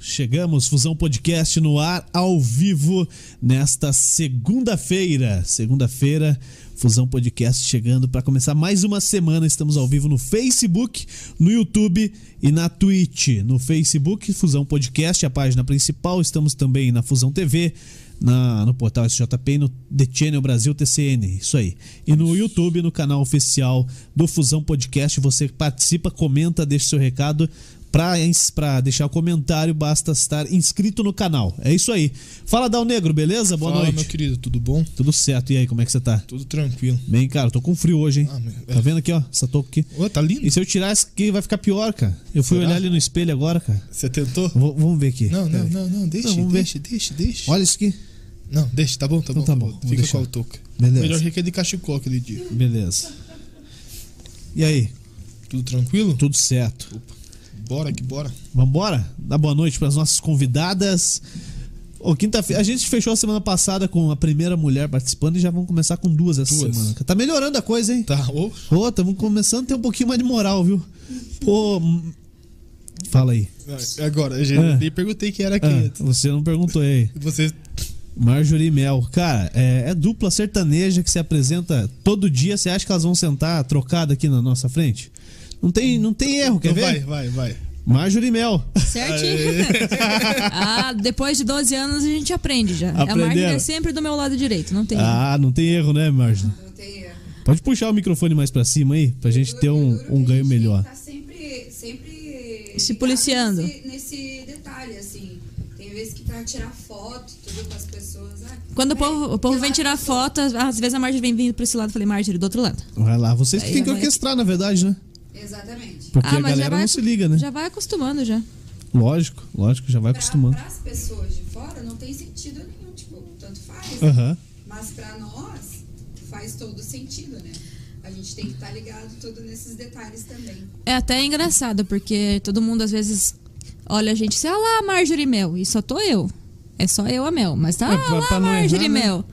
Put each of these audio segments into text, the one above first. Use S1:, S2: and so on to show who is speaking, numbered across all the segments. S1: Chegamos, Fusão Podcast no ar, ao vivo, nesta segunda-feira. Segunda-feira, Fusão Podcast chegando para começar mais uma semana. Estamos ao vivo no Facebook, no YouTube e na Twitch. No Facebook, Fusão Podcast, a página principal. Estamos também na Fusão TV, na, no portal SJP e no The Channel Brasil TCN. Isso aí. E no YouTube, no canal oficial do Fusão Podcast, você participa, comenta, deixa seu recado. Para deixar o comentário, basta estar inscrito no canal. É isso aí. Fala, Dal Negro, beleza? Boa
S2: Fala,
S1: noite.
S2: meu querido, tudo bom?
S1: Tudo certo. E aí, como é que você tá?
S2: Tudo tranquilo.
S1: Bem, cara, eu tô com frio hoje, hein?
S2: Ah, meu-
S1: Tá vendo aqui, ó? Essa touca aqui.
S2: Ô, tá lindo.
S1: E se eu tirar essa aqui, vai ficar pior, cara. Eu fui
S2: Será?
S1: olhar ali no espelho agora, cara.
S2: Você tentou?
S1: V- vamos ver aqui.
S2: Não, não,
S1: Pera aí.
S2: não, não, deixa,
S1: Não, vamos ver.
S2: deixa, deixa, deixa.
S1: Olha isso aqui.
S2: Não, deixa, tá bom, tá
S1: Então
S2: bom.
S1: tá bom, vou
S2: Fica
S1: deixar.
S2: com a touca.
S1: Beleza.
S2: Melhor que aquele de cachecol aquele dia.
S1: Beleza. E aí?
S2: Tudo tranquilo?
S1: Tudo certo.
S2: Bora que bora.
S1: Vambora? Dá boa noite pras nossas convidadas. Ô, quinta-feira. A gente fechou a semana passada com a primeira mulher participando e já vamos começar com duas essa
S2: Duas.
S1: semana. Tá melhorando a coisa, hein?
S2: Tá, ô,
S1: Pô, estamos começando a ter um pouquinho mais de moral, viu? Pô. hum. Fala aí.
S2: agora, eu já
S1: Ah.
S2: nem perguntei quem era quem.
S1: Ah, você não perguntou aí.
S2: Você.
S1: Marjorie Mel. Cara, é, é dupla sertaneja que se apresenta todo dia. Você acha que elas vão sentar trocada aqui na nossa frente? Não tem, não tem erro, quer
S2: Não,
S1: ver?
S2: então vai, vai, vai.
S1: Marjorie Mel.
S3: Certinho. ah, depois de 12 anos a gente aprende já. A
S1: Aprenderam.
S3: Marjorie é sempre do meu lado direito, não tem.
S1: Ah, não tem erro, né, Marjorie?
S4: Não tem erro.
S1: Pode puxar o microfone mais pra cima aí, pra gente ter um, um ganho melhor.
S4: Tá sempre, sempre
S3: Se policiando.
S4: ligado Nesse, nesse detalhe, assim. Tem vezes que pra tirar foto, tudo com as pessoas. ah,
S3: Quando o
S4: vai,
S3: povo, o povo
S4: tem
S3: vem
S4: lá-
S3: tirar foto, às vezes a Marjorie vem vindo pra esse lado. Eu falei, Marjorie, do outro lado.
S1: Vai lá, vocês que
S3: Aí
S1: têm que
S3: vai.
S1: orquestrar, na verdade, né?
S4: Exatamente.
S1: Porque
S3: Ah,
S1: a
S3: mas já
S1: galera
S3: vai-
S1: não se liga, né?
S3: Já vai acostumando já.
S1: Lógico, lógico, já vai acostumando.
S4: Para as pessoas de fora não tem sentido nenhum, tipo, tanto faz.
S1: Aham.
S4: Mas pra nós faz todo sentido, né? A gente tem que estar ligado tudo nesses detalhes também.
S3: É até engraçado, porque todo mundo às vezes olha a gente e diz, ah lá, Marjorie Mel, e só tô eu. É só eu a Mel, mas tá
S1: É,
S3: ah,
S1: pra- pra
S3: lá,
S1: não errar,
S3: Marjorie
S1: né?
S3: Mel.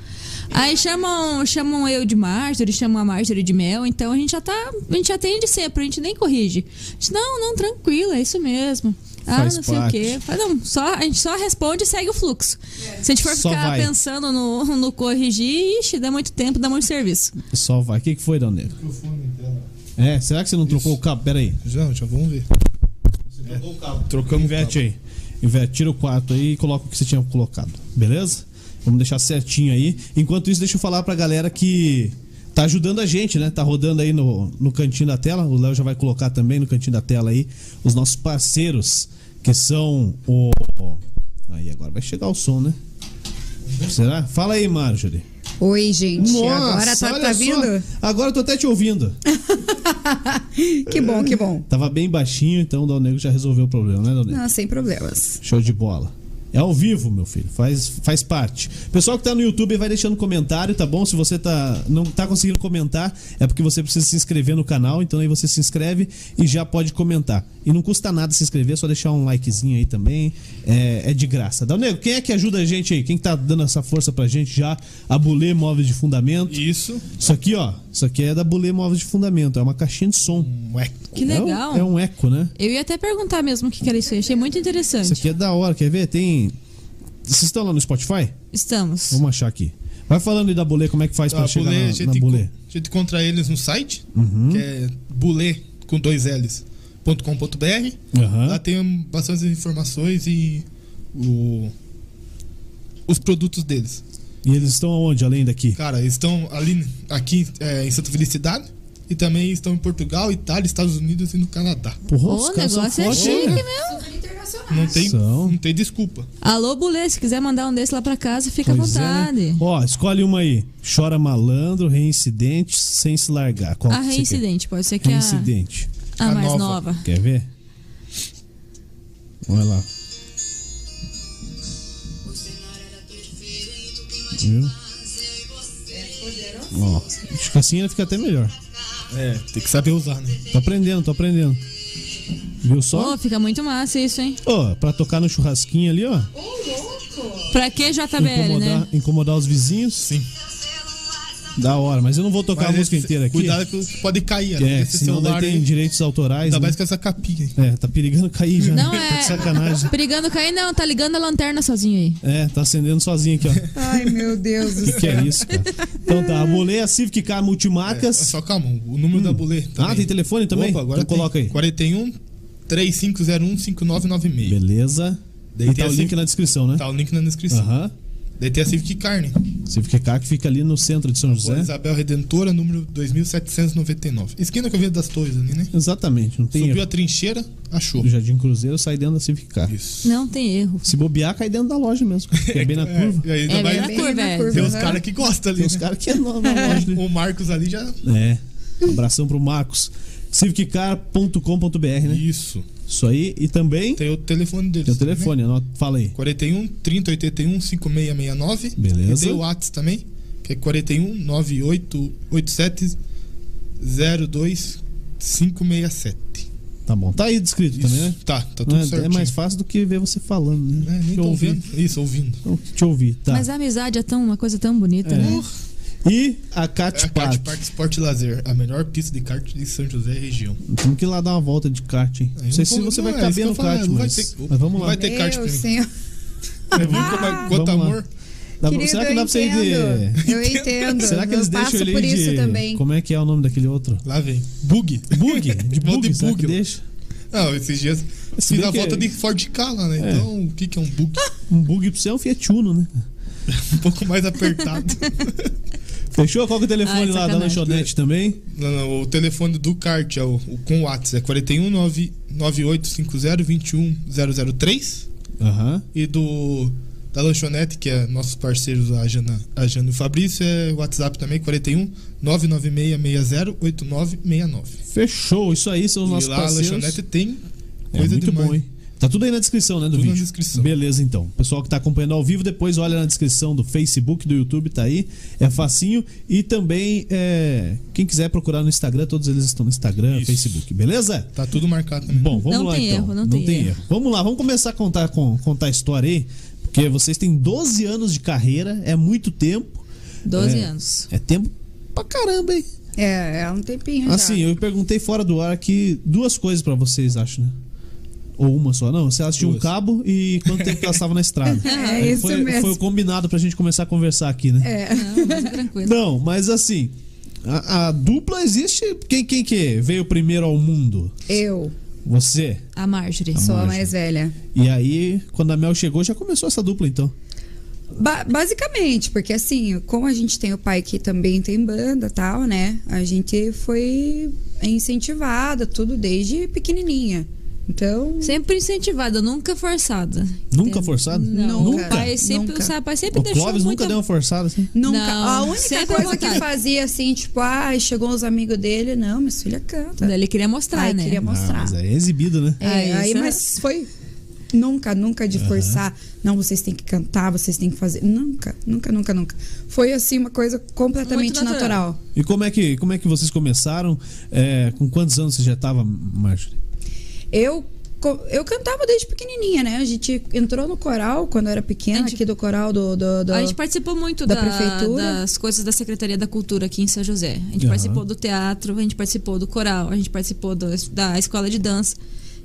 S3: Aí chamam, chamam eu de Marjorie, chamam a Marjorie de Mel, então a gente já tá. A gente atende sempre, a gente nem corrige. A gente, não, não, tranquilo, é isso mesmo. Ah,
S1: Faz
S3: não
S1: parte.
S3: sei o quê. Faz, não, só, a gente só responde e segue o fluxo. Se a gente for
S1: Só
S3: ficar
S1: vai.
S3: pensando no, no corrigir, ixi, dá muito tempo, dá muito serviço.
S1: Só vai. O que, que foi, Dal Negro?
S2: Microfone dela.
S1: É, será que você não trocou o cabo? Pera aí.
S2: Já, já vamos ver. Você trocou o cabo. Trocamos o
S1: Inverte aí. Inverte, tira o 4 aí e coloca o que você tinha colocado, beleza? Vamos deixar certinho aí. Enquanto isso, deixa eu falar pra galera que tá ajudando a gente, né? Tá rodando aí no, no cantinho da tela. O Léo já vai colocar também no cantinho da tela aí os nossos parceiros, que são o. Aí agora vai chegar o som, né? Será? Fala aí, Marjorie.
S5: Oi, gente. Agora tá,
S1: olha
S5: tá
S1: só.
S5: vindo?
S1: Agora eu tô até te ouvindo.
S5: Que bom, que bom.
S1: Tava bem baixinho, então o Dal Negro já resolveu o problema, né, Dal Negro?
S5: Não, sem problemas.
S1: Show de bola. É ao vivo, meu filho. Faz, faz parte. Pessoal que tá no YouTube, vai deixando comentário, tá bom? Se você tá não tá conseguindo comentar, é porque você precisa se inscrever no canal. Então aí você se inscreve e já pode comentar. E não custa nada se inscrever, é só deixar um likezinho aí também. É, é de graça. Dá nego, quem é que ajuda a gente aí? Quem tá dando essa força pra gente já? A Bulê Móveis de Fundamento.
S2: Isso.
S1: Isso aqui, ó. Isso aqui é da Bulê Móveis de Fundamento. É uma caixinha de som.
S2: Um eco.
S3: Que legal.
S1: É um, é um eco, né?
S3: Eu ia até perguntar mesmo o que que era isso aí, achei muito
S1: Isso
S3: interessante.
S1: aqui é da hora, quer ver? Tem. Vocês estão lá no Spotify?
S3: Estamos.
S1: Vamos achar aqui. Vai falando aí da Bolê, como é que faz pra
S2: Ah,
S1: chegar
S2: Bulê, a
S1: na, na Uhum.
S2: gente,
S1: Bolê.
S2: encon- a gente encontra eles no site, que é bulê com dois L's. ponto com ponto br.
S1: Aham.
S2: Lá tem um, bastante informações e o- os produtos deles.
S1: E eles estão aonde, além daqui?
S2: Cara, eles estão ali aqui é, em Santa Felicidade e também estão em Portugal, Itália, Estados Unidos e no Canadá.
S1: Porra,
S3: Ô,
S1: os
S3: o
S1: caras são
S3: negócio é
S1: fortes,
S3: chique
S1: né?
S3: mesmo.
S4: Super internacional.
S2: Não tem,
S1: São.
S2: não tem desculpa.
S3: Alô, Bulê, se quiser mandar um desse lá pra casa, fica
S1: Pois é,
S3: à
S1: né?
S3: vontade.
S1: Ó, escolhe uma aí. Chora malandro, reincidente, sem se largar. Qual
S3: A
S1: que você quer?
S3: reincidente, pode ser que a,
S1: Reincidente.
S3: a
S2: A
S3: mais
S2: nova.
S3: nova.
S1: Quer ver? Vai lá. Viu? Ó, acho que assim ele fica até melhor.
S2: É, tem que saber usar, né?
S1: Tô aprendendo, tô aprendendo. Viu só?
S3: Ô, fica muito massa isso, hein?
S1: Ó, pra tocar no churrasquinho ali, ó.
S4: Ô, louco!
S3: Pra que JBL,
S1: incomodar,
S3: Tá né?
S1: incomodar os vizinhos.
S2: Sim.
S1: Da hora, mas eu não vou tocar a
S2: Mas
S1: música
S2: esse-
S1: inteira aqui.
S2: Cuidado que pode cair.
S1: que
S2: né?
S1: é,
S2: Esse
S1: senão daí
S2: celular
S1: tem
S2: aí,
S1: direitos autorais.
S2: Ainda
S1: né?
S2: mais com essa capinha. aí.
S1: É, tá perigando cair já.
S3: Não,
S1: né? Tá
S3: é-
S1: de sacanagem.
S3: Perigando cair, não, tá ligando a lanterna sozinho aí.
S1: É, tá acendendo sozinho aqui, ó.
S5: Ai, meu Deus do
S1: O que é isso, cara? Então tá, a Boleia Civic Car
S2: É,
S1: Multimarcas.
S2: só calma, o número da bolê.
S1: Ah, tem telefone também?
S2: Opa, agora
S1: Então
S2: tem.
S1: coloca aí.
S2: 41 3501 5996.
S1: Beleza.
S2: é? Daí
S1: e tá
S2: tem
S1: o
S2: a
S1: link
S2: Civic-
S1: na descrição, né?
S2: Tá o link na descrição.
S1: Aham.
S2: Daí tem a Civic Carne.
S1: Civic Car que fica ali no centro de São
S2: Rua
S1: José.
S2: Isabel Redentora, número 2799. Esquina que eu vi das torres ali, né?
S1: Exatamente, não tem
S2: Subiu
S1: erro.
S2: a trincheira, achou.
S1: Do Jardim Cruzeiro sai dentro da Civic Car.
S2: Isso.
S3: Não tem erro.
S1: Se bobear, cai dentro da loja mesmo. Que é bem Hum. na curva.
S2: É, e ainda
S3: É
S2: mais
S3: verdade.
S5: Bem
S3: curva,
S5: na
S3: é.
S5: curva,
S2: tem os
S5: né?
S2: caras que gostam ali.
S1: Tem uns
S2: né?
S1: caras que é no- na loja. né?
S2: O Marcos ali já.
S1: É. Um abração pro Marcos. Civiccar.com.br, né?
S2: Isso.
S1: Isso aí. E também
S2: Tem o telefone deles.
S1: tem o
S2: também, né?
S1: telefone, anota, fala aí.
S2: 41 30 81 5669.
S1: Beleza.
S2: E tem o WhatsApp também, que é 41 98 87 02 567.
S1: Tá bom. Tá aí descrito
S2: Isso.
S1: também, né?
S2: Tá, tá tudo
S1: É,
S2: certo.
S1: é mais fácil do que ver você falando, né?
S2: nem
S1: Te
S2: tô
S1: ouvir.
S2: ouvindo. Isso, ouvindo.
S1: Então, Te ouvir, tá.
S3: Mas a amizade é tão, uma coisa tão bonita, né?
S1: E a Cat
S2: É a
S1: Park.
S2: Kart Park Sport Lazer, a melhor pista de kart de São José e região.
S1: Temos que ir lá dar uma volta de kart, hein? Não
S2: não
S1: sei se
S2: vou-
S1: você
S2: não,
S1: vai
S2: é isso que
S1: caber
S2: eu
S1: no
S2: falo,
S1: kart,
S2: não vai
S1: mas,
S2: ter-
S1: mas vamos lá.
S2: vai ter kart pra
S5: Meu
S2: mim.
S5: Senhor.
S2: É, vamos como- quanto
S1: Vamos lá.
S2: amor.
S1: Dá pra-
S5: Querido,
S1: Tá será que
S5: eu
S1: dá pra você ir de...
S5: entendo. Eu entendo.
S1: Será que eles
S5: eu
S1: deixam
S5: passo
S1: ele
S5: por
S1: ir
S5: isso
S1: de...
S5: também.
S1: Como é que é o nome daquele outro?
S2: Lá vem. Bug.
S1: Bug? De
S2: Vou
S1: bug,
S2: de
S1: será que
S2: bug.
S1: deixa?
S2: Não, esses dias
S1: Se
S2: fiz
S1: bem
S2: a
S1: que-
S2: volta de Ford K lá, né? Então, o que que é um bug?
S1: Um bug pro céu é um Fiat Uno, né?
S2: um pouco mais apertado.
S1: Fechou? Qual que é o telefone
S3: Ai,
S1: lá da
S3: sacanagem.
S1: lanchonete também?
S2: Não, não, o telefone do kart é o, o com o WhatsApp é 41998502103
S1: Aham.
S2: e do da lanchonete, que é nossos parceiros a Jana, a Jana e o Fabrício, é o WhatsApp também 41 996608969.
S1: Fechou. Isso aí são os
S2: E
S1: nossos
S2: lá
S1: parceiros.
S2: a lanchonete tem
S1: É
S2: coisa
S1: muito
S2: demais.
S1: bom, hein? Tá tudo aí na descrição, né, do
S2: Tudo na
S1: vídeo?
S2: descrição.
S1: Beleza, então. Pessoal que tá acompanhando ao vivo, depois olha na descrição do Facebook, do YouTube, tá aí. É facinho. E também, é, quem quiser procurar no Instagram, todos eles estão no Instagram,
S2: Isso.
S1: Facebook, beleza?
S2: Tá tudo marcado também.
S1: Bom, vamos
S3: Não
S1: lá
S3: tem
S1: então.
S3: erro, não tem erro.
S1: Vamos lá, vamos começar a contar, com, contar a história aí, porque vocês têm 12 anos de carreira, é muito tempo.
S3: 12
S1: É.
S3: anos.
S1: É tempo pra caramba, hein?
S5: É, é um tempinho já.
S1: Assim, eu perguntei fora do ar aqui duas coisas pra vocês, acho, né? Ou uma só, não. Se elas tinham um
S2: Duas.
S1: cabo e quanto tempo elas estavam na estrada.
S5: É isso
S1: foi,
S5: mesmo.
S1: Foi o combinado pra gente começar a conversar aqui, né?
S5: É.
S3: Não, mas é tranquilo.
S1: Não, mas assim, a, a dupla existe. Quem, quem que veio primeiro ao mundo?
S5: Eu
S1: Você.
S3: A Marjorie.
S5: sou a
S1: Marjorie.
S5: mais velha.
S1: E aí, quando a Mel chegou, já começou essa dupla, então.
S5: Ba- basicamente, porque assim, como a gente tem o pai que também tem banda tal, né? A gente foi incentivada, tudo desde pequenininha. Então,
S3: Sempre incentivada, nunca forçada.
S1: Nunca forçado?
S3: Não,
S5: Nunca.
S3: O pai sempre,
S5: Nunca.
S3: O sa- pai sempre
S1: O
S3: deixou
S1: Clóvis
S3: muito...
S1: nunca deu uma forçada assim.
S5: nunca.
S3: Não,
S5: a única
S3: sempre à
S5: coisa que
S3: vontade.
S5: fazia assim, tipo, ai, chegou os amigos dele, não, minha filha canta.
S3: Daí Ele queria mostrar,
S5: Ai,
S3: né?
S5: queria
S1: Ah,
S5: mostrar.
S1: mas é exibido, né?
S5: É,
S3: Ah,
S5: aí,
S3: isso é-
S5: mas foi nunca, nunca de forçar. Não, vocês têm que cantar, vocês têm que fazer. Nunca, nunca, nunca, nunca. Foi assim uma coisa completamente
S3: Muito natural.
S5: natural.
S1: E como é que, como é que vocês começaram? É, com quantos anos você já estava, Marjorie?
S5: Eu, co- eu cantava desde pequenininha, né? A gente entrou no coral quando eu era pequena,
S3: A gente-
S5: aqui do coral do. do, do-
S3: A gente participou muito
S5: Então, da
S3: da,
S5: prefeitura.
S3: das coisas da Secretaria da Cultura aqui em São José. A gente
S1: Aham.
S3: participou do teatro, a gente participou do coral, a gente participou do- da escola de dança.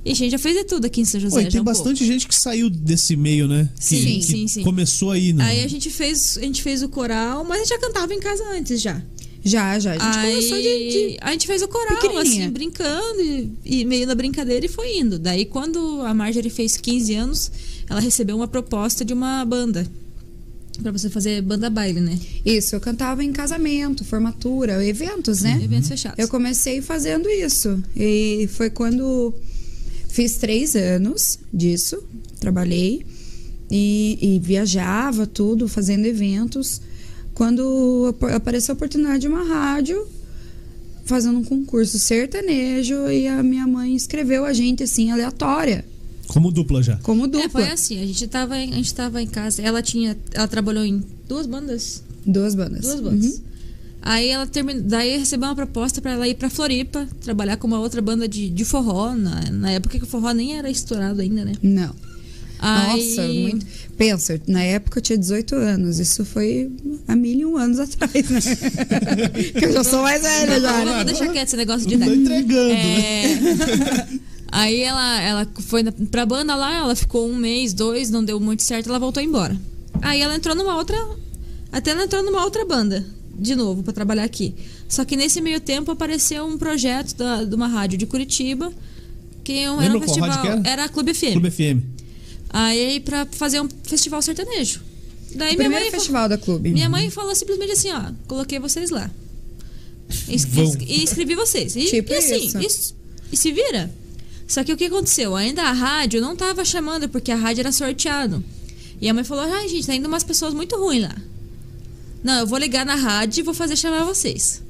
S3: E a gente já fez de tudo aqui em São José.
S1: Ué,
S3: já
S1: é, tem
S3: um pouco.
S1: bastante gente que saiu desse meio, né? Que-
S3: Sim,
S1: que
S3: sim, sim.
S1: Começou aí, né?
S3: Aí a gente fez, a gente fez o coral, mas a gente já cantava em casa antes já.
S5: Já, já. A gente
S3: Aí,
S5: começou de. de-
S3: a gente fez o coral,
S5: pequenininha.
S3: assim, brincando e, e meio na brincadeira e foi indo. Daí, quando a Marjorie fez 15 anos, ela recebeu uma proposta de uma banda. Pra você fazer banda baile, né?
S5: Isso, eu cantava em casamento, formatura, eventos,
S1: Uhum.
S5: né?
S3: Eventos fechados.
S5: Eu comecei fazendo isso. E foi quando fiz três anos disso, trabalhei e, e viajava tudo, fazendo eventos. Quando ap- apareceu a oportunidade de uma rádio, fazendo um concurso sertanejo, e a minha mãe escreveu a gente assim, aleatória,
S1: Como dupla já.
S5: como
S3: É, foi
S5: dupla.
S3: assim, a gente tava em, a gente tava em casa, ela tinha, ela trabalhou em duas bandas,
S5: Duas bandas.
S3: duas bandas.
S5: Uhum.
S3: Aí ela terminou, daí recebeu uma proposta pra ela ir pra Floripa, trabalhar com uma outra banda de, de forró, na, na época que o forró nem era estourado ainda, né?
S5: Não. Nossa,
S3: Aí-
S5: muito. Pensa, na época eu tinha 18 anos. Isso foi há mil e um anos atrás, né? que eu já sou mais velha já.
S3: Vamos
S5: né?
S3: deixar quieto esse negócio de
S1: Não tô
S3: idade.
S1: entregando, né?
S3: É. Aí ela, ela foi na- pra banda lá, ela ficou um mês, dois, não deu muito certo, ela voltou embora. Aí ela entrou numa outra. Até ela entrou numa outra banda, de novo, pra trabalhar aqui. Só que nesse meio tempo apareceu um projeto da- de uma rádio de Curitiba, que um- era
S1: Lembra
S3: um
S1: qual
S3: festival.
S1: rádio que era?
S3: a Clube FM.
S1: Clube FM.
S3: Aí pra fazer um festival sertanejo. Daí minha
S5: Primeiro
S3: mãe falou-
S5: festival da clube.
S3: minha mãe falou simplesmente assim, ó, coloquei vocês lá. E, es-
S2: Vão.
S3: e escrevi vocês. E,
S5: Tipo
S3: e assim,
S5: isso.
S3: isso- e se vira. Só que o que aconteceu? Ainda a rádio não tava chamando, porque a rádio era sorteado. E a mãe falou, ai, gente, tá indo umas pessoas muito ruins lá. Não, eu vou ligar na rádio e vou fazer chamar vocês.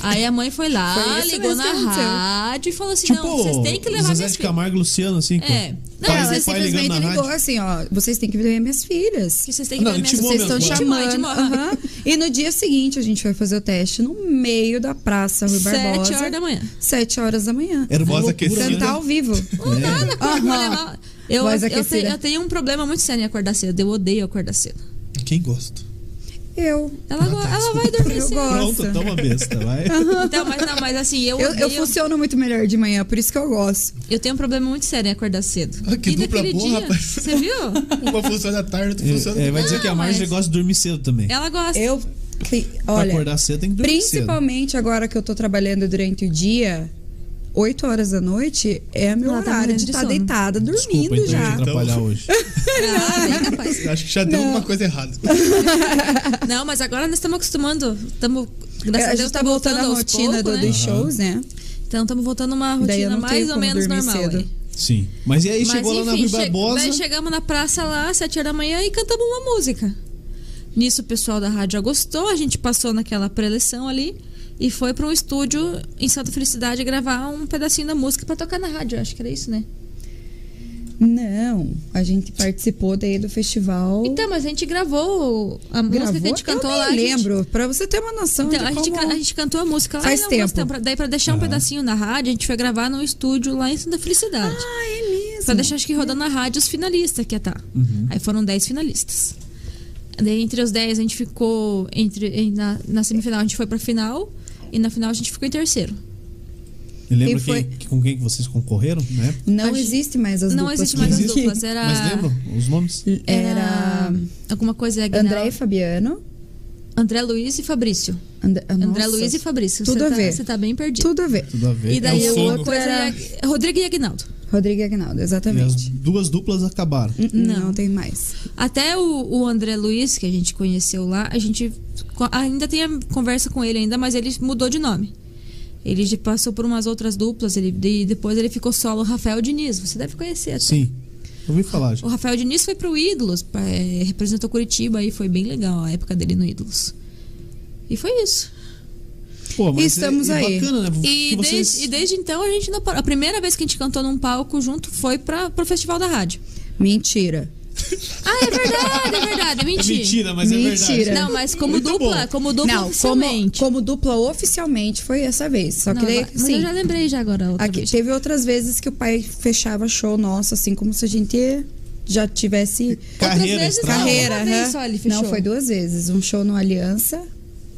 S3: Aí a mãe foi lá,
S5: Foi isso
S3: ligou
S5: mesmo que
S3: na
S5: aconteceu.
S3: rádio e falou assim,
S1: Tipo,
S3: não, vocês têm que levar
S1: Zezé
S3: minhas
S1: de
S3: filhas.
S1: Camargo e Luciano, assim.
S3: É.
S1: com-
S3: Não,
S5: Não,
S1: pai-
S5: ela
S1: pai ligando
S5: simplesmente
S1: na
S5: ligou
S1: rádio.
S5: assim, ó, vocês têm que ver minhas filhas.
S3: Que vocês têm que
S1: Não,
S3: levar
S1: e
S3: minhas
S1: Timon
S5: Vocês
S1: Momento,
S5: estão
S1: claro.
S5: chamando.
S3: Timão, Timão.
S5: né? aham. E no dia seguinte a gente foi fazer o teste no meio da praça Rui Barbosa.
S3: Sete horas da manhã.
S5: Sete horas da manhã.
S1: Era uma
S2: Voz
S1: loucura,
S2: aquecida.
S1: né?
S5: Cantar ao vivo.
S3: Não dá, não acorda
S5: Aham.
S3: levar- Eu,
S5: Voz
S3: eu, te- eu
S5: aquecida.
S3: tenho, um problema muito sério em acordar cedo. Eu odeio acordar cedo.
S2: Quem gosta?
S5: Eu.
S3: Ela, go- ela vai dormir
S5: Ah, tá, Eu
S3: cedo.
S5: gosto.
S1: Pronto, toma besta, vai. É,
S3: Então, mas, não, mas assim, eu,
S5: Eu, eu
S3: odeio-
S5: funciono muito melhor de manhã, por isso que eu gosto.
S3: eu tenho um problema muito sério em acordar cedo.
S2: Ah, que
S3: e
S2: dupla
S3: naquele
S2: boa,
S3: dia,
S2: rapaz.
S3: você viu?
S2: Uma funciona à tarde, outra funciona
S1: É,
S2: de
S1: é, vai dizer que a Marge
S3: mas-
S1: gosta de dormir cedo também.
S3: Ela gosta.
S5: Eu. que-
S1: Pra
S5: Olha,
S1: acordar cedo tem que dormir cedo.
S5: Principalmente agora que eu tô trabalhando durante o dia, 8 horas da noite é meu
S3: Ela tá
S5: horário
S3: morrendo
S5: de
S3: de
S5: estar
S3: sono.
S5: deitada, dormindo
S1: Desculpa, então,
S5: já.
S1: de atrapalhar hoje.
S2: Eu Acho que já deu uma coisa errada.
S3: Não, mas agora nós estamos acostumando. Estamos.
S5: É,
S3: Graças
S5: a
S3: a
S5: gente
S3: Deus
S5: tá
S3: tá
S5: voltando à
S3: aos
S5: rotina
S3: poucos,
S5: do-
S3: né?
S5: dos shows, né?
S3: Então estamos voltando a uma
S5: Daí
S3: rotina
S5: eu não
S3: mais
S5: tenho
S3: ou
S5: como
S3: menos
S5: dormir
S3: normal. né?
S5: cedo.
S3: aí.
S1: Sim. Mas e aí chegou lá na Rui
S3: che-
S1: Barbosa.
S3: daí chegamos na praça lá, sete horas da manhã, e cantamos uma música. Nisso o pessoal da rádio já gostou, a gente passou naquela preleção ali e foi para um estúdio em Santa Felicidade gravar um pedacinho da música para tocar na rádio, acho que era isso, né?
S5: Não, a gente participou daí do festival.
S3: Então, mas a gente gravou a música que a gente cantou
S5: eu
S3: lá.
S5: nem
S3: a gente-
S5: lembro, pra você ter uma noção
S3: Então,
S5: de
S3: a gente,
S5: como...
S3: ca- a gente cantou a música lá
S5: Faz
S3: e não
S5: tempo.
S3: gostamos. Pra- Daí, para deixar um pedacinho na rádio, a gente foi gravar num estúdio lá em Santa Felicidade.
S5: Ah, é mesmo.
S3: Pra deixar, acho que rodando na rádio os finalistas que ia tá.
S1: Uhum.
S3: Aí foram 10 finalistas. Daí, entre os 10, a gente ficou. Entre, em- na, na semifinal, a gente foi pra final. E na final, a gente ficou em terceiro.
S1: E lembra
S5: E foi-
S1: quem- que- com quem que vocês concorreram na época?
S5: Não
S3: a gente-
S5: existe mais as
S3: não
S5: duplas.
S3: existe
S5: que-
S3: mais as
S1: Existe?
S3: duplas. Era.
S1: Mas lembram os nomes?
S5: Era
S3: Alguma coisa é
S5: É. André e Fabiano.
S3: André Luiz e Fabrício.
S5: And...
S3: André
S5: Nossa,
S3: Luiz e Fabrício.
S5: Tudo
S3: você
S5: a
S3: tá,
S5: ver.
S3: Você tá bem perdido.
S5: Tudo a ver. um
S1: Tudo a ver.
S3: E daí,
S2: É o
S3: alguma
S2: sogro.
S3: coisa era... Rodrigo e Agnaldo.
S5: Rodrigo e Agnaldo,
S1: E as
S5: exatamente.
S1: duas duplas acabaram.
S5: Não.
S3: Não.
S5: tem mais.
S3: Até o, o André Luiz, que a gente conheceu lá, a gente co- ainda tem a conversa com ele ainda, mas ele mudou de nome. Ele já passou por umas outras duplas, ele, e depois ele ficou solo Rafael Diniz, você deve conhecer. até.
S1: Sim. Eu ouvi falar já.
S3: O Rafael Diniz foi pro Ídolos, pa- é, representou Curitiba e foi bem legal a época dele no Ídolos. E foi isso.
S1: Pô, mas
S5: Estamos
S1: é, é
S5: aí.
S1: bacana, né?
S3: E,
S1: que vocês...
S3: desde, e desde então a gente não parou. A primeira vez que a gente cantou num palco junto foi pra, pro Festival da Rádio.
S5: Mentira.
S3: Ah, é verdade, é verdade,
S1: É
S3: menti.
S1: mentira, mas é
S5: Mentira.
S1: verdade.
S3: Não, mas como
S1: Muito
S3: dupla,
S1: bom.
S3: como dupla
S5: não, como,
S3: oficialmente.
S5: como dupla oficialmente foi essa vez. Só que
S3: Não,
S5: daí,
S3: mas- mas
S5: sim,
S3: eu já lembrei já agora. Outra
S5: aqui,
S3: vez.
S5: teve outras vezes que o pai fechava show nosso, assim, como se a gente já tivesse
S1: Carreira,
S3: vezes
S1: estrada.
S3: Não,
S5: carreira.
S3: uma vez
S5: né?
S3: só ele fechou.
S5: Não, foi duas vezes. Um show no Aliança.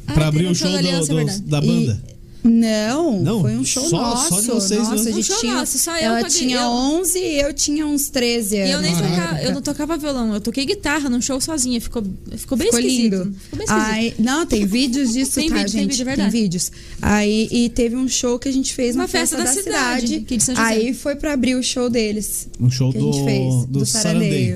S3: Ah,
S1: Pra
S3: teve
S1: abrir
S3: um
S1: o show
S3: da
S1: do-
S3: Aliança, é
S1: do-
S3: verdade.
S1: da banda.
S5: E- Não,
S1: Não,
S5: foi um show
S1: só-
S5: nosso.
S1: só de vocês,
S5: Nossa,
S1: né?
S5: a gente
S3: Um show
S5: tinha,
S3: nosso, só eu
S5: ela
S3: paguei-
S5: tinha
S3: eu-
S5: 11 e eu tinha uns 13 anos.
S3: E eu nem
S2: Caraca.
S3: tocava, eu não tocava violão, eu toquei guitarra num show sozinha, ficou, ficou bem
S5: Ficou
S3: esquisito.
S5: lindo. Ah,
S3: Ficou bem esquisito.
S5: Ai, não, tem vídeos disso,
S3: Tem
S5: tá,
S3: vídeo, tem
S5: gente?
S3: vídeo, é verdade.
S5: vídeos. Aí, e teve um show que a gente fez
S3: Uma
S5: na festa, da, cidade.
S3: aqui de São José.
S5: Aí foi pra abrir o show deles.
S1: Um show
S5: que a gente fez,
S1: do,
S5: do,
S1: do
S5: Sarandeio.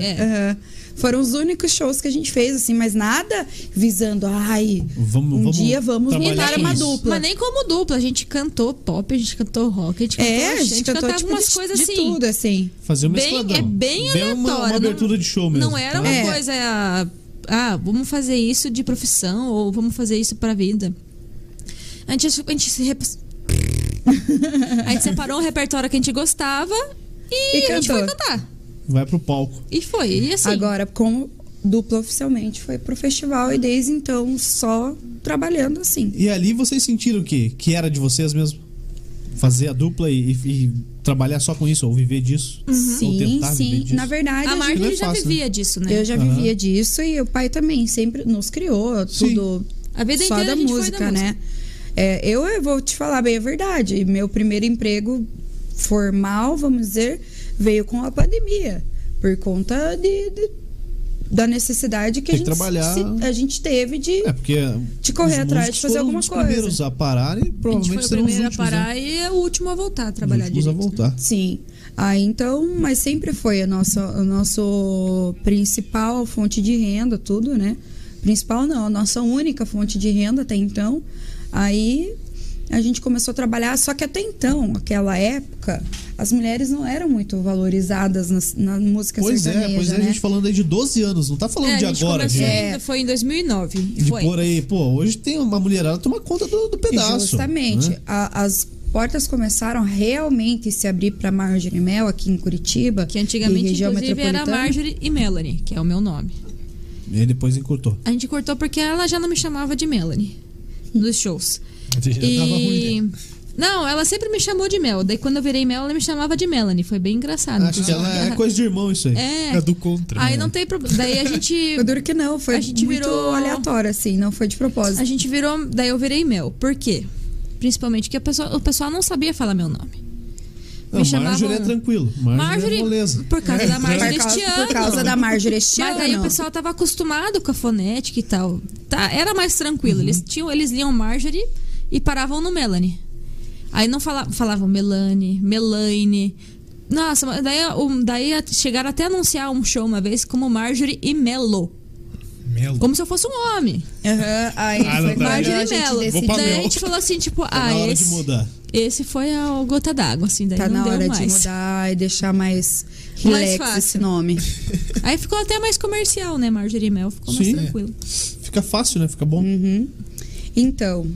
S1: Sarandeio.
S3: É.
S5: Aham. Foram os únicos shows que a gente fez, assim, mas nada visando, ai,
S1: Vamos-
S5: um
S1: vamos
S5: dia vamos
S1: trabalhar
S5: montar
S1: com
S5: uma
S1: isso.
S5: dupla.
S3: Mas nem como dupla, a gente cantou pop, a gente cantou rock, a gente cantou,
S5: é, a gente cantou
S3: cantava
S5: tipo,
S3: umas
S5: de,
S3: coisas
S5: de
S3: assim.
S5: tudo, assim.
S1: Fazer uma
S3: Bem-
S1: esquadrão.
S3: é bem
S1: uma, uma
S3: aleatório, não-
S1: abertura de show mesmo.
S3: Não era
S1: tá?
S3: uma
S5: É.
S3: coisa. Ah, vamos fazer isso de profissão ou vamos fazer isso pra vida. A gente, a gente se. rep- a gente separou um repertório que a gente gostava e,
S5: E
S3: a gente foi
S5: cantou.
S3: cantar.
S1: Vai pro palco.
S3: E foi. E assim.
S5: Agora, com dupla oficialmente, foi pro festival e desde então só trabalhando assim.
S1: E ali vocês sentiram o quê? Que era de vocês mesmo? fazer a dupla e, e- e trabalhar só com isso, ou viver disso. Ou
S5: Uhum. Sim,
S1: tentar viver
S5: sim.
S1: disso.
S5: Na verdade,
S3: Uhum. A
S1: não
S5: a gente-
S1: é
S3: Marjorie já
S1: fácil,
S3: vivia disso, né?
S5: eu já vivia disso e o pai também sempre nos criou
S1: Sim.
S5: tudo
S3: A vida
S5: só
S3: inteira a
S5: da
S3: gente foi da
S5: música,
S3: música.
S5: né? É, eu, eu vou te falar bem a verdade. Meu primeiro emprego formal, vamos dizer, veio com a pandemia. Por conta de, de- da necessidade que,
S1: Tem que
S5: a gente,
S1: trabalhar.
S5: se- a gente teve de.
S1: É, porque.
S5: De correr
S1: os
S5: atrás de
S1: músicos
S5: fazer
S1: foram
S5: alguma
S1: os
S5: coisa.
S1: primeiros a parar e
S3: A gente foi
S1: provavelmente
S3: o
S1: serão os
S3: primeiro a
S1: últimos. né?
S3: parar e é o último a voltar a trabalhar
S1: os últimos a
S3: direito.
S1: voltar.
S5: Sim. Ah, então, mas sempre foi a nossa, o nosso principal fonte de renda, tudo, né? Principal não, a nossa única fonte de renda até então. Aí a gente começou a trabalhar, só que até então, aquela época, as mulheres não eram muito valorizadas nas- na, música
S1: Pois
S5: sertaneja,
S1: é, pois é, a
S5: né?
S1: gente falando aí de 12 anos, não tá falando
S3: É,
S1: de
S3: a gente
S1: agora,
S3: começou
S1: gente.
S3: ainda, foi em 2009.
S5: É,
S1: De
S3: foi.
S1: pôr aí, pô, hoje tem uma mulherada que toma conta do, do pedaço.
S5: Justamente.
S1: né?
S5: A- as portas começaram realmente a se abrir para Marjorie Mel aqui em Curitiba.
S3: Que
S5: e
S3: antigamente,
S5: região
S3: inclusive, era
S5: metropolitana.
S3: Marjorie e Melanie, que é o meu nome.
S1: E aí depois encurtou.
S3: A gente cortou porque ela já não me chamava de Melanie nos shows.
S2: Já tava ruim, né?
S3: E. Não, ela sempre me chamou de Mel. Daí quando eu virei Mel, ela me chamava de Melanie. Foi bem engraçado.
S1: Acho que ela é coisa de irmão isso aí.
S3: É.
S2: É do contra.
S3: Aí não tem problema. Daí a gente.
S5: Eu duro que não, foi
S3: A gente
S5: muito
S3: virou-
S5: aleatório, assim, não foi de propósito.
S3: A gente virou. Daí eu virei Mel. Por quê? Principalmente que a pessoa, o pessoal não sabia falar meu nome.
S1: Não,
S3: me chamavam-
S1: Marjorie é tranquilo. Marjorie, é moleza.
S3: por causa da Marjorie
S5: Por
S3: este
S5: causa,
S3: ano.
S5: por causa da Marjorie este
S3: Mas aí o
S5: ano.
S3: pessoal tava acostumado com a fonética e tal. Tá, era mais tranquilo.
S1: Uhum.
S3: Eles tinham, eles liam Marjorie e paravam no Melanie. Aí não fala- falavam Melanie, Melaine. Nossa, mas daí, o- daí chegaram até a anunciar um show uma vez como Marjorie e Melo.
S2: Melo.
S3: Como se eu fosse um homem.
S5: Aham, aí
S2: Ah,
S5: foi
S2: não, tá.
S5: quando
S3: Marjorie
S5: a
S3: e
S5: gente
S3: Melo.
S5: decidiu. né,
S2: Vou pra
S3: Daí a
S2: Mel.
S3: gente falou assim, tipo,
S1: Tá
S3: ah,
S1: na hora de
S3: esse,
S1: mudar.
S3: esse foi a gota d'água, assim, daí
S5: Tá
S3: não
S5: na
S3: deu
S5: hora de
S3: mais.
S5: mudar e deixar mais relax
S3: fácil.
S5: esse nome.
S3: Aí ficou até mais comercial, né, Marjorie e Mel? Ficou mais
S1: Sim.
S3: tranquilo.
S1: Fica fácil, né? Fica bom.
S3: Hum,
S5: Uhum. Então,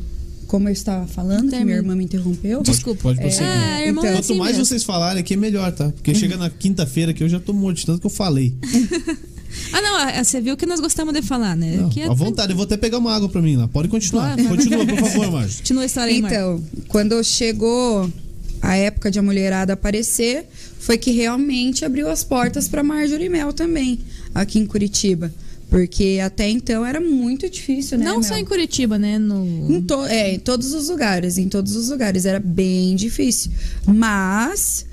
S5: como eu estava falando, que minha
S3: Termina.
S5: irmã me interrompeu.
S3: Desculpa.
S1: Pode prosseguir.
S3: Ah, irmão,
S5: Então,
S3: é
S1: Quanto
S3: assim
S1: mais
S3: mesmo. Hum.
S1: vocês falarem aqui, melhor, tá? Porque chega na quinta-feira que eu já tô morto, de tanto que eu falei.
S3: Ah, não, ah, você viu que nós gostamos de falar, né?
S1: Não,
S3: que é
S1: à vontade, eu vou até pegar uma água pra mim lá. Pode continuar. Continua, por favor, Márcio.
S3: Continua a história aí, Marco.
S5: Então, quando chegou a época de a mulherada aparecer, foi que realmente abriu as portas para Marjorie Mel também, aqui em Curitiba. Porque até então era muito difícil, né?
S3: Não só
S5: Mel?
S3: em Curitiba, né? No...
S5: Em to- é, em todos os lugares, em todos os lugares era bem difícil. Mas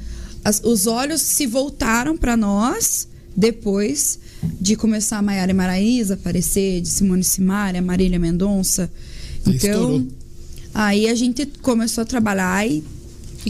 S5: as- os olhos se voltaram para nós depois de começar a Maiara e Maraísa aparecer, de Simone Simaria, Marília Mendonça.
S2: Aí
S5: Então,
S2: estourou.
S5: aí a gente começou a trabalhar e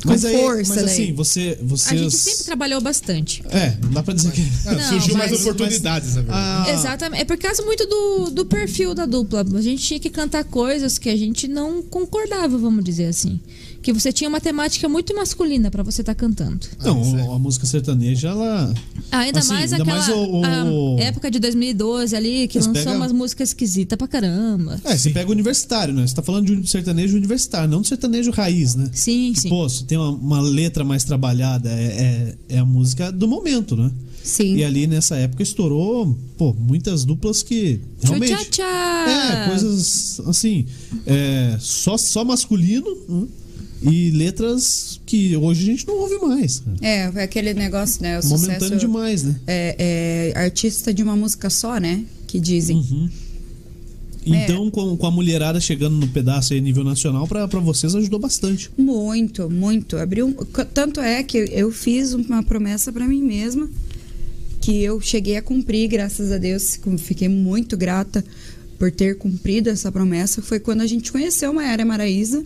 S5: com
S1: Mas aí,
S5: força,
S1: mas
S5: né?
S1: assim, você,
S3: A
S1: vocês...
S3: gente sempre trabalhou bastante.
S1: É, não dá pra dizer que...
S2: Ah,
S3: Não,
S2: surgiu
S3: mas-
S2: mais oportunidades, na verdade.
S1: Ah,
S3: Exatamente. É por causa muito do, do perfil da dupla. A gente tinha que cantar coisas que a gente não concordava, vamos dizer assim. Que você tinha uma temática muito masculina pra você estar cantando. Ah,
S1: Não,
S2: isso é.
S1: a música sertaneja, ela...
S3: Ainda
S1: Assim,
S3: mais
S1: ainda
S3: aquela
S1: mais o- o-
S3: a época de 2012 ali, que
S1: Mas
S3: lançou
S1: pega-
S3: umas músicas esquisitas pra caramba.
S1: É, você pega o universitário, né? Você tá falando de um sertanejo universitário, não de sertanejo raiz, né?
S3: Sim,
S1: Que,
S3: sim.
S1: Pô, se tem uma, uma letra mais trabalhada, é, é, é a música do momento, né?
S5: Sim.
S1: E ali nessa época estourou, pô, muitas duplas que realmente.
S3: Tchau,
S1: É, coisas assim, é, só, só masculino né? e letras que hoje a gente não ouve mais. cara.
S5: É, foi aquele negócio, né? O
S1: Momentâneo
S5: sucesso
S1: demais, né?
S5: é, é, artista de uma música só, né? Que dizem.
S3: É.
S1: Então, com, com a mulherada chegando no pedaço aí nível nacional, pra pra vocês ajudou bastante.
S5: Muito, muito. Abriu, tanto é que eu fiz uma promessa para mim mesma que eu cheguei a cumprir, graças a Deus. Como Fiquei muito grata por ter cumprido essa promessa. Foi quando a gente conheceu Maiara e Maraísa.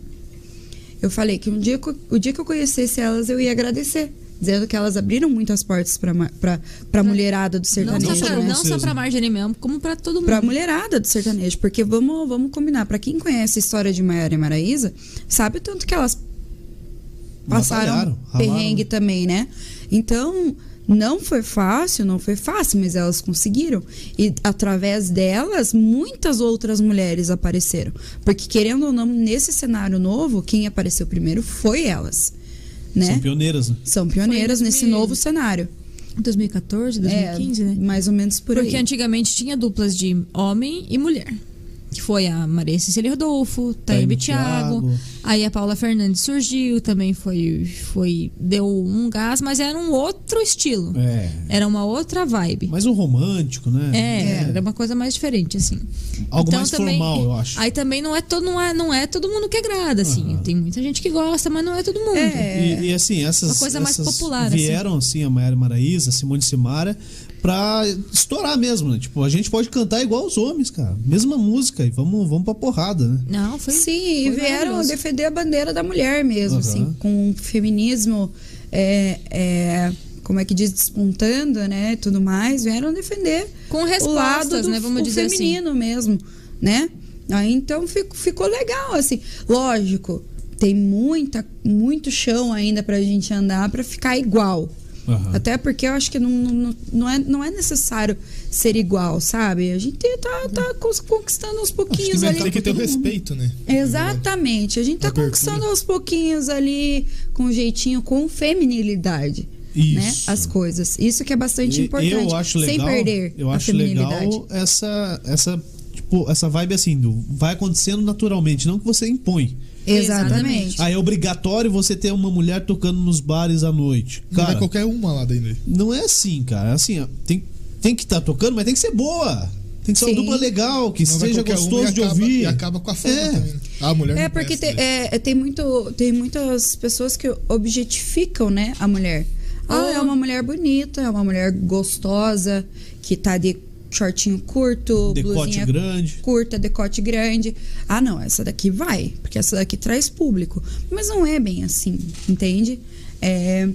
S5: Eu falei que um dia, que eu- o dia que eu conhecesse elas, eu ia agradecer. Dizendo que elas abriram muitas portas para a mulherada do
S3: Não
S5: sertanejo.
S3: só,
S1: Sertanejo,
S3: pra,
S1: né?
S3: não só pra Marjorie mesmo, como pra todo mundo.
S5: Pra mulherada do sertanejo, porque vamos, vamos combinar. Pra quem conhece a história de Maiara e Maraísa, sabe o tanto que elas passaram
S1: Batalharam, ralaram.
S5: perrengue também, né? Então, não foi fácil, não foi fácil, mas elas conseguiram. E através delas, muitas outras mulheres apareceram. Porque, querendo ou não, nesse cenário novo, quem apareceu primeiro foi elas. Né?
S1: São pioneiras, né?
S5: São pioneiras
S3: Foi em
S5: nesse
S3: 2000.
S5: novo cenário.
S3: 2014, 2015,
S5: é,
S3: né?
S5: Mais ou menos por
S3: Porque
S5: aí.
S3: antigamente tinha duplas de homem e mulher. que foi a Maria Cecília Rodolfo, Taíbe Thiago,
S1: Thiago.
S3: aí a Paula Fernandes surgiu, também foi, foi deu um gás, mas era um outro estilo,
S1: É.
S3: era uma outra vibe.
S1: Mais um romântico, né?
S3: É, era uma coisa mais diferente, assim.
S1: Algo mais formal, eu acho.
S3: Aí também não é todo, não é, não é todo mundo que agrada, assim.
S1: Aham.
S3: Tem muita gente que gosta, mas não é todo mundo.
S5: É.
S1: E, e, assim, essas,
S3: Uma coisa mais
S1: essas
S3: popular, assim.
S1: vieram assim, a Maiara Maraíza, a Simone Simara, pra estourar mesmo, né? Tipo, a gente pode cantar igual os homens, cara. Mesma música e vamos, vamos pra porrada, né?
S3: Não, foi.
S5: Sim, e
S3: foi
S5: vieram
S3: maravilhoso.
S5: defender a bandeira da mulher mesmo,
S1: Aham.
S5: assim, com o feminismo, é, é, como é que diz, despuntando, né, e tudo mais, vieram defender
S3: Com
S5: o lado
S3: respostas,
S5: do
S3: né? Vamos
S5: o
S3: dizer
S5: feminino mesmo, né? Aí, então fico- ficou legal, assim, lógico, tem muita, muito chão ainda pra gente andar pra ficar igual.
S1: Aham.
S5: Até porque eu acho que não, não, não, é, não é necessário ser igual, sabe? A gente tá, tá cons- conquistando aos
S2: Acho que
S5: pouquinhos
S2: vai
S5: ali.
S2: ter que ter o
S1: todo mundo.
S2: respeito, né?
S5: Exatamente. A gente tá
S2: Abertura.
S5: conquistando aos pouquinhos ali, com jeitinho, com feminilidade.
S1: Isso.
S5: Né? As coisas. Isso que é bastante
S1: E
S5: importante.
S1: Eu acho legal,
S5: sem perder
S1: eu
S5: a
S1: acho
S5: feminilidade.
S1: legal essa essa tipo, essa vibe assim, do vai acontecendo naturalmente, não que você impõe.
S5: Exatamente.
S1: Ah, é obrigatório você ter uma mulher tocando nos bares à noite.
S2: Não
S1: Cara,
S2: vai qualquer uma lá dentro.
S1: não é assim, cara. Assim, ó, tem, tem que estar tocando, mas tem que ser boa. Tem que ser uma
S5: Sim.
S1: dupla legal, que
S2: Não vai
S1: seja
S2: qualquer uma e
S1: gostoso de
S2: acaba-
S1: ouvir.
S2: E acaba com a fama
S1: É.
S2: também. né? A mulher
S5: É
S2: não
S5: porque
S2: presta,
S5: tem,
S2: né?
S5: é, tem, muito, tem muitas pessoas que objetificam, né, a mulher. Ah,
S3: Ah.
S5: é uma mulher bonita, é uma mulher gostosa, que tá de shortinho curto,
S1: Decote
S5: Tipo, blusinha
S1: grande.
S5: curta, decote grande. Ah, não, essa daqui vai, porque essa daqui traz público. Mas não é bem assim, entende? É,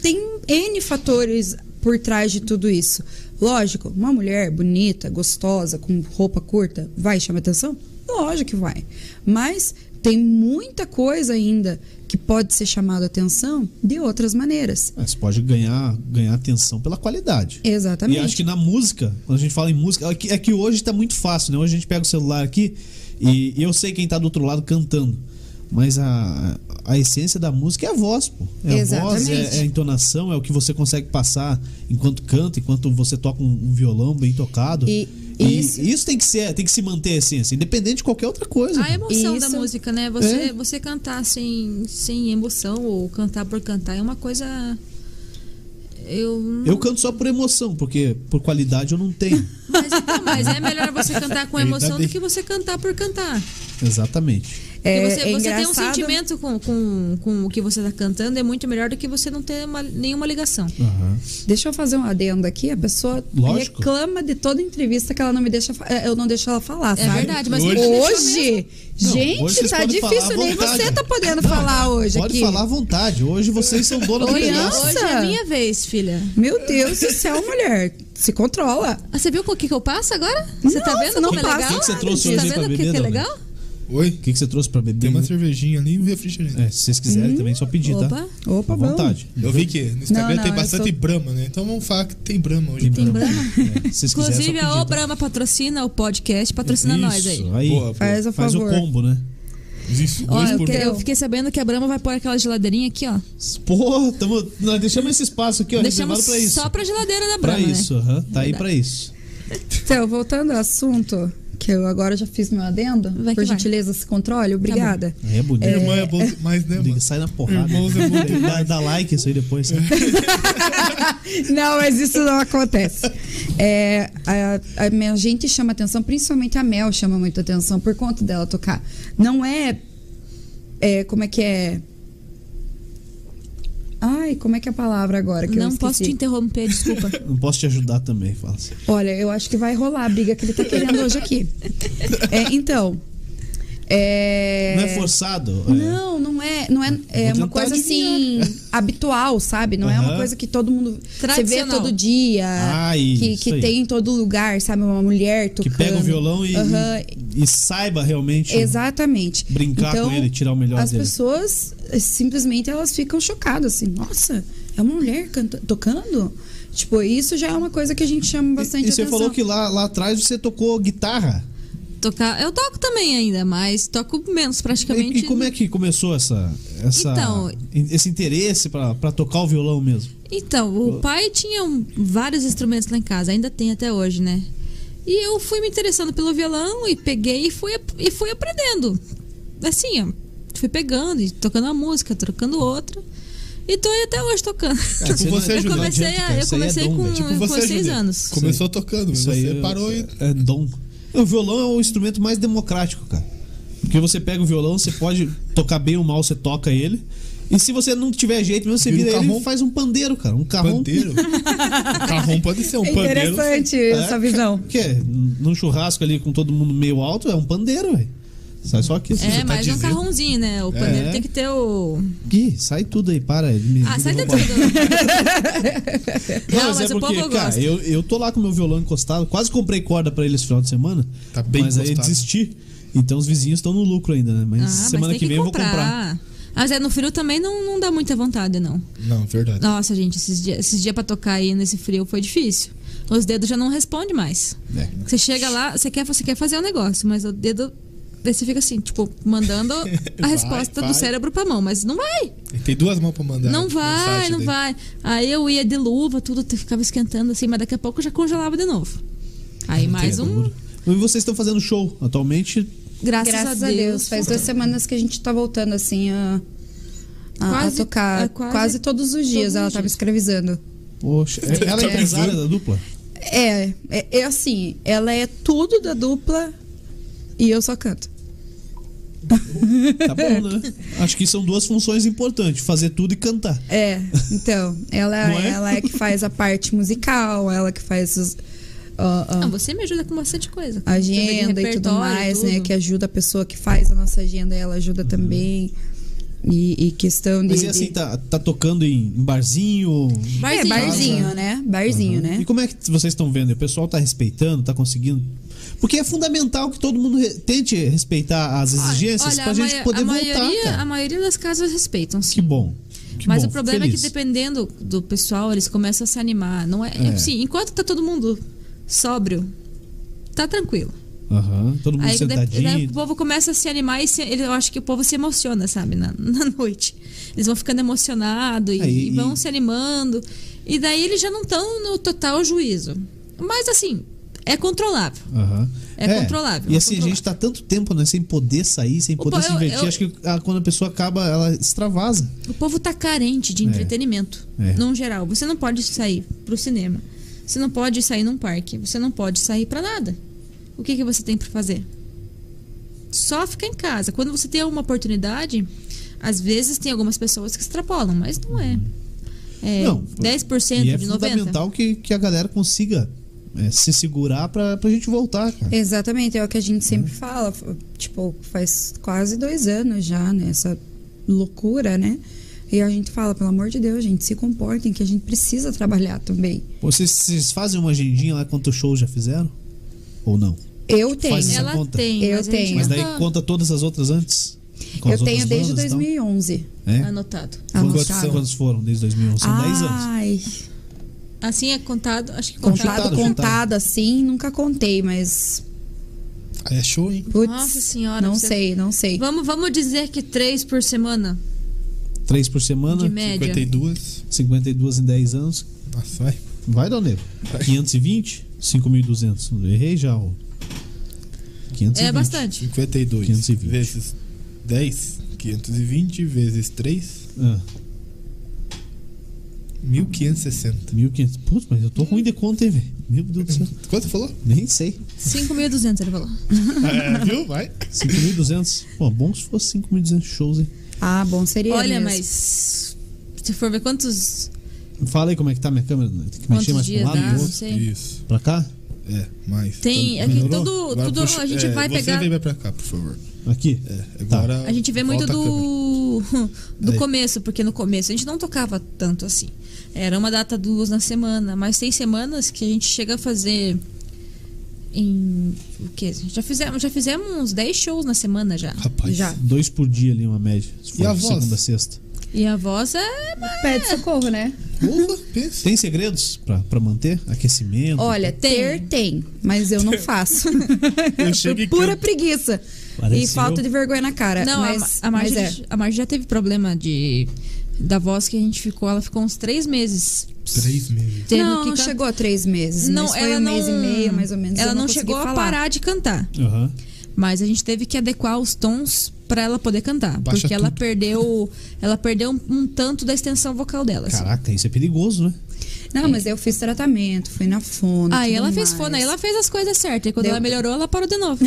S5: tem N fatores por trás de tudo isso. Lógico, uma mulher bonita, gostosa, com roupa curta, vai chamar atenção? Lógico que vai. Mas tem muita coisa ainda que pode ser chamada atenção de outras maneiras.
S1: Ah, Você pode ganhar, ganhar atenção pela qualidade.
S5: Exatamente.
S1: E acho que na música, quando a gente fala em música, é que, é que hoje tá muito fácil, né? Hoje a gente pega o celular aqui e eu sei quem tá do outro lado cantando. Mas a, a essência da música é a voz, pô. É a voz, é,
S5: Exatamente.
S1: é a entonação, é o que você consegue passar enquanto canta, enquanto você toca um, um violão bem tocado.
S5: E-
S1: isso,
S5: isso-
S1: tem que ser, tem que se manter a essência, independente de qualquer outra coisa.
S3: A
S5: Ah, é
S3: emoção da
S5: Isso.
S3: música, né? Você,
S1: É.
S3: você cantar sem, sem emoção ou cantar por cantar é uma coisa. Eu.
S1: Eu canto só por emoção, porque por qualidade eu não tenho.
S3: Mas, então, mas é melhor você cantar com emoção
S2: Verdade.
S3: do que você cantar por cantar.
S1: Exatamente.
S3: Porque
S5: É,
S3: você você
S5: é
S3: tem um
S5: engraçado-
S3: sentimento com, com, com o que você tá cantando, é muito melhor do que você não ter uma- nenhuma ligação.
S1: Aham.
S5: Deixa eu fazer um adendo aqui. A pessoa
S1: Lógico.
S5: reclama de toda entrevista que ela não me deixa, fa- eh, eu não deixo ela falar,
S3: É
S5: sabe?
S3: verdade, mas
S2: Hoje-
S3: me deixou mesmo.
S5: Hoje,
S1: Não,
S5: gente,
S1: hoje vocês
S5: tá
S1: podem falar
S5: difícil.
S1: à
S5: Nem
S1: vontade.
S5: você tá podendo
S1: Não,
S5: falar hoje
S1: Pode
S5: aqui.
S1: falar à vontade. Hoje vocês são donas do
S5: Oi,
S1: pedaço.
S5: Nossa!
S3: Hoje é a minha vez, filha.
S5: Meu Deus do céu, mulher. Se controla.
S3: Ah, você viu o que, que eu passo agora? Você tá
S5: Não,
S3: vendo
S5: você não
S3: como é
S5: passa
S3: legal?
S5: nada. O que
S1: que você trouxe
S3: tá
S1: hoje pra
S3: vendo o que,
S1: beber,
S3: que é
S1: Dona?
S3: legal?
S2: Oi?
S1: O que, que você trouxe pra beber?
S2: Tem uma
S1: né?
S2: cervejinha ali e um refrigerante.
S1: É, se vocês quiserem também, só pedir, tá?
S3: Opa.
S5: Opa,
S1: À
S5: bom.
S1: vontade.
S2: Eu vi que no Instagram
S5: Não, não,
S2: tem
S5: eu
S2: bastante
S5: sou-
S2: Brahma, né? Então vamos falar que tem Brahma hoje.
S1: Tem
S3: Brahma.
S1: É, se vocês quiserem,
S3: Inclusive,
S1: só
S3: a
S1: pedir,
S3: O Brahma patrocina o podcast, patrocina nós aí.
S1: Isso, aí.
S2: Boa,
S5: Faz a
S1: Faz o
S5: favor.
S1: combo, né?
S2: Isso,
S3: Ó,
S2: dois
S3: eu,
S2: por
S3: que-
S5: quero-
S3: eu fiquei sabendo que a Brahma vai pôr aquela geladeirinha aqui, ó.
S1: Pô, tamo, nós deixamos esse espaço aqui, ó,
S3: Deixamos
S1: reservado pra isso.
S3: só pra geladeira da
S1: Pra
S3: Brahma, né?
S1: isso, aham. Tá aí pra isso.
S5: Então, voltando ao assunto, que eu agora já fiz meu adendo.
S3: Vai que vai.
S5: por
S3: Tá
S5: gentileza, se controle. Obrigada.
S1: Aí é bonito.
S2: Irmã é bom demais, né, mano?
S1: Liga, sai na porrada.
S2: Irmãos é muito
S1: dá, dá like isso aí depois. Né?
S5: Não, mas isso não acontece. É, a, a minha gente chama atenção, principalmente a Mel chama muito atenção por conta dela tocar. Não é, é, como é que é? Ai, como é que é a palavra agora que eu
S3: Não
S5: esqueci?
S3: posso te interromper, desculpa.
S1: Não posso te ajudar também, fala assim.
S5: Olha, eu acho que vai rolar a briga que ele tá querendo hoje aqui. É, então, é...
S1: Não é forçado? é.
S5: Não, não é. Não é, é
S1: tentar
S5: uma coisa assim,
S1: adivinhar.
S5: habitual, sabe? Não é
S1: Aham.
S5: uma coisa que todo mundo. Você vê
S3: Tradicional.
S5: todo dia.
S1: Ah,
S5: que
S1: isso
S5: que
S1: aí.
S5: tem em todo lugar, sabe? Uma mulher
S1: Que
S5: tocando.
S1: pega o violão e,
S5: Aham.
S1: e saiba realmente.
S5: Exatamente.
S1: Brincar
S5: então,
S1: com ele, tirar o melhor
S5: As
S1: dele.
S5: pessoas eh, simplesmente elas ficam chocadas, assim, nossa, é uma mulher canta- tocando? Tipo, isso já é uma coisa que a gente chama bastante
S1: E, e você
S5: atenção.
S1: falou que lá, lá atrás você tocou guitarra.
S3: Tocar, eu toco também ainda, mas toco menos praticamente.
S1: E, e como é que começou essa, essa
S3: Então-
S1: esse interesse pra pra tocar o violão mesmo? Hum.
S3: Então, o pai tinha um- vários instrumentos lá em casa, ainda tem até hoje, né? E eu fui me interessando pelo violão e peguei e fui, e fui aprendendo. Assim, ó, fui pegando e tocando uma música, trocando outra. E tô aí até hoje tocando.
S2: Tipo
S1: Isso aí
S2: você,
S1: não-
S3: eu
S2: Juliana,
S3: comecei,
S1: adianta,
S3: a-
S1: cara,
S3: eu
S1: isso aí é
S3: comecei
S1: dom,
S3: com,
S1: velho.
S2: Tipo você,
S3: com seis
S2: Juliana.
S3: anos.
S2: Começou tocando, mas
S1: Isso
S2: você
S1: aí é-
S2: parou e.
S1: é dom. O violão é o instrumento mais democrático, cara. Porque você pega o violão, você pode tocar bem ou mal, você toca ele. E se você não tiver jeito mesmo, você
S2: Vira um
S1: vira, ele
S2: carrom.
S1: e faz um pandeiro, cara. Um carrão.
S2: Pandeiro? Carrom pode ser um
S5: É
S2: pandeiro.
S5: interessante essa visão.
S1: Que é, num churrasco ali com todo mundo meio alto, é um pandeiro, velho. Sai só aqui.
S3: É,
S1: você tá
S3: mas um
S2: dizendo.
S3: carrãozinho, né? O pandeiro
S1: É.
S3: tem que ter o.
S1: Gui, sai tudo aí, para. me-
S3: Ah, sai
S1: me
S3: de
S1: derrubar.
S3: tudo. Não,
S1: é
S3: mas o povo
S1: cara,
S3: gosta.
S1: Eu, eu tô lá com meu violão encostado, quase comprei corda pra ele esse final de semana.
S2: Tá bem
S1: Mas aí
S2: encostado.
S1: desisti. Então os vizinhos estão no lucro ainda, né? Mas
S3: Ah,
S1: semana
S3: mas tem
S1: que vem eu vou comprar.
S3: Ah, Zé, no frio também não, não dá muita vontade, não.
S2: Não, verdade.
S3: Nossa, gente, esses dias, esses dias pra tocar aí nesse frio foi difícil. Os dedos já não respondem mais.
S1: É.
S3: Você chega lá, você quer, você quer fazer o negócio, mas o dedo. Daí você fica assim, tipo, mandando a
S2: Vai,
S3: resposta
S2: vai.
S3: do cérebro pra mão, mas não vai.
S2: Tem duas mãos pra mandar.
S3: não vai,
S2: mensagem
S3: não
S2: daí.
S3: vai. Aí eu ia de luva, tudo te- ficava esquentando assim, mas daqui a pouco eu já congelava de novo. Aí mais
S1: Tem, é
S3: um.
S1: duro. E vocês estão fazendo show atualmente?
S3: Graças,
S5: Graças a Deus. Faz duas semanas que a gente tá voltando assim a, a- a
S3: Quase-
S5: tocar
S3: é, quase
S5: quase, todos os dias.
S3: todos
S5: ela
S3: os
S5: tá me
S3: dias.
S5: escravizando.
S1: Poxa, é- ela é
S2: É.
S1: empresária da dupla?
S5: É, é, é assim, ela é tudo da dupla e eu só canto.
S1: Tá bom, né? Acho que são duas funções importantes: fazer tudo e cantar.
S5: É, então, ela
S1: Não é?
S5: é? ela é que faz a parte musical, ela que faz os, ó, ó,
S3: Não, você me ajuda com bastante coisa.
S5: a
S3: Coisa de
S5: agenda e tudo Uhum.
S3: repertório,
S5: mais, né?
S3: tudo.
S5: Que ajuda a pessoa que faz a nossa agenda, ela ajuda também. E, e questão de.
S1: Mas e assim,
S5: de-
S1: tá, tá tocando em, em barzinho?
S5: É, barzinho, né? Barzinho, né?
S1: E como é que vocês estão vendo? O pessoal tá respeitando, tá conseguindo? Porque é fundamental que todo mundo re- tente respeitar as exigências
S3: Olha,
S1: pra
S3: a
S1: gente
S3: maio-
S1: poder
S3: a
S1: voltar,
S3: maioria,
S1: cara.
S3: A maioria das casas respeitam, sim.
S1: Que bom. Que
S3: Mas
S1: bom,
S3: o problema
S1: feliz.
S3: é que dependendo do pessoal, eles começam a se animar. Não é,
S1: É.
S3: Sim, enquanto tá todo mundo sóbrio, tá tranquilo.
S1: Aham, todo mundo tá
S3: Aí é de- daí
S1: sentadinho.
S3: o povo começa a se animar e se- ele- eu acho que o povo se emociona, sabe, na, na noite. Eles vão ficando emocionados e,
S1: Aí-
S3: e vão se animando. E daí eles já não estão no total juízo. Mas assim, é controlável.
S1: Aham.
S3: É controlável,
S1: E
S3: é
S1: assim, a gente tá tanto tempo, né? Sem poder sair, sem poder
S3: pô,
S1: se
S3: eu-
S1: divertir.
S3: eu-
S1: Acho que a- quando a pessoa acaba, ela extravasa.
S3: O povo tá carente de entretenimento,
S1: É.
S3: num geral. Você não pode sair pro cinema. Você não pode sair num parque. Você não pode sair pra nada. O que, que você tem pra fazer? Só ficar em casa. Quando você tem uma oportunidade, às vezes tem algumas pessoas que extrapolam, mas não é. É
S1: Não,
S3: 10%
S1: E é
S3: de 90%.
S1: fundamental que, que a galera consiga é, se segurar pra, pra gente voltar, cara.
S5: Exatamente, é o que a gente sempre fala. F- Tipo, faz quase dois anos já, né? Essa loucura, né? E a gente fala, pelo amor de Deus, gente, se comportem, que a gente precisa trabalhar também.
S1: Vocês, vocês fazem uma agendinha lá quantos shows já fizeram? Ou não?
S5: Eu tenho.
S1: essa
S3: Ela
S1: conta.
S3: tem,
S5: Eu
S3: mas a gente tá
S5: tenho.
S1: Mas daí
S3: nunca-
S1: conta todas as outras antes? Com as
S5: Eu tenho
S1: outras
S5: desde
S1: bandas e tal?
S5: 2011.
S1: É?
S3: anotado.
S1: Quantos,
S5: Anotado.
S1: quantos foram desde 2011? São
S3: Ah,
S1: 10 anos.
S5: Ai,
S3: Assim é contado, acho que contado.
S5: contado,
S1: Juntado,
S5: contado,
S1: juntado.
S5: assim, nunca contei, mas.
S2: Ah, é show, hein?
S5: Putz,
S3: Nossa senhora,
S5: Não
S3: você-
S5: sei, não sei.
S3: Vamos, vamos dizer que três por semana, É
S1: 3 por semana,
S3: de média.
S2: 52.
S1: 52 em 10 anos.
S2: Nossa, vai.
S1: Vai, Donego. 520, 5.200. Errei já, ó. 520.
S3: É bastante.
S2: 52
S1: 520.
S2: vezes 10, 520 vezes 3,
S1: Ah,
S2: 1560.
S1: 1.500. Putz, mas eu tô ruim de conta, hein, velho? Meu Deus do céu.
S2: Quanto você falou?
S1: Nem sei.
S3: 5.200, ele falou.
S2: É, viu? Vai.
S1: 5.200. Pô, bom se fosse 5.200 shows, hein?
S5: Ah, bom, seria.
S3: Olha,
S5: mesmo.
S3: mas. Se for ver quantos,
S1: Fala aí como é que tá minha câmera. Donego. Tem que mexer
S3: quantos
S1: mais pra um
S3: dias
S1: lado
S3: dá,
S1: e
S3: Ah, não
S1: outro.
S3: sei.
S2: Isso.
S1: Pra cá?
S2: É, mais.
S3: Tem. É que
S1: Melhorou?
S3: tudo,
S2: Agora
S3: tudo
S2: puxa-
S3: a gente
S2: é,
S3: vai pegar.
S2: Você vem pra cá, por favor.
S1: Aqui?
S2: É,
S1: Tá.
S2: agora.
S3: A gente vê muito
S2: volta a câmera.
S3: do. Do
S2: Aí.
S3: começo, porque no começo a gente não tocava tanto assim. Era uma data, duas na semana. Mas tem semanas que a gente chega a fazer. Em. O quê? Já fizemos, já fizemos uns 10 shows na semana já.
S2: Rapaz.
S5: Já.
S1: Dois por dia ali, uma média. Se for
S2: E a
S1: de
S2: voz?
S1: segunda a sexta.
S3: E a voz é. mas-
S5: Pede socorro, né?
S2: Porra, pensa.
S1: Tem segredos pra, pra manter? Aquecimento?
S5: Olha,
S3: Tem.
S5: ter tem, mas eu não faço.
S2: Eu chego e
S5: Por pura
S2: canto.
S5: preguiça.
S1: Parece
S5: e falta
S1: eu.
S5: de vergonha na cara.
S3: Não,
S5: É, mas,
S3: a, a,
S5: mas
S3: Marge,
S5: é.
S3: a Marge já teve problema de Da voz que a gente ficou, ela ficou uns três meses.
S2: Três meses.
S5: Teve
S3: Não,
S5: que
S3: não
S5: can-
S3: chegou
S5: chegou a três meses.
S3: Não,
S5: mas foi
S3: ela
S5: um
S3: não,
S5: mês e meio, mais ou menos. eu
S3: Ela não,
S5: consegui
S3: chegou a
S5: falar.
S3: parar de cantar.
S1: Aham.
S3: assim- Mas a gente teve que adequar os tons pra ela poder cantar,
S2: Baixa
S3: porque ela
S2: tudo.
S3: perdeu, ela perdeu um, um tanto da extensão vocal dela. assim.
S1: Caraca, isso é perigoso, né?
S5: Não, mas eu fiz tratamento, fui na fono.
S3: Aí
S5: tudo
S3: Ah, ela fez
S5: mais.
S3: fone, aí ela fez as coisas certas. E quando
S5: Deu-
S3: ela melhorou, ela parou de novo.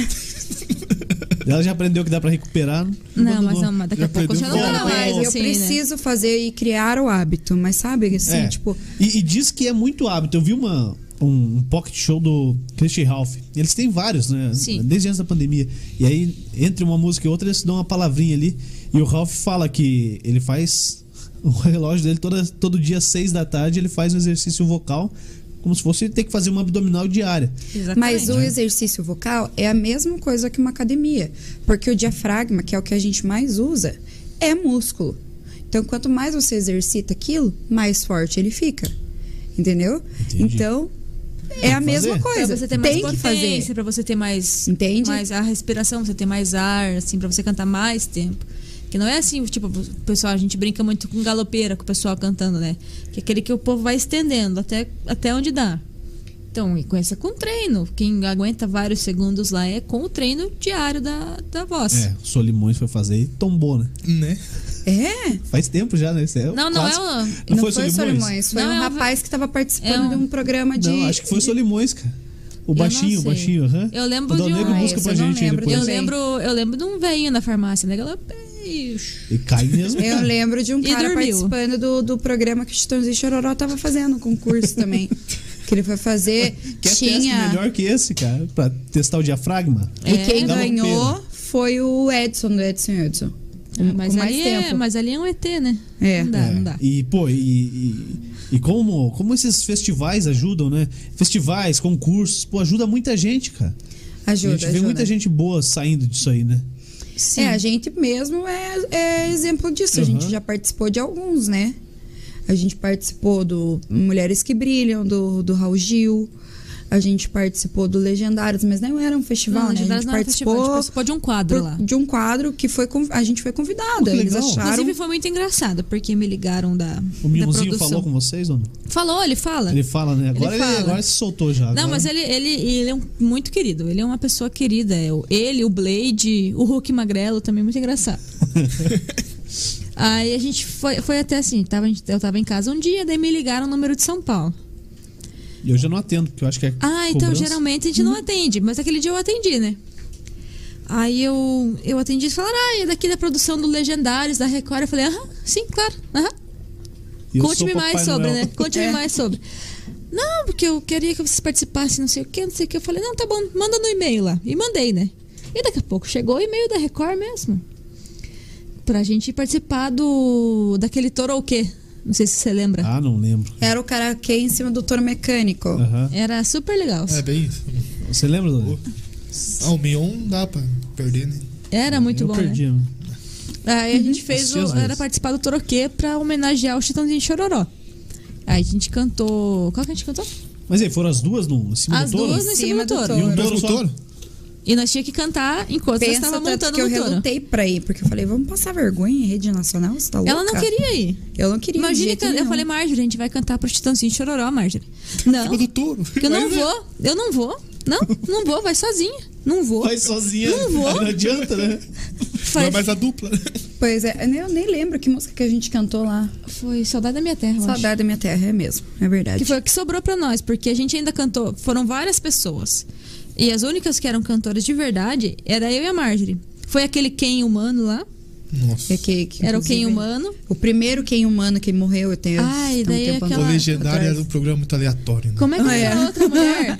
S1: Ela já aprendeu que dá pra recuperar. né?
S3: Não,
S1: abandonou.
S3: mas, não, mas daqui a
S2: Já
S3: pouco já
S2: perdeu
S3: não
S1: o
S3: dá
S1: foco.
S3: mais.
S5: Mas eu
S3: assim, né?
S5: preciso fazer e criar o hábito, mas sabe assim,
S1: É.
S5: tipo,
S1: E, e diz que é muito hábito. Eu vi uma, um, um pocket show do Christian Ralph. Eles têm vários, né?
S3: Sim.
S1: Desde antes da pandemia. E aí, entre uma música e outra, eles dão uma palavrinha ali. E o Ralph fala que ele faz o relógio dele toda, todo dia, às seis da tarde, ele faz um exercício vocal. Como se fosse ter que fazer uma abdominal diária.
S5: mas
S3: Exatamente.
S5: o exercício vocal é a mesma coisa que uma academia, porque o diafragma, que é o que a gente mais usa, é músculo. Então, quanto mais você exercita aquilo, mais forte ele fica. Entendeu?
S1: Entendi.
S5: Então,
S1: Tem
S5: é a
S1: que
S5: mesma
S1: fazer.
S5: coisa.
S3: Pra você ter mais
S5: Tem que
S3: potência,
S5: fazer.
S3: pra você ter mais,
S5: Entende?
S3: mais a respiração, pra você ter mais ar, assim, pra você cantar mais tempo. Que não é assim, tipo, o pessoal, a gente brinca muito com galopeira, com o pessoal cantando, né? Que é aquele que o povo vai estendendo até, até onde dá. Então, e começa com treino. Quem aguenta vários segundos lá é com o treino diário da, da voz.
S1: É, o Solimões foi fazer e tombou, né?
S2: Né?
S5: É?
S1: Faz tempo já, né? Isso é um
S3: Não, não é
S1: clássico.
S3: uma-
S1: Não,
S5: Não,
S1: foi o
S5: foi o
S1: Solimões?
S5: Solimões, foi
S3: Não,
S5: um
S3: é um-
S5: rapaz que estava participando
S3: é um-
S5: de um programa de.
S1: Não, acho que foi o Solimões, cara. O baixinho,
S3: não
S1: o
S3: sei.
S1: baixinho, aham.
S3: Eu lembro
S1: o Dal
S3: de um-
S1: Negro
S3: Ah,
S1: busca
S5: esse
S1: pra
S5: eu não
S1: gente aí
S5: lembro de
S1: depois.
S3: Eu
S5: Pois é.
S3: lembro, eu lembro de um veinho na farmácia, né? Galopei.
S1: E cai mesmo.
S5: Eu
S1: cara.
S5: lembro de um
S3: E
S5: cara
S3: dormiu.
S5: participando do, do programa que o Chitãozinho e Chororó tava fazendo, um concurso também. que ele foi fazer.
S1: Quer teste
S5: tinha.
S1: melhor que esse, cara? Pra testar o diafragma?
S5: E
S3: É.
S5: quem
S1: Dá uma
S5: ganhou
S1: pena.
S5: foi o Edson, do Edson e Edson. Com-
S3: Mas
S5: com mais
S3: ali, é,
S5: tempo.
S3: mas ali é um ET, né?
S5: É.
S3: Não dá,
S1: É.
S3: não dá.
S1: E, pô, e, e, e como, como esses festivais ajudam, né? Festivais, concursos, pô, ajuda muita gente, cara.
S5: Ajuda,
S1: a gente vê
S5: ajuda.
S1: muita gente boa saindo disso aí, né?
S5: É, a gente mesmo é, é exemplo disso. A gente
S1: Uhum.
S5: já participou de alguns, né? A gente participou do Mulheres que Brilham, do, do Raul Gil. A gente participou do Legendários, mas não era um festival,
S3: Não,
S5: né? A
S3: Legendários
S5: gente
S3: não era um festival, a gente
S5: participou
S3: participou de um quadro
S5: por-
S3: lá.
S5: de um quadro que foi con- a gente foi
S1: Oh, que
S5: convidada. Eles
S1: legal.
S5: acharam.
S3: Inclusive foi muito engraçado, porque me ligaram da.
S1: O Mionzinho
S3: da produção.
S1: falou com vocês ou não?
S3: Falou, ele fala.
S1: Ele né? fala, né? Agora ele,
S3: fala.
S1: agora ele se soltou já.
S3: Não, mas ele, ele, ele é um, muito querido. Ele é uma pessoa querida. É o- Ele, o Blade, o Hulk Magrelo também, muito engraçado. Aí a gente foi, foi até assim, tava, eu tava em casa um dia, daí me ligaram o número de São Paulo.
S1: E eu já não atendo, porque eu acho que é.
S3: Ah, então
S1: cobrança. Uhum.
S3: geralmente a gente não atende, mas aquele dia eu atendi, né? Aí eu, eu atendi e falaram, ah, é daqui da produção do Legendários, da Record. Eu falei, aham, sim, claro, aham.
S1: E eu sou
S3: Conte-me
S1: o Papai
S3: mais sobre,
S1: Noel. É.
S3: né? Conte-me mais sobre. Não, porque eu queria que vocês participassem, não sei o que, não sei o que. Eu falei, não, tá bom, manda no e-mail lá. E mandei, né? E daqui a pouco chegou o e-mail da Record mesmo. Pra gente participar do. daquele Toro o quê? Não sei se você lembra.
S1: Ah, não lembro.
S5: Era o karaokê em cima do touro mecânico.
S1: Aham.
S3: Era super legal.
S2: É bem isso.
S1: Você lembra, Dona?
S2: Ah, o Mion dá pra perder, né?
S3: Era muito
S1: É. eu
S3: bom. né?
S1: perdi. né?
S3: Aí a gente fez
S1: Assisti às
S3: o,
S1: vezes.
S3: era participar do Toroquê pra homenagear o Chitãozinho e Chororó. Aí a gente cantou. Qual que a gente cantou?
S1: Mas aí, foram as duas no em cima
S3: As
S1: do touro?
S3: duas
S5: Em
S3: nesse
S5: cima
S3: cima
S5: do
S3: do
S5: touro.
S1: E um
S5: Mas
S1: touro
S2: Mas o
S1: só.
S2: touro?
S3: E nós tínhamos que cantar enquanto nós
S5: Pensa
S3: estávamos
S5: tanto
S3: montando
S5: que eu
S3: no touro.
S5: relutei pra ir, porque eu falei, vamos passar vergonha em rede nacional? Você tá louca?
S3: Ela não queria ir.
S5: Eu não queria. de
S3: Imagina
S5: jeito
S3: que eu
S5: nenhum.
S3: falei, Marjorie, a gente vai cantar pro Chitãozinho e Chororó, Marjorie. Não,
S2: Ficou do touro.
S3: que eu não
S2: Mas,
S5: é.
S2: né?
S3: vou. Eu não vou. Não, não vou, vai sozinha. Não vou.
S1: Vai sozinha.
S3: Não vou.
S1: Não adianta, né?
S2: Não é
S3: Foi,
S2: mais a dupla.
S5: Pois é, eu nem- eu nem lembro que música que a gente cantou lá.
S3: foi Saudade da Minha Terra, eu acho.
S5: Saudade da minha terra, é mesmo. É verdade.
S3: Que foi o que sobrou pra nós, porque a gente ainda cantou. Foram várias pessoas. E as únicas que eram cantoras de verdade era eu e a Marjorie. Foi aquele Quem Humano lá.
S2: Nossa.
S5: É que- que,
S3: Era o
S5: inclusive,
S3: Quem Humano.
S5: O primeiro quem humano que morreu, eu tenho.
S3: Ai,
S5: há um
S3: daí
S5: tempo
S3: aquela-
S2: O
S5: atrás.
S2: Legendário era um programa muito aleatório, né?
S3: Como é que
S5: Ah,
S3: era
S5: é.
S3: a outra mulher?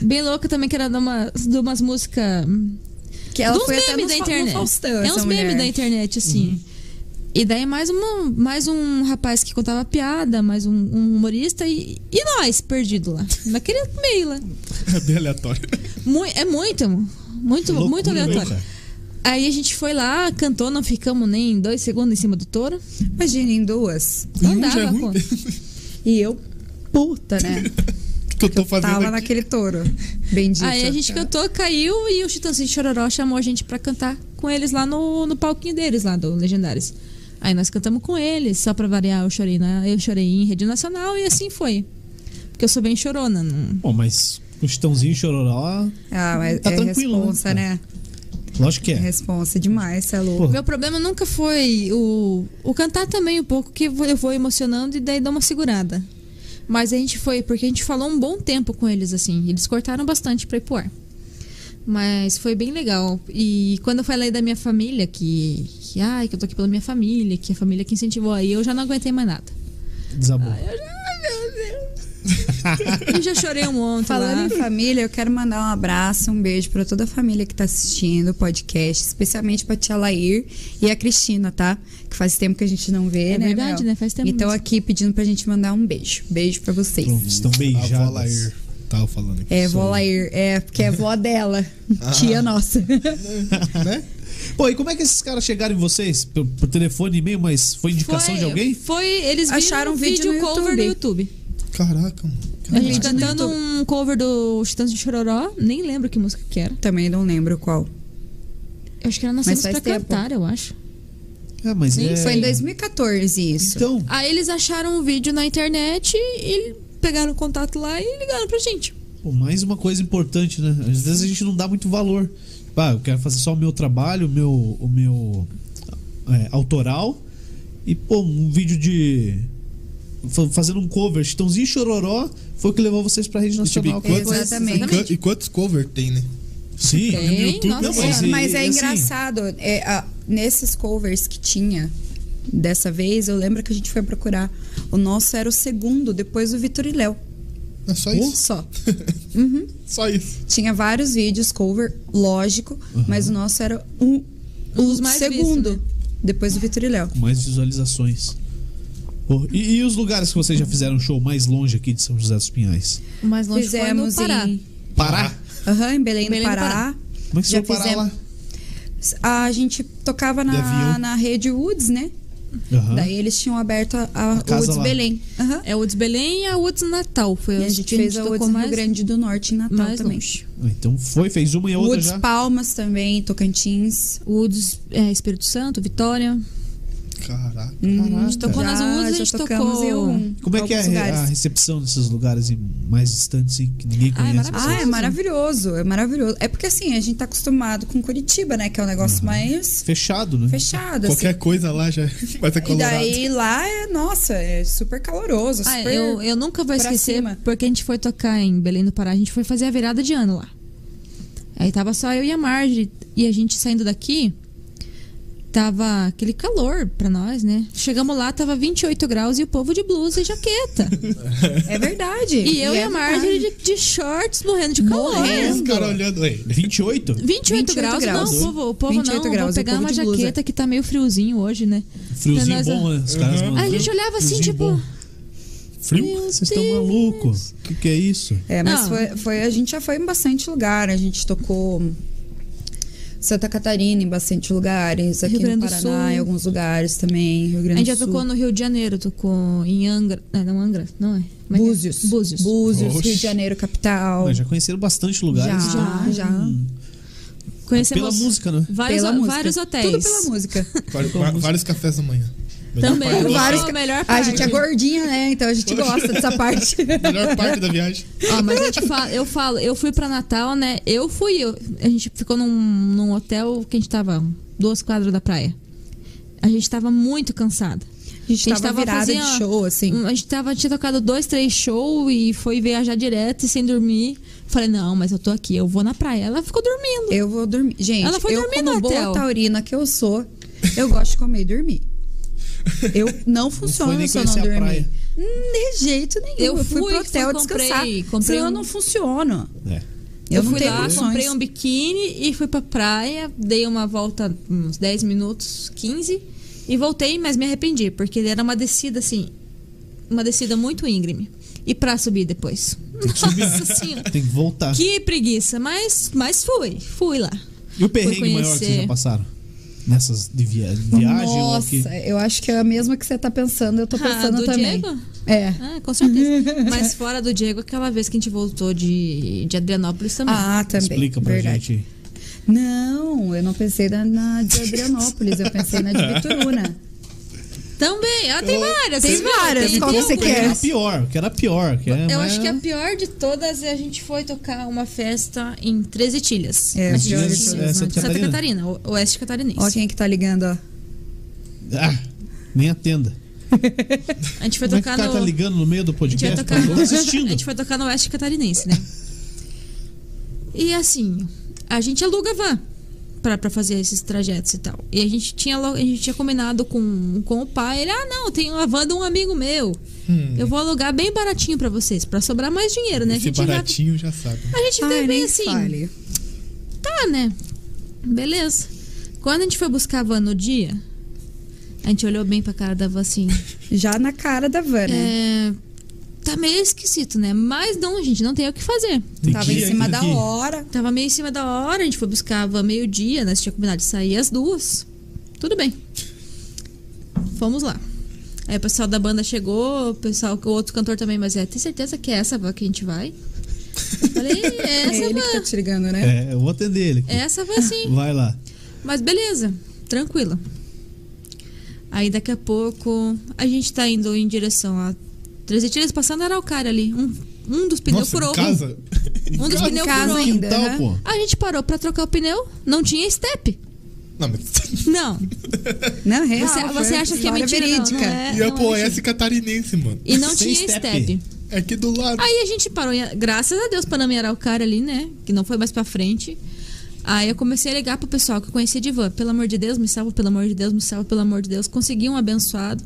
S3: Bem louca também, que era de umas, de umas hum, músicas.
S5: Que ela
S3: de uns
S5: foi até
S3: memes
S5: no
S3: da
S5: Fa-
S3: internet.
S5: no Faustão,
S3: é
S5: essa
S3: uns memes
S5: mulher. Uhum.
S3: da internet, assim. E daí mais, uma, mais um rapaz que contava piada, mais um, um humorista e, e nós, perdido lá. Naquele meio lá.
S2: É bem aleatório.
S3: Mui- é muito, muito,
S1: loucura,
S3: muito aleatório.
S1: né, cara?
S3: Aí a gente foi lá, cantou, não ficamos nem dois segundos em cima do touro.
S5: Imagina, em duas.
S3: Não
S2: Hum, já é
S3: dava
S2: ruim.
S3: conta.
S5: E eu, puta, né?
S2: O que, que eu tô fazendo
S5: Tava
S2: aqui?
S5: naquele touro. Bendito. Ah,
S3: Aí a gente cantou, caiu e o Chitãozinho Chororó chamou a gente pra cantar com eles lá no, no palquinho deles, lá do Legendários. Aí nós cantamos com ele, só pra variar, eu chorei, na, eu chorei em rede nacional e assim foi. Porque eu sou bem chorona. Não...
S1: Bom, mas o Chitãozinho e Chororó,
S5: Ah, mas
S1: Tá
S5: é
S1: tranquilo,
S5: responsa,
S1: né?
S5: né?
S1: lógico que
S5: É.
S1: é.
S5: Responsa demais, você é louco.
S1: Pô.
S3: Meu problema nunca foi o, o cantar também um pouco, que eu vou emocionando e daí dá uma segurada. Mas a gente foi, porque a gente falou um bom tempo com eles, assim. Eles cortaram bastante pra ir pro ar. Mas foi bem legal. E quando eu falei da minha família, que, que ai, que eu tô aqui pela minha família, que a família que incentivou aí, eu já não aguentei mais nada.
S1: Desabou.
S3: Eu já, ai, meu Deus. eu já chorei um monte lá.
S5: Falando em família, eu quero mandar um abraço, um beijo pra toda a família que tá assistindo o podcast, especialmente pra tia Lair e a Cristina, tá? Que faz tempo que a gente não vê,
S3: É
S5: né?
S3: verdade,
S5: Mel?
S3: né? Faz tempo
S5: Então
S3: mesmo.
S5: aqui pedindo pra gente mandar um beijo. Beijo pra vocês.
S1: Pronto, estão
S2: A avó
S1: beijadas.
S2: Lair. Tava falando aqui.
S5: É, vó Lair, é, porque é vó dela,
S1: Ah.
S5: tia nossa.
S2: Né?
S1: Pô, e como é que esses caras chegaram em vocês? Por, por telefone, e-mail, mas foi indicação de alguém?
S3: Foi, eles
S5: Acharam
S3: acharam
S5: um
S3: um vídeo,
S5: vídeo no
S3: cover
S5: YouTube.
S3: no YouTube.
S2: Caraca, mano.
S3: A
S2: Caraca.
S3: gente cantando um cover do Chitãs de Chororó, nem lembro que música que era.
S5: Também não lembro qual.
S3: Eu acho que era
S5: Mas
S3: Nascemos Pra
S5: faz tempo.
S3: Cantar, eu acho.
S1: Ah, mas
S5: Sim,
S1: é...
S5: Foi em 2014 isso.
S1: Então,
S3: Aí eles acharam o vídeo na internet e pegaram o contato lá e ligaram pra gente.
S1: Pô, mais uma coisa importante, né? Às vezes a gente não dá muito valor. Tipo, Ah, eu quero fazer só o meu trabalho, o meu, o meu é, autoral. E, pô, um vídeo de. fa- Fazendo um cover, Chitãozinho e Chororó foi o que levou vocês pra rede
S2: E, tipo,
S1: nacional.
S2: e quantos-
S5: Exatamente.
S2: E, quan- e quantos cover tem, né?
S1: Sim,
S3: Tem,
S1: no YouTube,
S3: nossa
S1: não, mas,
S3: senhora.
S5: É,
S1: e-
S5: mas é
S1: assim,
S5: engraçado. é, a- nesses covers que tinha dessa vez, eu lembro que a gente foi procurar. O nosso era o segundo, depois do Vitor e Léo. Um
S2: É só isso.
S5: Só.
S2: Só isso.
S5: Tinha vários vídeos cover, lógico,
S1: Uhum.
S5: mas o nosso era um,
S3: Um dos
S5: o
S3: mais
S5: segundo,
S3: vistos,
S5: depois do Vitor e Léo.
S1: Mais visualizações. Pô, e, e os lugares que vocês já fizeram show mais longe aqui de São José dos Pinhais?
S3: O mais longe
S5: Fizemos
S3: foi no Pará.
S5: em,
S1: Pará?
S5: aham, em Belém,
S3: Belém
S5: do
S3: do
S5: Pará.
S1: Como é que
S5: Já
S1: você foi parar lá?
S5: lá? A gente tocava
S2: De
S5: na,
S2: avião.
S5: na rede Woods, né?
S1: Aham.
S5: Daí eles tinham aberto a, a
S1: A casa
S5: Woods
S1: lá.
S5: Belém. Aham.
S3: É o Woods Belém e a Woods Natal. Foi
S5: E a
S3: as
S5: gente
S3: que
S5: fez a
S3: tocou
S5: Woods
S3: mais,
S5: Rio Grande do Norte em Natal
S3: mais um
S5: também.
S3: longe.
S1: Ah, Então foi, fez uma e a outra
S5: Woods
S1: já.
S5: Palmas também, Tocantins.
S3: Woods é, Espírito Santo, Vitória.
S2: Caraca.
S5: Hum,
S1: gente tocou
S3: nas Woods, a gente
S5: tocamos
S3: tocou-
S5: em algum-
S1: Como é que é a,
S5: alguns
S1: re- a
S5: lugares.
S1: recepção desses lugares em- mais distantes em que ninguém
S3: Ah, é
S1: conhece?
S5: Ah, é
S3: Maravilhoso.
S5: maravilhoso, é maravilhoso. É porque assim, a gente tá acostumado com Curitiba, né? Que é um
S1: Uhum.
S5: negócio mais
S1: Fechado, né?
S5: fechado. assim.
S2: Qualquer coisa lá já vai ser
S5: E
S2: colorado.
S5: daí lá é, nossa, é super caloroso,
S3: Ah,
S5: super.
S3: eu, eu nunca vou
S5: pra
S3: esquecer,
S5: cima.
S3: porque a gente foi tocar em Belém do Pará, a gente foi fazer a virada de ano lá. Aí tava só eu e a Marge, e a gente saindo daqui, tava aquele calor pra nós, né? Chegamos lá, tava 28 graus e o povo de blusa e jaqueta.
S5: É verdade.
S3: e eu e
S5: é
S3: a Marge
S5: verdade.
S3: de, de shorts, morrendo de calor.
S2: Os
S5: Morrendo.
S2: caras olhando. Ei,
S1: 28?
S3: 28,
S5: 28
S3: graus,
S5: graus.
S3: não, o povo, o povo
S5: 28
S3: não,
S5: graus,
S3: vou
S5: o
S3: pegar
S5: povo
S3: uma
S5: de blusa.
S3: jaqueta que tá meio friozinho hoje, né?
S1: Friozinho
S3: Pra nós,
S1: bom, né? Os caras
S2: Uhum.
S1: mandam-
S3: A gente olhava assim,
S1: Friozinho
S3: tipo,
S1: bom. Frio?
S3: Meu
S1: Vocês estão
S3: Deus.
S1: malucos? O que, que é isso?
S5: É, mas
S3: Não.
S5: foi, foi- a gente já foi em bastante lugar. A gente tocou Santa Catarina em bastante lugares, aqui
S3: Grande
S5: no
S3: do
S5: Paraná,
S3: Sul.
S5: em alguns lugares também, Rio
S3: A
S5: Grande
S3: gente
S5: do
S3: já
S5: Sul.
S3: tocou no Rio de Janeiro, tocou em Angra. Não, não Angra, não é? Como é que é?
S5: Búzios.
S3: Búzios.
S5: Búzios,
S2: Oxe.
S5: Rio de Janeiro, capital.
S1: Mas já conheceram bastante lugares.
S5: já, já.
S3: Conhecemos
S1: Pela música, né?
S3: vários,
S5: Pela música.
S3: vários hotéis.
S5: Tudo pela música.
S2: Vários, va- vários cafés da manhã. Melhor
S3: Também.
S2: parte da-
S3: Vários
S5: ca-
S3: melhor
S5: A
S3: parte.
S5: gente é gordinha, né? Então a gente gosta dessa parte.
S2: Melhor parte da viagem.
S3: Ó, mas eu te falo, eu falo, eu fui pra Natal, né? Eu fui, eu- a gente ficou num, num hotel que a gente tava duas quadras da praia. A gente tava muito cansada.
S5: A gente tava virada
S3: fazendo-
S5: de show, assim.
S3: A Hum. gente tava, tinha tocado dois, três shows e foi viajar direto e sem dormir. Falei, não, mas eu tô aqui, eu vou na praia. Ela ficou dormindo.
S5: Eu vou dormir. Gente,
S3: Ela foi
S5: eu
S3: dormir
S5: como
S3: no
S5: boa
S3: hotel.
S5: taurina que eu sou, eu gosto de comer e dormir. Eu não
S1: foi
S5: funciona
S1: nem
S5: se eu não
S1: conhecer a
S5: dormir. Hum,
S1: praia.
S5: De jeito nenhum.
S3: Eu
S5: Eu, fui
S3: fui,
S5: pro
S3: que
S5: hotel
S3: só comprei-
S5: descansar.
S3: comprei
S5: senão eu
S3: um-
S5: não funciono.
S1: É.
S5: Eu, não
S3: fui
S5: tenho
S3: lá,
S5: condições.
S3: comprei um biquíni e fui pra praia, dei uma volta uns 10 minutos, 15, e voltei, mas me arrependi, porque era uma descida assim, uma descida muito íngreme. E pra subir depois. Nossa senhora.
S1: Tem que voltar.
S3: Que preguiça, mas, mas fui, fui lá.
S1: E o perrengue
S3: Fui
S1: maior que vocês
S3: conhecer.
S1: já passaram? Nessas de via- viagem ou
S5: Nossa,
S1: que...
S5: eu acho que é a mesma que você tá pensando, eu tô pensando
S3: Ah, do
S5: também.
S3: Diego?
S5: É.
S3: Ah, com certeza. mas fora do Diego, aquela vez que a gente voltou de, de Adrianópolis também.
S5: Ah, também.
S1: Explica pra
S5: verdade.
S1: gente.
S5: Não, eu não pensei na, na de Adrianópolis, eu pensei na de Bituruna.
S3: Também. Ah, tem
S2: Eu-
S3: várias.
S5: Tem
S3: vocês viram?
S5: várias, qual que
S3: tem
S5: você
S3: algumas.
S5: quer?
S1: A pior, que era a pior. Que é,
S3: Eu
S1: mas-
S3: acho que a pior de todas é a gente foi tocar uma festa em 13 Tilhas.
S5: É,
S3: Aqui
S5: Treze
S3: em
S5: Tilhas,
S1: é, Santa
S3: Santa
S1: Catarina.
S3: Catarina, o- oeste catarinense.
S5: Ó, quem é que tá ligando, ó.
S1: Ah, nem atenda.
S3: A gente foi
S1: Como é que o
S3: tocar
S1: cara
S3: no.
S1: tá ligando no meio do
S3: A gente, vai
S1: podcast?
S3: tocar
S1: Tá
S3: no...
S1: assistindo.
S3: a gente foi tocar no Oeste Catarinense, né? E assim, a gente aluga van pra, pra fazer esses trajetos e tal. E a gente tinha, lo- a gente tinha combinado com, com o pai. Ele, ah, não, tem uma van de um amigo meu.
S1: Hum.
S3: Eu vou alugar bem baratinho pra vocês, pra sobrar mais dinheiro, né? A
S2: Esse
S3: gente, já,
S2: baratinho já sabe.
S3: a gente
S5: Ai,
S3: veio bem
S5: nem
S3: assim
S5: fale.
S3: tá, né? Beleza. Quando a gente foi buscar a van no dia, a gente olhou bem pra cara da van assim.
S5: Já na cara da van, né?
S3: é, tá meio esquisito, né? Mas não, gente, não tem o que fazer.
S1: Tem
S5: Tava em
S1: que-
S5: cima
S1: tem
S5: da
S1: que-
S5: hora.
S3: Tava meio em cima da hora, a gente foi buscar a van meio-dia, né? Você tinha combinado de sair às duas. Tudo bem. Fomos lá. Aí o pessoal da banda chegou, o pessoal, o outro cantor também, mas é, tem certeza que é essa van que a gente vai? Eu Falei, é
S5: É
S3: essa
S5: ele que tá
S3: van.
S5: te ligando, né?
S1: É, eu vou atender ele.
S3: É essa van sim.
S1: Vai lá.
S3: Mas beleza, tranquila. Aí daqui a pouco a gente tá indo em direção a 13 tiras passando a Araucária ali. Um, um dos pneus
S2: Nossa,
S3: furou.
S2: em casa.
S3: Um dos
S5: Em
S3: pneus
S5: casa
S3: furou.
S5: ainda.
S1: Então,
S5: né?
S1: pô.
S3: A gente parou pra trocar o pneu, não tinha step.
S2: Não, mas...
S3: Não.
S5: Não, é real,
S3: Você,
S5: foi
S3: você acha que é
S5: história
S3: mentira? Não,
S5: verídica.
S3: não é,
S2: e é
S3: não
S2: pro
S3: é
S2: Oeste
S3: mentira.
S2: Catarinense, mano.
S3: E não
S1: Sem
S3: tinha
S1: step.
S3: step.
S2: É aqui do lado.
S3: Aí a gente parou, em- graças a Deus, Panamá e Araucária ali, né? Que não foi mais pra frente. Aí eu comecei a ligar pro pessoal que eu conhecia de van. Pelo amor de Deus, me salva, pelo amor de Deus, me salva, pelo amor de Deus. Consegui um abençoado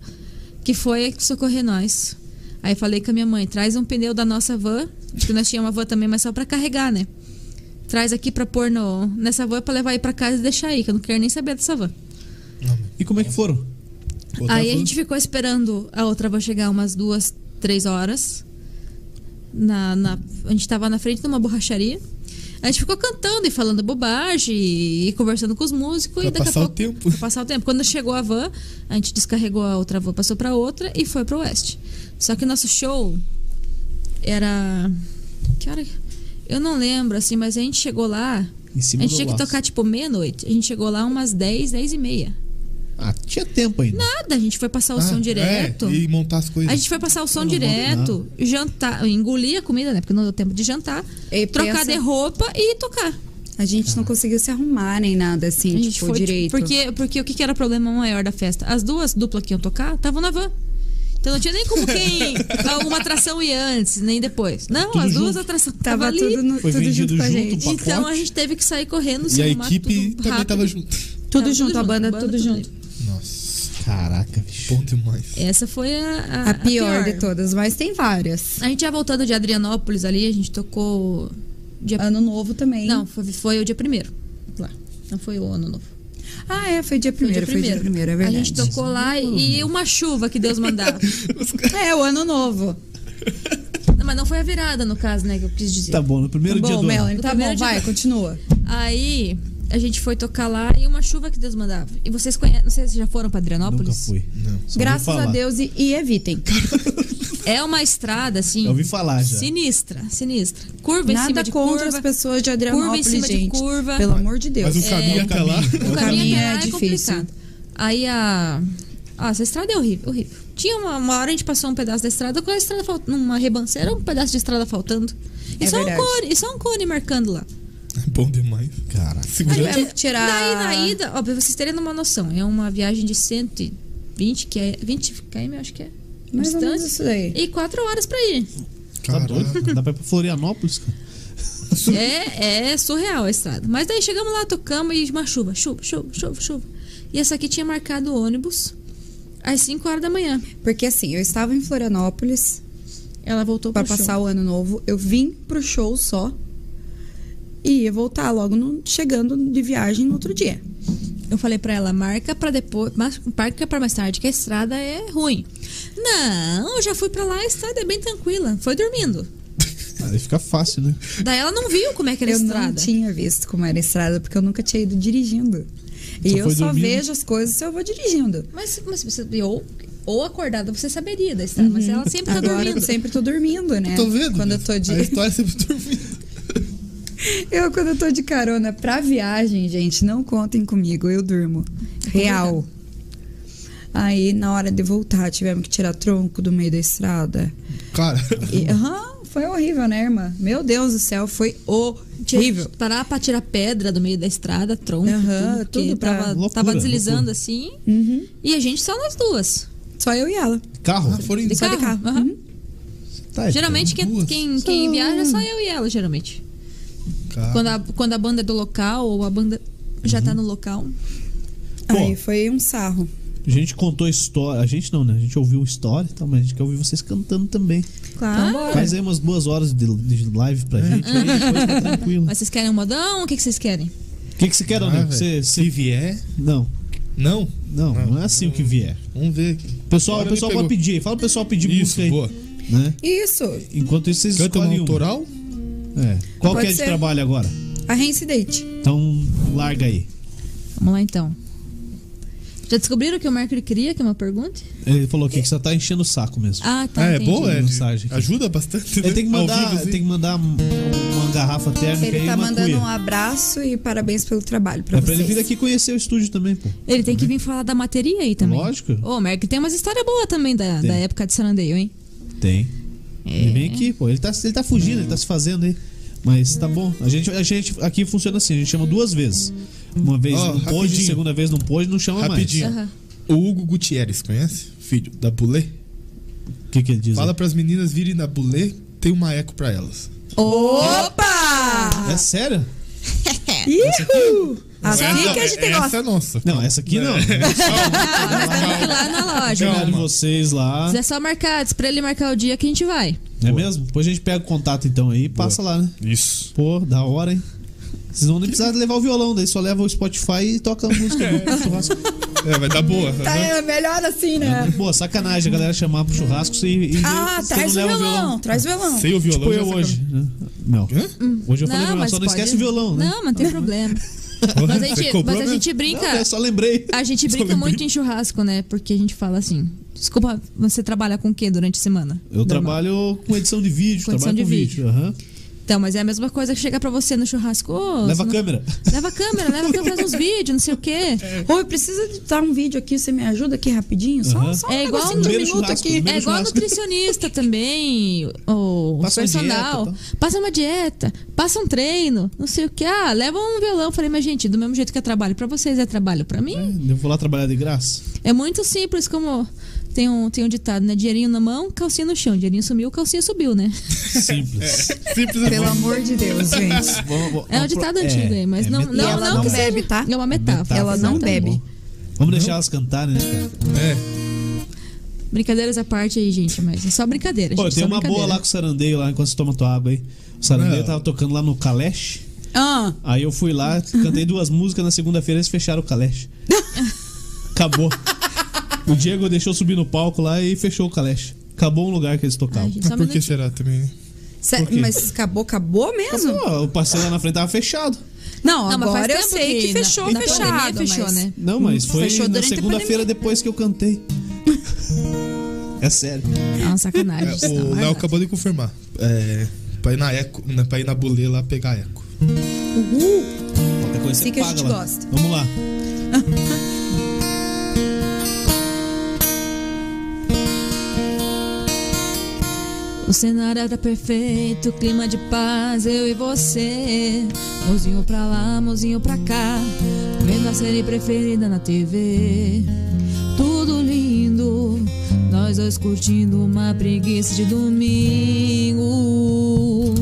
S3: que foi socorrer nós. Aí falei com a minha mãe, traz um pneu da nossa van, que nós tínhamos uma van também, mas só pra carregar, né? Traz aqui pra pôr no, nessa van pra levar aí pra casa e deixar aí, que eu não quero nem saber dessa van.
S1: E como é que foram?
S2: Outra
S3: Aí a
S2: van.
S3: gente ficou esperando a outra van chegar umas duas, três horas. Na, na- a gente tava na frente de uma borracharia. A gente ficou cantando e falando bobagem e, e conversando com os músicos. e
S2: Pra
S3: daqui
S2: passar
S3: a
S2: o
S3: pouco,
S2: tempo.
S3: Pra passar o tempo. Quando chegou a van, a gente descarregou a outra van, passou pra outra e foi pro oeste. Só que o nosso show era. Que hora? Eu não lembro, assim, mas a gente chegou lá.
S1: Em cima
S3: a gente
S1: do
S3: tinha que
S1: laço.
S3: tocar tipo meia-noite. A gente chegou lá umas 10, 10 e meia.
S1: Ah, tinha tempo ainda.
S3: Nada, a gente foi passar o
S2: Ah,
S3: som
S2: é,
S3: direto.
S2: e montar as coisas.
S3: A gente foi passar o som
S1: não vou
S3: direto, jantar, engolir a comida, né? Porque não deu tempo de jantar,
S5: E
S3: trocar
S5: pensa-
S3: de roupa e tocar.
S5: A gente não conseguiu se arrumar nem nada, assim,
S3: A gente
S5: tipo,
S3: foi tipo,
S5: direito.
S3: Porque, porque o que que era o problema maior da festa? As duas duplas que iam tocar estavam na van. Então não tinha nem como quem. alguma atração ia antes, nem depois. Não,
S1: Tudo
S3: as duas
S1: junto.
S3: atrações estavam
S5: Tava
S3: ali.
S5: tudo, no,
S1: Foi
S5: tudo
S1: vendido
S5: junto com a
S1: junto,
S5: gente.
S1: pá.
S3: Então a
S1: pacote.
S3: gente teve que sair correndo, se
S2: E a
S3: arrumar,
S2: equipe
S3: tudo
S2: também
S3: rápido.
S2: tava junto.
S5: Tudo junto, a banda tudo junto.
S2: Nossa,
S1: Caraca, bicho.
S2: bom demais.
S3: Essa foi a, a,
S5: A pior de todas, mas tem várias.
S3: A gente já voltando de Adrianópolis ali, a gente tocou dia
S5: Ano novo também.
S3: Não, foi, foi o dia primeiro. Lá. Não foi o ano novo.
S5: Ah, é, foi dia primeiro, foi dia primeiro, é
S3: a
S5: verdade.
S3: gente tocou lá e uma chuva que Deus mandava.
S5: É, o ano novo.
S3: Não, mas não foi a virada, no caso, né? Que eu quis dizer.
S1: Tá bom, no primeiro dia
S5: bom,
S1: do ano.
S5: Melanie,
S3: No
S5: tá bom,
S3: primeiro dia
S5: vai,
S3: do-
S5: continua.
S3: Aí a gente foi tocar lá e uma chuva que Deus mandava. E vocês conhecem. Não sei se já foram pra Adrianópolis.
S1: Nunca fui.
S2: Não.
S1: Só ouvi
S5: Graças a
S1: é falar.
S5: Deus e, e evitem.
S3: É uma estrada, assim.
S1: Eu ouvi falar já.
S3: Sinistra, sinistra. Curva em cima
S5: Nada
S3: de
S5: contra
S3: curva.
S5: as pessoas de Adrianópolis,
S3: curva em cima de
S5: gente.
S3: curva.
S5: Pelo amor de Deus.
S2: Mas o caminho até lá.
S3: é, O caminho
S5: caminho
S3: até lá
S5: é
S3: é,
S5: difícil.
S3: complicado. Aí a. Ah, essa estrada é horrível, horrível. Tinha uma, uma hora a gente passou um pedaço da estrada com a estrada faltando, uma rebanceira, um pedaço de estrada faltando. E,
S5: É
S3: só um
S5: verdade.
S3: cone, e só um cone marcando lá.
S2: é Bom demais.
S1: Caraca.
S2: Segurando.
S5: Tivemos que É, tirar...
S3: Daí na ida, ó, pra vocês terem uma noção, é uma viagem de 120 que é 20 km, acho que é.
S5: Mais ou menos assim.
S3: distância.
S5: isso daí.
S3: E 4 horas pra ir.
S1: Tá
S2: Caraca.
S1: doido? Dá pra ir pra Florianópolis, cara.
S3: É, é surreal a estrada. Mas daí chegamos lá, tocamos e uma chuva, chuva, chuva, chuva, chuva. E essa aqui tinha marcado o ônibus às 5 horas da manhã.
S5: Porque assim, eu estava em Florianópolis
S3: Ela voltou
S5: pra
S3: pro
S5: passar
S3: show.
S5: o ano novo. Eu vim pro show só. E ia voltar logo no- chegando de viagem no outro dia.
S3: Eu falei pra ela, marca pra depois, mas- marca pra mais tarde, que a estrada é ruim. Não, eu já fui pra lá, a estrada é bem tranquila. Foi dormindo.
S1: Aí fica fácil, né?
S3: Daí ela não viu como é que era a
S5: eu não
S3: estrada.
S5: tinha visto como era a estrada, porque eu nunca tinha ido dirigindo. E
S1: Só
S5: eu
S1: foi
S5: só
S1: dormindo?
S5: vejo as coisas se eu vou dirigindo.
S3: Mas, mas você, ou, ou acordada, você saberia da estrada, mas ela sempre tá
S5: Uhum. Agora é eu
S3: dormindo.
S5: sempre tô dormindo, né?
S1: tá
S2: Tô vendo?
S5: Quando eu tô de.
S2: A história sempre dormindo.
S5: Eu, quando eu tô de carona pra viagem, gente, não contem comigo, eu durmo. Real. Aí, na hora de voltar, tivemos que tirar tronco do meio da estrada.
S2: Cara,
S5: E, aham, foi horrível, né, irmã? Meu Deus do céu, foi horrível.
S3: Parar pra tirar pedra do meio da estrada, tronco,
S5: Aham,
S3: tudo, porque
S5: tudo tá pra-
S3: tava,
S1: Loucura,
S3: tava deslizando
S1: loucura.
S3: assim.
S5: Uhum.
S3: E a gente só nós duas.
S5: Só eu e ela.
S1: Carro?
S2: ah, foram em
S3: De
S5: Só
S3: carro.
S5: de carro.
S3: aham.
S5: Uhum.
S1: Tá, é,
S3: Geralmente quem,
S2: duas.
S3: quem, quem
S5: um.
S3: viaja é só eu e ela, geralmente.
S2: Cara,
S3: Quando, a, quando a banda é do local ou a banda já tá no local.
S1: Pô.
S5: Aí foi um sarro.
S1: A gente contou história. A gente não, né? A gente ouviu história e tal, mas a gente quer ouvir vocês cantando também.
S5: Então,
S3: Claro.
S1: Faz aí umas duas horas de, de live pra gente. Aí depois tá tranquilo.
S3: Mas vocês querem um modão? O que, que vocês querem?
S1: O que, que você quer,
S2: Ah,
S1: Dona?
S2: velho.
S1: Você,
S2: se
S1: você...
S2: vier,
S1: Não,
S2: não.
S1: não, não é assim o que vier.
S2: Vamos ver.
S1: Pessoal, o
S2: Agora
S1: pessoal
S2: me
S1: pode
S2: pegou.
S1: pedir aí. Fala o pessoal pedir
S2: Isso,
S1: música aí.
S2: boa.
S1: Né?
S5: Isso,
S1: Enquanto isso, vocês
S2: Canta uma
S1: escolhem uma.
S2: autoral?
S1: É. Qual que
S5: Pode
S1: é de
S5: ser.
S1: trabalho agora?
S5: a reincidente.
S1: Então, larga aí.
S3: Vamos lá então. Já descobriram o que o Mercury queria? Que é uma pergunta?
S1: Ele falou aqui que só tá enchendo o saco mesmo.
S3: Ah, tá.
S2: Ah, é
S3: entendi.
S2: boa, é.
S1: Mensagem aqui.
S2: Ajuda bastante.
S1: Ele
S2: né?
S1: tem que
S2: Ao
S1: mandar,
S2: vivo, assim.
S1: tem que mandar um- uma garrafa térmica
S5: Ele
S1: e
S5: tá
S1: uma
S5: mandando
S1: cuia.
S5: um abraço e parabéns pelo trabalho pra
S1: É pra
S5: vocês.
S1: ele vir aqui conhecer o estúdio também, pô.
S3: Ele tem que vir falar da materia aí também.
S1: Lógico.
S3: Ô, o Mercury tem umas histórias boas também da,
S1: Tem.
S3: da época de Sarandeio, hein?
S1: Tem.
S5: É.
S1: Ele vem aqui, pô. Ele tá, ele tá fugindo, ele tá se fazendo aí. Mas tá bom. A gente, a gente aqui funciona assim, a gente chama duas vezes. Uma vez
S2: Ó,
S1: não pôde,
S2: rapidinho.
S1: segunda vez não pôde, não chama
S2: Rapidinho.
S3: Aham.
S2: O Hugo Gutierrez, conhece? Filho da Bulê.
S1: mais. O que, que ele diz?
S2: Fala pras meninas virem na Bulê, tem uma eco pra elas.
S5: Opa!
S1: aí? É sério?
S5: Ihu! Assim
S2: é Essa-
S5: que a gente
S2: essa
S5: gosta.
S2: é nossa. é
S1: Não, essa aqui não.
S2: um-
S3: Ah, nós temos que ir lá na loja.
S1: Pegaram vocês lá.
S3: É só marcar, diz pra ele marcar o dia que a gente vai.
S1: É mesmo? Depois a gente pega o contato então aí e passa lá, né?
S2: Isso.
S1: Pô, da hora, hein? Vocês não nem precisar levar o violão, daí só leva o Spotify e toca a música do churrasco.
S2: É, vai dar boa.
S5: Tá
S2: aham.
S5: é melhor assim, né?
S1: Pô, sacanagem a galera chamar pro churrasco e. e
S5: Ah,
S1: você
S5: traz o
S1: não leva
S5: violão, traz o violão.
S2: Sem o violão.
S1: Tipo eu
S2: já
S1: hoje. né? Não. Hum. Hoje eu falei violão, só não
S3: pode-
S1: esquece o violão, né?
S3: Não, mas tem problema. Mas
S2: Você
S3: a gente,
S2: cobrou
S3: mas a
S2: mesmo?
S3: gente brinca.
S1: eu né? só lembrei.
S3: A gente
S2: Só
S3: brinca
S2: lembrei.
S3: muito em churrasco, né? Porque a gente fala assim: desculpa, você trabalha com o que durante a semana?
S1: Eu
S3: Normal.
S1: trabalho com edição de vídeo,
S3: Com edição
S1: trabalho
S3: de
S1: com vídeo. aham.
S3: Então, mas é a mesma coisa que chegar pra você no churrasco. ô,
S1: Leva
S3: você
S1: a
S3: não-
S1: câmera.
S3: Leva a câmera, leva a câmera, faz uns vídeos, não sei o quê.
S5: Ô, eu preciso editar um vídeo aqui, você me ajuda aqui rapidinho? Só,
S1: Aham.
S5: só um
S3: É igual
S5: negocinho de um
S1: primeiro
S5: minuto
S1: churrasco,
S5: aqui.
S1: primeiro
S3: É igual
S1: churrasco.
S3: nutricionista também, ou os
S1: Passa uma
S3: personal.
S1: dieta, então.
S3: passa uma dieta, passa um treino, não sei o que. Ah, leva um violão. Falei, mas gente, do mesmo jeito que é trabalho pra vocês, é trabalho pra mim?
S1: Eu vou lá trabalhar de graça.
S3: É muito simples, como tem um, tem um ditado, né? Dinheirinho na mão, calcinha no chão. Dinheirinho sumiu, calcinha subiu, né?
S1: Simples.
S2: Simples
S5: Pelo
S2: assim.
S5: amor de Deus, gente.
S1: Vamos- vamos-
S3: É um
S1: vamos pro-
S3: ditado
S1: é,
S3: antigo aí, mas
S1: é
S3: não,
S1: metáfora,
S3: não,
S5: ela
S3: não,
S5: não
S3: que seja-
S5: bebe, tá?
S3: É uma metáfora.
S5: Ela não
S1: tá
S5: bebe.
S1: bom. Vamos deixar elas cantarem, né, cara?
S2: É.
S3: Brincadeiras à parte aí, gente, mas é só brincadeira.
S1: Pô,
S3: gente,
S1: tem
S3: só
S1: uma boa
S3: brincadeira. É.
S1: lá com o Sarandeio lá enquanto você toma tua água aí. O Sarandeio
S2: Não.
S1: tava tocando lá no Caleche.
S5: Ah,
S1: Aí eu fui lá, cantei duas músicas na segunda-feira eles fecharam o Caleche. Acabou. O Diego deixou subir no palco lá e fechou o Caleche. Acabou um lugar que eles
S3: Ai,
S1: tocavam.
S3: gente,
S2: Mas
S3: só um
S2: por que
S3: minutinho.
S2: será também? né?
S5: sé-
S1: quê?
S5: mas acabou, acabou mesmo?
S1: Pô, eu passei lá na frente, tava fechado.
S5: Não,
S3: Não, mas faz
S5: agora eu
S3: tempo
S5: sei que,
S3: na-
S5: fechou,
S3: na pandemia
S5: fechado.
S3: fechou,
S5: mas-
S3: né?
S1: Não, mas foi
S5: fechou
S1: na
S5: durante a
S1: segunda-feira depois que eu cantei. É sério.
S3: É uma sacanagem.
S2: É,
S3: isso tá
S2: o Léo
S3: marcado.
S2: acabou de confirmar. É, pra ir na eco, né, pra ir na Bulê lá pegar eco.
S5: Uhul.
S1: Qualquer coisa
S5: Assim
S1: você
S5: que a
S1: paga
S5: gente
S1: lá.
S5: gosta.
S1: Vamos lá.
S3: O cenário era perfeito, clima de paz, eu e você. Mozinho pra lá, mozinho pra cá, vendo a série preferida na TV. Tudo lindo, nós dois curtindo uma preguiça de domingo.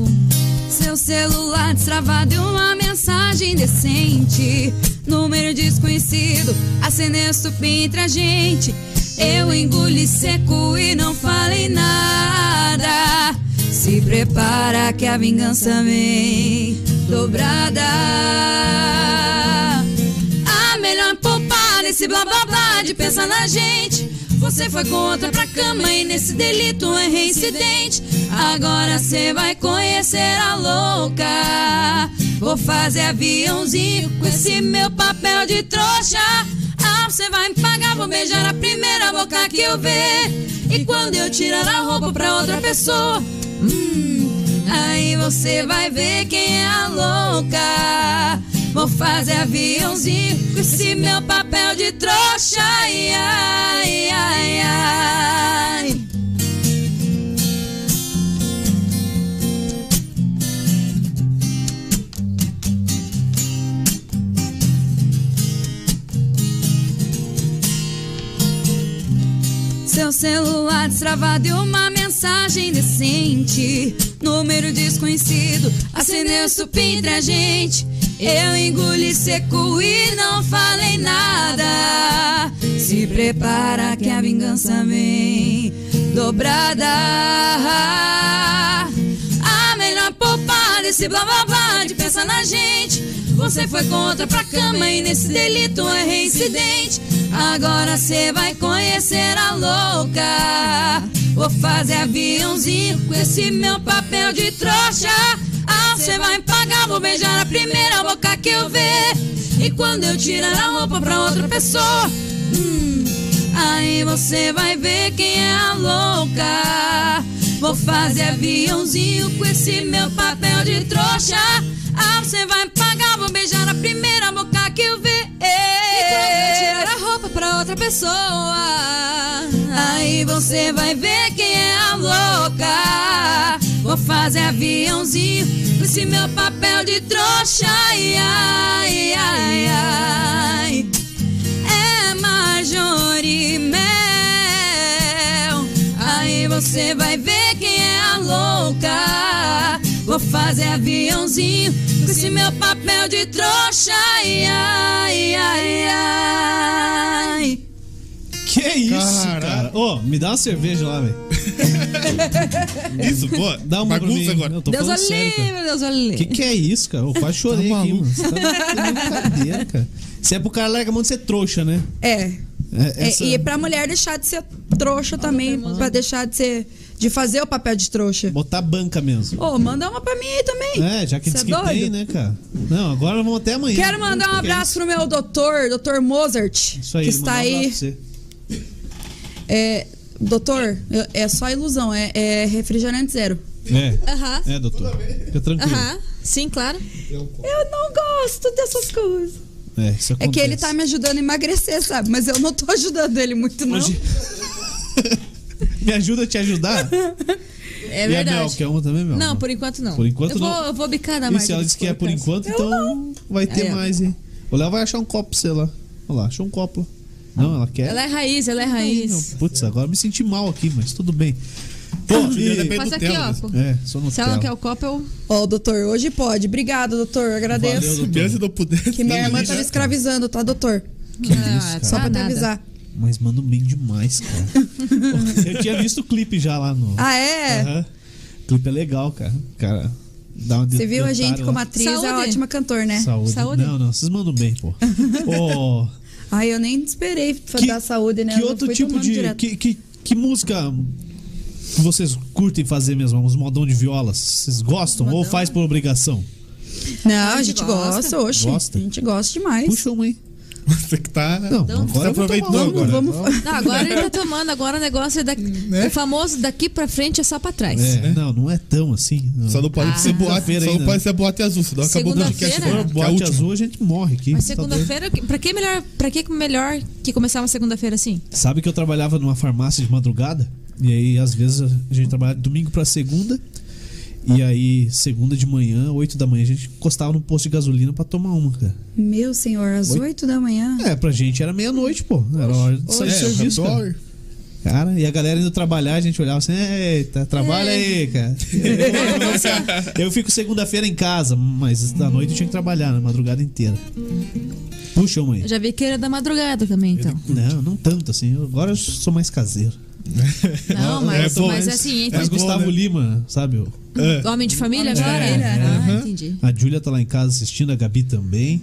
S3: Seu celular destravado e uma mensagem decente. Número desconhecido, acendeu estupim entre a gente. Eu engoli seco e não falei nada. Se prepara que a vingança vem dobrada. A melhor poupar nesse blá blá blá de pensar na gente. Você foi com outra pra cama e nesse delito é reincidente. Agora cê vai conhecer a louca. Vou fazer aviãozinho com esse meu papel de trouxa. Ah, você vai me pagar, vou beijar a primeira boca que eu ver. E quando eu tirar a roupa pra outra pessoa, hum, Aí você vai ver quem é a louca. Vou fazer aviãozinho com esse meu papel de trouxa, ai, ai, ai, ai. Seu celular destravado e uma mensagem decente. Número desconhecido, acendeu estupim entre a gente. Eu engoli seco e não falei nada. Se prepara que a vingança vem dobrada. A melhor poupada esse blá blá blá de pensar na gente. Você foi contra pra cama e nesse delito é reincidente. Agora cê vai conhecer a louca. Vou fazer aviãozinho com esse meu papel de trouxa. Ah, cê vai pagar, vou beijar a primeira boca que eu ver. E quando eu tirar a roupa pra outra pessoa, hum, aí você vai ver quem é a louca. Vou fazer aviãozinho com esse meu papel de trouxa. Ah, você vai pagar, vou beijar a primeira boca que eu ver. E quando eu tirar a roupa pra outra pessoa, aí você vai ver quem é a louca. Vou fazer aviãozinho com esse meu papel de trouxa. Ai, ai, ai, ai. É Marjorie Mel. Aí você vai ver quem é a louca. Vou fazer aviãozinho com esse meu papel de trouxa. Ai, ai, ai, ai.
S1: Que isso,
S2: Caraca.
S1: cara? Ô, me dá uma cerveja lá, velho.
S2: Isso, pô.
S1: Dá uma pra
S2: bagunça
S1: mim.
S2: agora.
S1: Eu tô
S3: Deus
S1: falando
S3: o
S1: sério, cara.
S3: livre, Deus o livre.
S1: Que que é isso, cara? Eu quase chorei
S2: Tá
S1: aqui,
S2: maluco.
S1: mano. Você tá de brincadeira, cara. Se é pro cara larga a mão de ser trouxa, né?
S5: É.
S1: É,
S5: É,
S1: essa-
S5: E pra mulher deixar de ser trouxa também,
S3: é
S5: pra deixar de ser. de fazer o papel de trouxa.
S1: Botar banca mesmo.
S5: Ô, manda uma pra mim aí também.
S1: É, já que
S5: Cê
S1: diz
S5: é
S1: que
S5: doido?
S1: tem, né, cara? Não, agora vamos até amanhã.
S5: Quero mandar um
S1: Porque é
S5: abraço pro meu doutor, doutor Mozart,
S1: Isso aí,
S5: que está
S1: mandar um abraço
S5: aí.
S1: pra você.
S5: É, doutor, eu- é só ilusão, é, é refrigerante zero.
S1: É,
S3: Aham,
S1: é, doutor. Fica tranquilo.
S3: aham. Sim, claro.
S5: Eu não gosto dessas coisas.
S1: É, isso
S5: É que ele
S1: acontece.
S5: tá me ajudando a emagrecer, sabe? Mas eu não tô ajudando ele muito, não.
S1: Hoje- Me ajuda a te ajudar?
S3: É
S1: e a Mel,
S3: verdade.
S1: quer uma também, Mel?
S3: Não, por enquanto não.
S1: Por enquanto
S3: eu
S1: não.
S3: Vou, eu vou bicar na
S1: E
S3: Marjorie.
S1: se ela disse que é por
S3: acaso.
S1: enquanto, então vai ter
S3: É.
S1: mais, hein? O Léo vai achar um copo, sei lá. Olha lá, achou um copo. Não, ela quer.
S3: Ela é raiz, ela é raiz.
S1: Putz, agora eu me senti mal aqui, mas tudo bem. Bom,
S2: Juliana
S1: e...
S2: Bem
S3: Passa aqui,
S2: Nutella,
S3: ó.
S2: né?
S3: pô.
S1: É, só no
S3: Se ela não quer o copo, eu.
S5: Ó, doutor, hoje pode. Obrigado, doutor. Eu agradeço.
S1: Valeu, doutor.
S2: Mesmo se não pudesse.
S5: Que minha
S2: não
S5: irmã
S2: ia.
S5: tá me escravizando, tá, doutor?
S1: Que
S3: Ah,
S1: isso, cara.
S5: Só
S3: Ah,
S5: pra te
S3: nada.
S5: avisar.
S1: Mas mandam bem demais, cara. eu tinha visto o clipe já lá no.
S5: Ah, é?
S1: Aham. O clipe é legal, cara. Cara, dá uma
S5: Você viu a gente como atriz, é
S3: Saúde.
S5: ótima cantor, né?
S1: Saúde.
S3: Saúde.
S1: Não, não, vocês mandam bem, pô. Ô,
S5: Ai, eu nem esperei pra dar saúde, né?
S1: Que
S5: Eu
S1: outro
S5: fui
S1: tipo
S5: tomando
S1: de.
S5: direto.
S1: Que, que, que música que vocês curtem fazer mesmo? Uns modão de violas? Vocês gostam ou faz por obrigação?
S5: Não, a gente
S3: gosta.
S5: gosta, oxe.
S1: Gosta?
S5: A gente gosta demais. Então,
S1: Puxa um, hein?
S2: Você que tá.
S1: Não,
S2: Você
S1: agora eu vou
S2: aproveitou
S1: tomar um,
S2: agora.
S5: vamos-
S3: Não, agora ele tá tomando, agora o negócio é da... O famoso daqui pra frente é só pra trás.
S1: Né? É, não, não é tão assim. não.
S2: Só não pode
S3: Ah,
S2: ser boate.
S1: segunda-feira
S2: Só
S1: ainda,
S2: não
S1: né?
S2: pode ser boate azul, senão acabou o podcast.
S1: Se
S3: Segunda-feira?
S2: agora,
S1: for
S2: que é a
S1: boate
S2: última.
S1: azul, a gente morre aqui.
S3: Mas
S1: tá doido?
S3: segunda-feira, pra que melhor, pra que melhor que começar uma segunda-feira assim?
S1: Sabe que eu trabalhava numa farmácia de madrugada? E aí, às vezes, a gente trabalhava de domingo pra segunda. E aí, segunda de manhã, 8 da manhã, a gente encostava num posto de gasolina pra tomar uma, cara.
S5: Meu senhor, às
S1: Oi?
S5: oito da manhã.
S1: É, pra gente era meia-noite, pô. Era hora de sair do
S2: É,
S1: serviço, cara.
S2: adoro.
S1: Cara, e a galera indo trabalhar, a gente olhava assim, eita,
S2: É.
S1: trabalha aí, cara. Eu fico segunda-feira em casa, mas da noite eu tinha que trabalhar, na madrugada inteira. Puxa, mãe.
S3: Eu já vi que era da madrugada também, então.
S1: Não, não tanto assim. Eu- Agora eu sou mais caseiro.
S3: Não,
S2: É
S3: mas,
S2: bom,
S3: mas
S2: né?
S3: assim, entre
S1: Mas
S2: bom,
S1: Gustavo
S2: né?
S1: Lima, sabe? o-
S2: É.
S3: homem de família
S5: Homem de
S3: agora?
S5: família, né?
S3: Ah, entendi.
S1: A Júlia tá lá em casa assistindo, a Gabi também.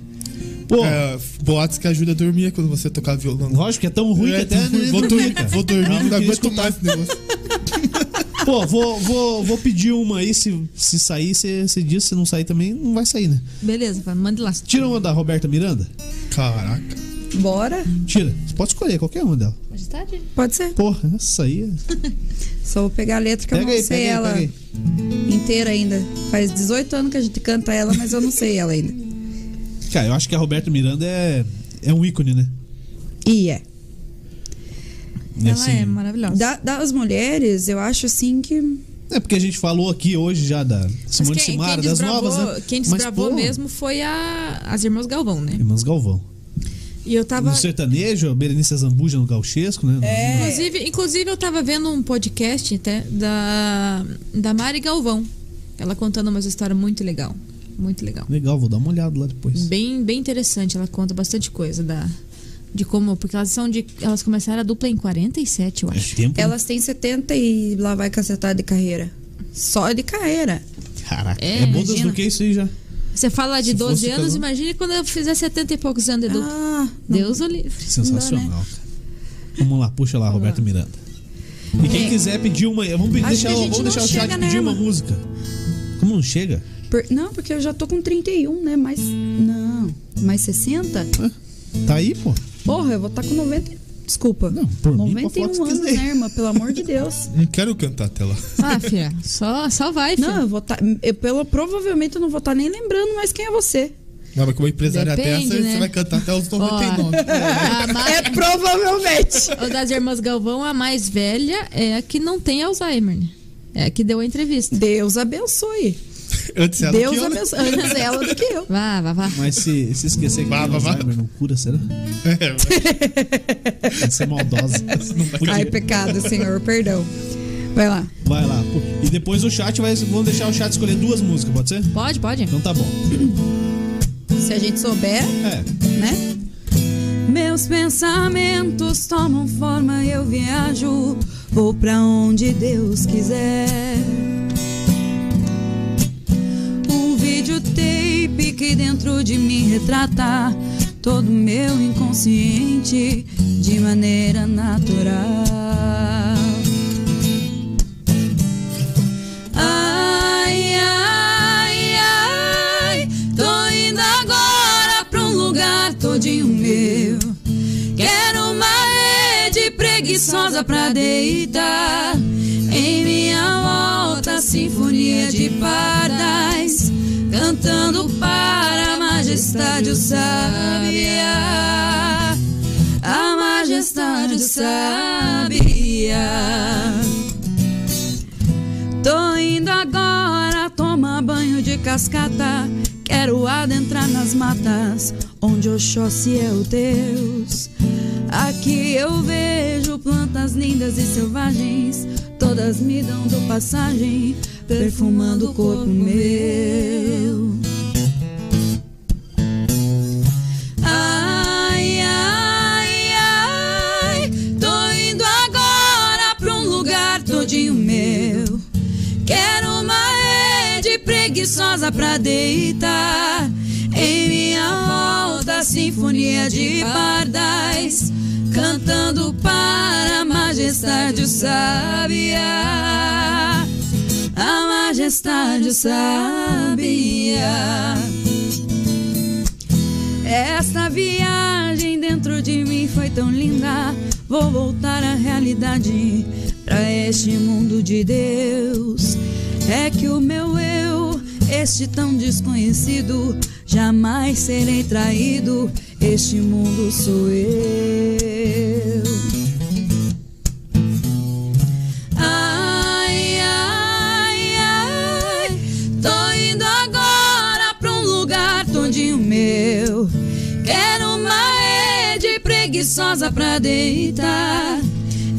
S1: Pô,
S2: É, boates que ajuda a dormir quando você tocar violão.
S1: lógico que é tão ruim que
S2: É,
S1: até.
S2: vou,
S1: não
S2: dormir,
S1: cara.
S2: vou dormir,
S1: Não, não
S2: não,
S1: queria
S2: aguento
S1: escutar.
S2: mais esse negócio.
S1: Pô, vou, vou, vou pedir uma aí. Se, se sair, você você diz. Se não sair também, não vai sair, né?
S3: Beleza, vai, manda lá.
S1: Tira uma da Roberta Miranda?
S2: Caraca.
S5: Bora?
S1: Tira. Você pode escolher qualquer uma dela.
S5: Pode ser.
S1: Porra, essa aí. é-
S5: Só vou pegar a letra que eu
S1: Pega
S5: não
S1: aí,
S5: sei
S1: pega aí,
S5: ela
S1: pega aí.
S5: inteira ainda. Faz 18 anos que a gente canta ela, mas eu não sei ela ainda.
S1: Cara, eu acho que a Roberta Miranda é, é um ícone, né?
S5: E é.
S1: E
S3: Ela
S1: assim,
S3: é maravilhosa.
S5: Da- das mulheres, eu acho assim que.
S1: É porque a gente falou aqui hoje já da
S3: Mas
S1: Simone Simara, das
S3: desbravou-
S1: novas, né?
S3: Quem
S1: Mas,
S3: desbravou
S1: pô,
S3: mesmo foi a, as Irmãs Galvão, né?
S1: Irmãos Galvão.
S3: E eu tava. É.
S1: No sertanejo, a Berenice Zambuja no gauchesco, né?
S3: Inclusive, inclusive, eu tava vendo um podcast até da, da Mari Galvão. Ela contando umas histórias muito legal. Muito legal.
S1: Legal, vou dar uma olhada lá depois.
S3: Bem, bem interessante. Ela conta bastante coisa da. De como. Porque elas são de. Elas começaram a dupla em 47, eu
S1: É
S3: acho.
S1: tempo, né?
S5: Elas têm 70 e lá vai cacetada de carreira. Só de carreira.
S1: Caraca,
S3: É,
S1: é, bom das
S3: imagina.
S1: do que isso aí já.
S3: Você fala de
S1: Se
S3: 12
S1: fosse
S3: anos,
S1: cada um.
S3: imagine quando eu fizer 70 e poucos anos de dupla.
S5: Ah, não.
S3: Deus o livre. né?
S1: Sensacional.
S5: né?
S1: cara. Vamos lá, puxa lá, Roberto Miranda. E quem quiser pedir uma. Vamos pe-
S5: Acho
S1: deixar,
S5: que a gente
S1: vamos
S5: não
S1: deixar o chat
S5: chega né,
S1: pedir
S5: nela.
S1: uma música. Como não chega?
S5: Por- não, porque eu já tô com 31, né? Mas. Não. Mais 60?
S1: Tá aí, pô.
S5: Porra, eu vou estar com 90. e- Desculpa.
S1: Não, por mim,
S5: 91
S1: pode falar o que
S5: anos,
S1: você quiser.
S5: né, irmã? Pelo amor de Deus.
S2: Não quero cantar até lá.
S3: Ah, filha, só, só vai, filha.
S5: Não, eu vou estar. eu, pelo, provavelmente eu não vou estar nem lembrando mais quem é você.
S2: Não, mas como empresária
S3: Depende,
S2: dessa,
S3: né?
S2: você vai cantar até os
S3: Ó,
S2: 99.
S3: a
S5: É
S3: mais,
S5: provavelmente.
S3: o das irmãs Galvão, a mais velha é a que não tem Alzheimer. né? É a que deu a entrevista.
S5: Deus abençoe.
S2: Antes
S1: é
S2: ela
S5: Deus
S2: que eu, né?
S5: abençoe. Antes ela do que eu.
S3: Vá, vá, vá.
S1: Mas se, se esquecer que tem
S2: Vá, vá, vá. É,
S1: Alzheimer não cura, será? Vai ser maldosa. Podia.
S5: Ai, pecado, Senhor, perdão. Vai lá.
S1: Vai lá. pô. E depois o chat vai. Vamos deixar o chat escolher duas músicas, pode ser?
S3: Pode, pode.
S1: Então tá bom.
S5: Se a gente souber,
S1: É.
S5: né? Meus pensamentos tomam forma, eu viajo, vou pra onde Deus quiser. Um videotape que dentro de mim retrata todo meu inconsciente de maneira natural. Ai, ai, ai, tô indo agora pra um lugar todinho meu. Quero uma rede preguiçosa pra deitar. Em minha volta, sinfonia de pardais, cantando para a majestade o sabiá. A majestade o sabiá. Tô indo agora tomar banho de cascata. Quero adentrar nas matas, onde Oxóssi é o Deus. Aqui eu vejo plantas lindas e selvagens, todas me dando passagem, perfumando o corpo meu. Ai, ai, ai, tô indo agora pra um lugar todinho meu. Quero uma rede preguiçosa pra deitar. Em minha volta, sinfonia de pardais, cantando para a majestade o sabiá. A majestade o sabiá. Esta viagem dentro de mim foi tão linda. Vou voltar à realidade pra este mundo de Deus. É que o meu eu, este tão desconhecido, jamais serei traído. Este mundo sou eu. Ai, ai, ai, tô indo agora pra um lugar todinho meu. Quero uma rede preguiçosa pra deitar.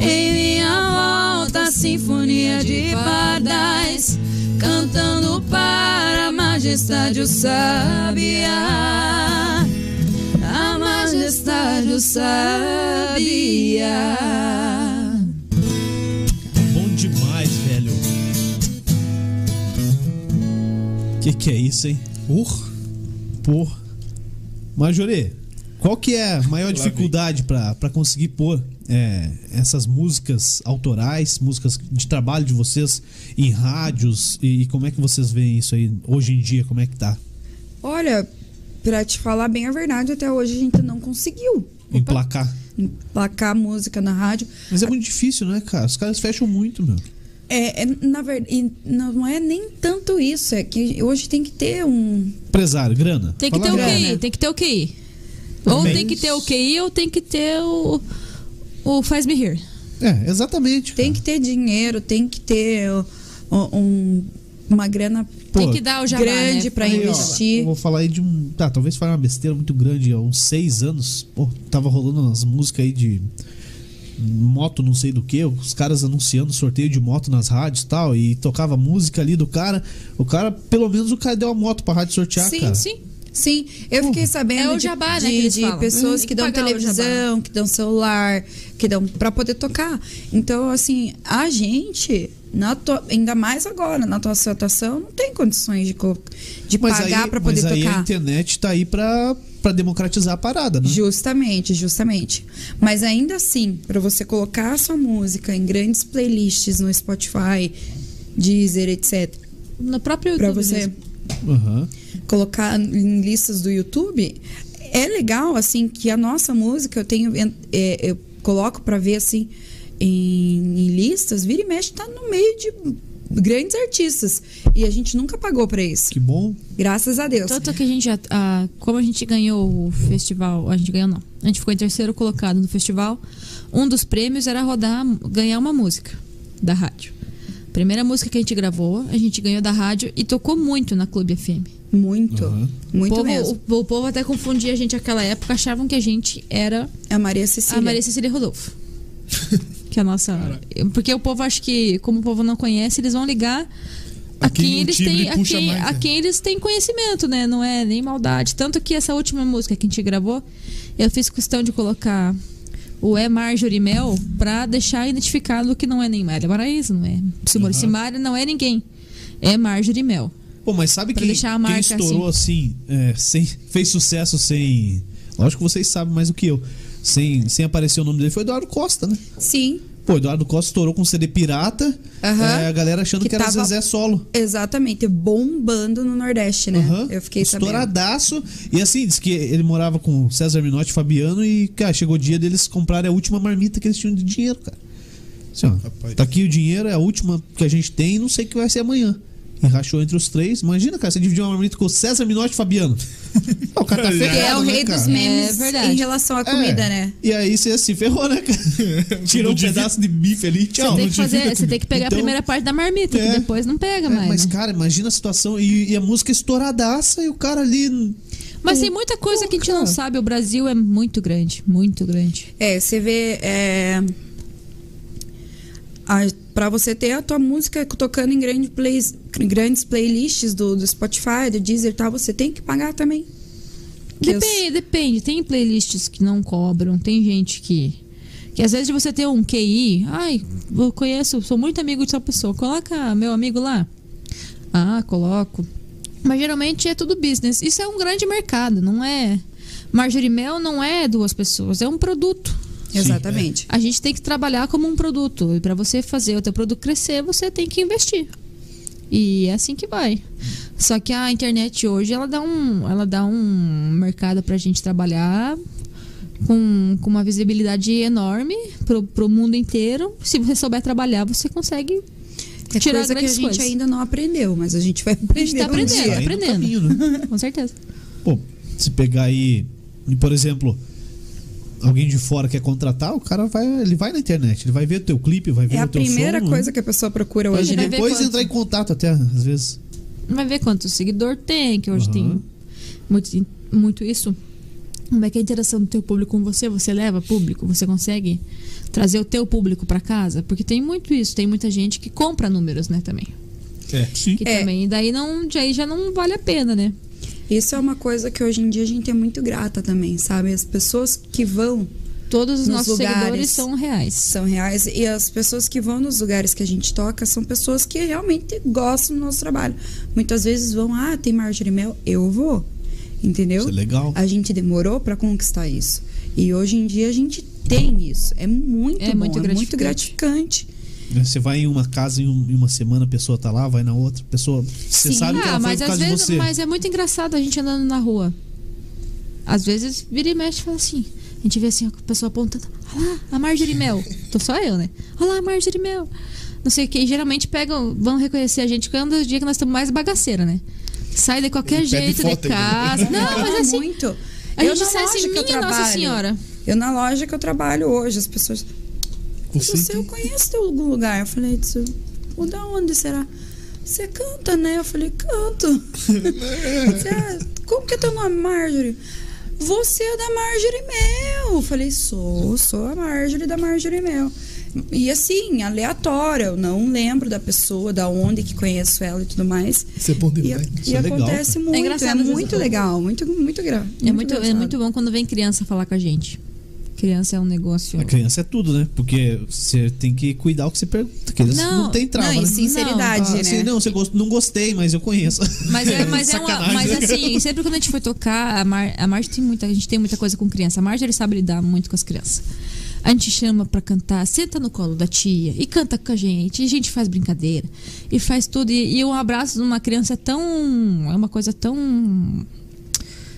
S5: Em minha volta, sinfonia de pardais, cantando para a majestade o sabiá. A majestade o sabiá.
S1: Bom demais, velho. Que que é isso, hein? Por? Por. Majorê, qual que é a maior dificuldade pra pra conseguir pôr é, essas músicas autorais, músicas de trabalho de vocês em rádios? E, e como é que vocês veem isso aí hoje em dia? Como é que tá?
S5: Olha, pra te falar bem a verdade, até hoje a gente não conseguiu
S1: Emplacar.
S5: placar música na rádio.
S1: Mas é muito difícil, né, cara? Os caras fecham muito, meu.
S5: É, é, na verdade, não é nem tanto isso, é que hoje tem que ter um.
S1: Empresário, grana.
S3: Tem que ter o
S5: Fala a
S3: QI,
S5: grana.
S3: tem que ter o QI. Ou
S1: né? Também.
S3: tem que ter o QI ou tem que ter o, o faz-me rir.
S1: É, exatamente.
S5: Tem que ter dinheiro, tem que ter ó, ó, um- uma grana
S1: Pô,
S3: tem que dar o jabá,
S5: grande
S3: né?
S5: pra
S1: Aí, ó, eu
S5: investir.
S1: vou falar aí de um. Tá, talvez falar uma besteira muito grande. Há uns seis anos, pô, tava rolando umas músicas aí de moto, não sei do que, os caras anunciando sorteio de moto nas rádios e tal, e tocava a música ali do cara. O cara, pelo menos o cara deu a moto pra rádio sortear,
S5: Sim,
S1: cara.
S3: Sim.
S5: Sim, eu fiquei sabendo
S3: É o
S5: de-
S3: jabá, né,
S5: de,
S3: que eles
S5: de
S3: falam. Tem
S5: pessoas que
S3: que
S5: dão
S3: pagar o
S5: televisão, que dão celular, que dão para poder tocar. Então, assim, a gente na to- ainda mais agora na tua situação não tem condições de, co- de
S1: Mas
S5: pagar
S1: aí,
S5: para poder
S1: mas aí a
S5: tocar.
S1: internet tá aí pra, pra democratizar a parada, né?
S5: Justamente, justamente. Mas ainda assim, para você colocar a sua música em grandes playlists no Spotify, Deezer, etc.
S3: No próprio
S5: Para
S3: YouTube.
S5: você
S3: mesmo.
S1: Aham.
S5: colocar em listas do YouTube, é legal assim que a nossa música eu tenho é, eu coloco para ver assim em, em listas, vira e mexe tá no meio de grandes artistas e a gente nunca pagou para isso.
S1: Que bom.
S5: Graças a Deus.
S3: Tanto que a gente já. ah, como a gente ganhou o festival. A gente ganhou, não. A gente ficou em terceiro colocado no festival. Um dos prêmios era rodar, ganhar uma música da rádio. Primeira música que a gente gravou, a gente ganhou da rádio e tocou muito na Clube FM.
S5: Muito,
S1: Aham.
S5: muito
S3: o, povo,
S5: mesmo.
S3: o- o povo até confundia a gente naquela época, achavam que a gente era
S5: A Maria Cecília.
S3: a Maria Cecília Rodolfo. Que é a nossa. Porque o povo acha que, como o povo não conhece, eles vão ligar a,
S2: A quem
S3: quem,
S1: um
S2: o
S3: eles
S2: timbre
S3: têm, a,
S2: puxa
S3: quem,
S2: mais,
S3: a
S2: né?
S3: quem eles têm conhecimento, né? Não é nem maldade. Tanto que essa última música que a gente gravou, eu fiz questão de colocar o É Marjorie Mel pra deixar identificado que não é nem Maria Maraísa, não é Simone Simaria, não é ninguém. É Marjorie Mel.
S1: Pô, mas sabe
S3: Pra
S1: quem,
S3: deixar a
S1: quem
S3: marca,
S1: estourou assim, é, sem, fez sucesso sem. Lógico que vocês sabem mais do que eu. Sem, sem aparecer o nome dele foi Eduardo Costa, né?
S5: Sim,
S1: Pô, Eduardo Costa estourou com CD pirata.
S5: Aham.
S1: é, a galera achando que,
S5: Que
S1: era
S5: tava-
S1: Zezé solo.
S5: exatamente, bombando no Nordeste, né?
S1: Aham.
S5: Eu fiquei sabendo.
S1: Estouradaço. E assim, diz que ele morava com César Minotti e Fabiano. E, cara, chegou o dia deles comprarem a última marmita que eles tinham de dinheiro, cara. Assim, ó,
S2: Rapaz.
S1: tá aqui o dinheiro, é a última que a gente tem. Não sei o que vai ser amanhã. E rachou entre os três. Imagina, cara, você dividiu uma marmita com César Minotti e Fabiano. o cara tá
S2: Olha.
S1: ferrado,
S5: Que é o
S1: né,
S5: rei
S1: cara?
S5: dos memes
S3: É verdade.
S5: em relação à comida,
S1: É.
S5: né?
S1: E aí você se ferrou, né, cara? Tirou um
S2: Não devia-
S1: pedaço de bife ali, tchau. não
S3: Tem que
S1: devia
S3: fazer, você
S1: comer.
S3: tem que pegar
S1: Então,
S3: a primeira parte da marmita,
S1: é.
S3: que depois não pega
S1: é,
S3: mais.
S1: mas,
S3: né?
S1: cara, imagina a situação. E, e a música é estouradaça e o cara ali.
S3: Mas tem muita coisa que a gente não sabe. O Brasil é muito grande, muito grande.
S5: É, você vê. É, a, pra você ter a tua música tocando em grande plays, grandes playlists do, do Spotify, do Deezer e tal, você tem que pagar também. Eu-
S3: Depende, depende. Tem playlists que não cobram, tem gente que. Que às vezes você tem um QI. Ai, eu conheço, sou muito amigo de tal pessoa. Coloca meu amigo lá. Ah, coloco. Mas geralmente é tudo business. Isso é um grande mercado, não é. Marjorie Mel não é duas pessoas, é um produto.
S5: Exatamente.
S3: A gente tem que trabalhar como um produto. E para você fazer o teu produto crescer, você tem que investir. E é assim que vai. Só que a internet hoje, ela dá um, ela dá um mercado pra gente trabalhar com, com uma visibilidade enorme pro, pro mundo inteiro. Se você souber trabalhar, você consegue
S5: É
S3: tirar
S5: coisa que a
S3: grandes
S5: gente
S3: coisas.
S5: ainda não aprendeu, mas a gente vai aprender.
S3: gente tá
S5: um
S3: aprendendo.
S5: dia.
S1: Aí no
S3: aprendendo.
S1: caminho, né?
S3: Com certeza.
S1: Pô, se pegar aí. e, Por exemplo, alguém de fora quer contratar, o cara vai. Ele vai na internet, ele vai ver o teu clipe, vai ver
S5: É a
S1: o teu som.
S5: primeira
S1: né?
S5: coisa que a pessoa procura
S1: Pra
S5: hoje,
S1: ele
S3: vai
S5: né?
S3: ver
S1: depois
S3: quanto.
S1: entrar em contato até, às vezes.
S3: Vai ver quanto seguidor tem, que hoje
S1: Aham.
S3: tem muito, muito isso. Como é que é a interação do teu público com você? Você leva público? Você consegue trazer o teu público pra casa? Porque tem muito isso, tem muita gente que compra números, né, também.
S2: É.
S1: Sim.
S3: Que
S5: É.
S3: também, daí não, daí já não vale a pena, né?
S5: Isso é uma coisa que hoje em dia a gente é muito grata também, sabe? As pessoas que vão
S3: Todos os
S5: Nos
S3: nossos
S5: lugares.
S3: seguidores são reais.
S5: são reais e as pessoas que vão nos lugares que a gente toca são pessoas que realmente gostam do nosso trabalho. Muitas vezes vão, ah, tem Marjorie Mel, eu vou. Entendeu?
S1: Isso é legal.
S5: A gente demorou para conquistar isso. E hoje em dia a gente tem isso. É muito
S3: É
S5: bom,
S3: muito
S5: é muito gratificante.
S1: Você vai em uma casa em um- em uma semana, a pessoa tá lá, vai na outra, a pessoa. Você
S5: Sim.
S1: sabe que
S3: Ah,
S1: ela foi
S3: mas
S1: por
S3: às
S1: causa de
S3: vezes,
S1: você.
S3: mas é muito engraçado a gente andando na rua. Às vezes vira e mexe e fala assim. A gente vê assim, a pessoa apontando. Olha lá, a Marjorie Mel. Tô só eu, né? Olha lá, a Marjorie Mel. Não sei o que. Geralmente pegam, vão reconhecer a gente quando é o dia que nós estamos mais bagaceira, né? Sai de qualquer
S2: Ele pede
S3: jeito de
S2: foto ainda.
S3: casa. Não, mas assim.
S5: É muito.
S3: A
S5: Eu
S3: gente
S5: na loja
S3: dissesse
S5: que eu
S3: minha Nossa
S5: trabalho.
S3: Senhora.
S5: Eu na loja que eu trabalho hoje, as pessoas.
S2: Você
S5: Você, eu conheço teu algum lugar. Eu falei, "Isso, o da onde será? Você canta, né? Eu falei, canto. Você, "Ah, como que é teu nome, Marjorie? Você é da Marjorie Mel. Eu falei, sou, sou a Marjorie da Marjorie Mel. E assim, aleatória, eu não lembro da pessoa, da onde que conheço ela e tudo mais.
S2: Você pondera,
S5: E, a-
S2: né?
S1: Isso
S5: e
S1: é legal,
S5: acontece muito, é,
S3: engraçado, às vezes,
S5: muito
S3: eu-
S5: legal, muito, muito grave.
S3: É muito, é muito bom quando vem criança falar com a gente. Criança é um negócio.
S1: A criança é tudo, né? Porque você tem que cuidar o que você pergunta. Que eles não,
S3: Não,
S1: tem trava,
S5: Não, e
S1: né?
S5: sinceridade,
S1: Ah,
S5: né?
S1: assim, não, você gost... não gostei, mas eu conheço.
S3: Mas, é, mas, é uma,
S1: Sacanagem,
S3: mas
S1: né?
S3: assim, sempre quando a gente foi tocar, a, Mar, a Marge tem muita. A gente tem muita coisa com criança. A Marge ele sabe lidar muito com as crianças. A gente chama pra cantar, senta no colo da tia e canta com a gente. E a gente faz brincadeira. E faz tudo. E, e um abraço de uma criança é tão. É uma coisa tão.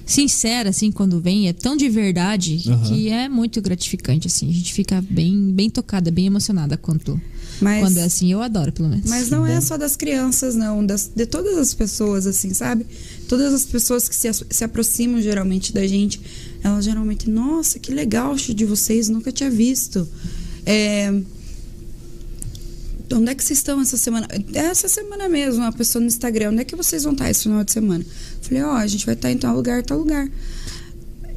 S3: Sincera, assim, quando vem, é tão de verdade
S1: Aham.
S3: que é muito gratificante, assim. A gente fica bem, bem tocada, bem emocionada quanto,
S5: Mas-
S3: quando é assim. Eu adoro, pelo menos.
S5: Mas não é só das crianças, não. Das, de todas as pessoas, assim, sabe? Todas as pessoas que se, as- se aproximam geralmente da gente, elas geralmente, nossa, que legal o show de vocês, nunca tinha visto. É, Onde é que vocês estão essa semana? É Essa semana mesmo, uma pessoa no Instagram, onde é que vocês vão estar esse final de semana? Falei, ó, a gente vai estar em tal lugar, tal lugar.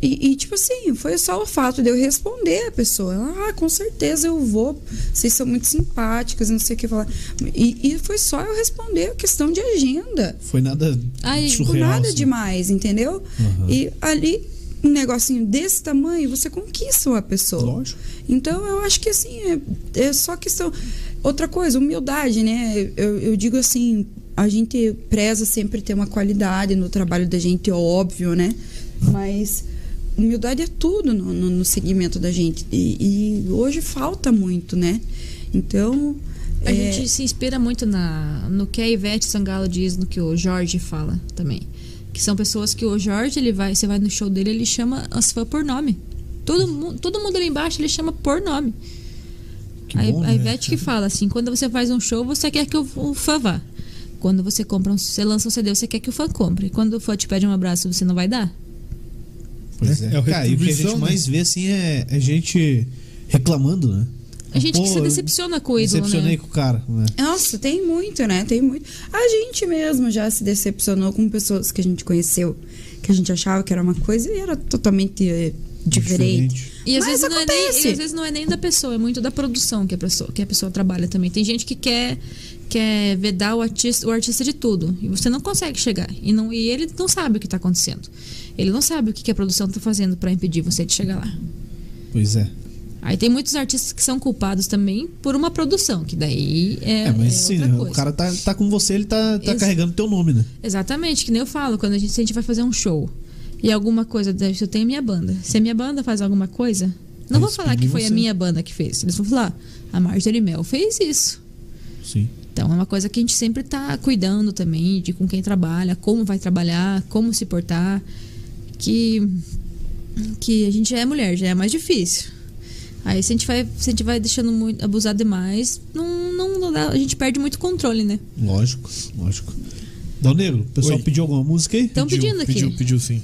S5: E, e, tipo assim, foi só o fato de eu responder a pessoa. Ela, ah, com certeza eu vou. Vocês são muito simpáticas, não sei o que falar. E, e foi só eu responder a questão de agenda.
S1: Foi nada
S3: Ai, tipo,
S5: Tipo,
S1: surreal.
S5: nada
S1: assim. Uhum.
S5: demais, entendeu?
S1: Aham.
S5: E ali, um negocinho desse tamanho, você conquista uma pessoa.
S1: Lógico.
S5: Então, eu acho que assim, é, é só questão. Outra coisa, humildade, né? Eu, eu digo assim, a gente preza sempre ter uma qualidade no trabalho da gente, óbvio, né? Mas humildade é tudo no, no, no segmento da gente. E, e hoje falta muito, né? Então.
S3: A
S5: é,
S3: gente se inspira muito na, no que a Ivete Sangalo diz, no que o Jorge fala também. Que são pessoas que o Jorge, ele vai, você vai no show dele, ele chama as fãs por nome. Todo, mu- todo mundo ali embaixo ele chama por nome.
S1: Que
S3: a,
S1: bom,
S3: a
S1: né?
S3: Ivete que fala assim: quando você faz um show, você quer que o, o fã vá. Quando você compra um, você lança um CD, você quer que o fã compre. Quando o fã te pede um abraço, você não vai dar?
S1: Pois é.
S2: É, é o
S1: Cara, e o que a gente
S2: retribuição, né?
S1: mais vê, assim, é, é gente reclamando, né?
S3: A gente
S1: Pô,
S3: que se
S1: eu
S3: decepciona com o ídolo,
S1: Decepcionei
S3: né?
S1: com o cara, né?
S5: Nossa, tem muito, né? Tem muito. A gente mesmo já se decepcionou com pessoas que a gente conheceu, que a gente achava que era uma coisa e era totalmente eh, diferente.
S3: E às,
S5: Mas
S3: vezes não é
S5: acontece.
S3: nem, e às vezes não é nem da pessoa, é muito da produção que a pessoa, que a pessoa trabalha também. Tem gente que quer, quer vedar o artista, o artista de tudo. E você não consegue chegar. E, não, e ele não sabe o que está acontecendo. Ele não sabe o que, que a produção está fazendo para impedir você de chegar lá.
S1: Pois é.
S3: Aí tem muitos artistas que são culpados também por uma produção, que daí é,
S1: É, mas
S3: é
S1: sim,
S3: outra
S1: né?
S3: coisa.
S1: o cara tá, tá com você, ele tá, tá
S3: Ex-
S1: carregando teu nome, né?
S3: Exatamente, que nem eu falo, quando a gente, se a gente vai fazer um show e alguma coisa, deve- eu tenho a minha banda. Se a minha banda faz alguma coisa, não vou
S1: Eles
S3: falar que
S1: pedem
S3: foi a
S1: você.
S3: minha banda que fez. Eles vão falar, "Ah, a Marjorie Mel fez isso.
S1: Sim.
S3: Então é uma coisa que a gente sempre tá cuidando também de com quem trabalha, como vai trabalhar, como se portar. Que, que a gente já é mulher, já é mais difícil. Aí se a gente vai, se a gente vai deixando muito, abusar demais, não, não, não dá- a gente perde muito controle, né?
S1: Lógico, lógico. Dal Negro, o pessoal
S2: Oi.
S1: pediu alguma música aí?
S5: tá
S3: Então- Tão pedindo aqui.
S2: Pediu, pediu sim.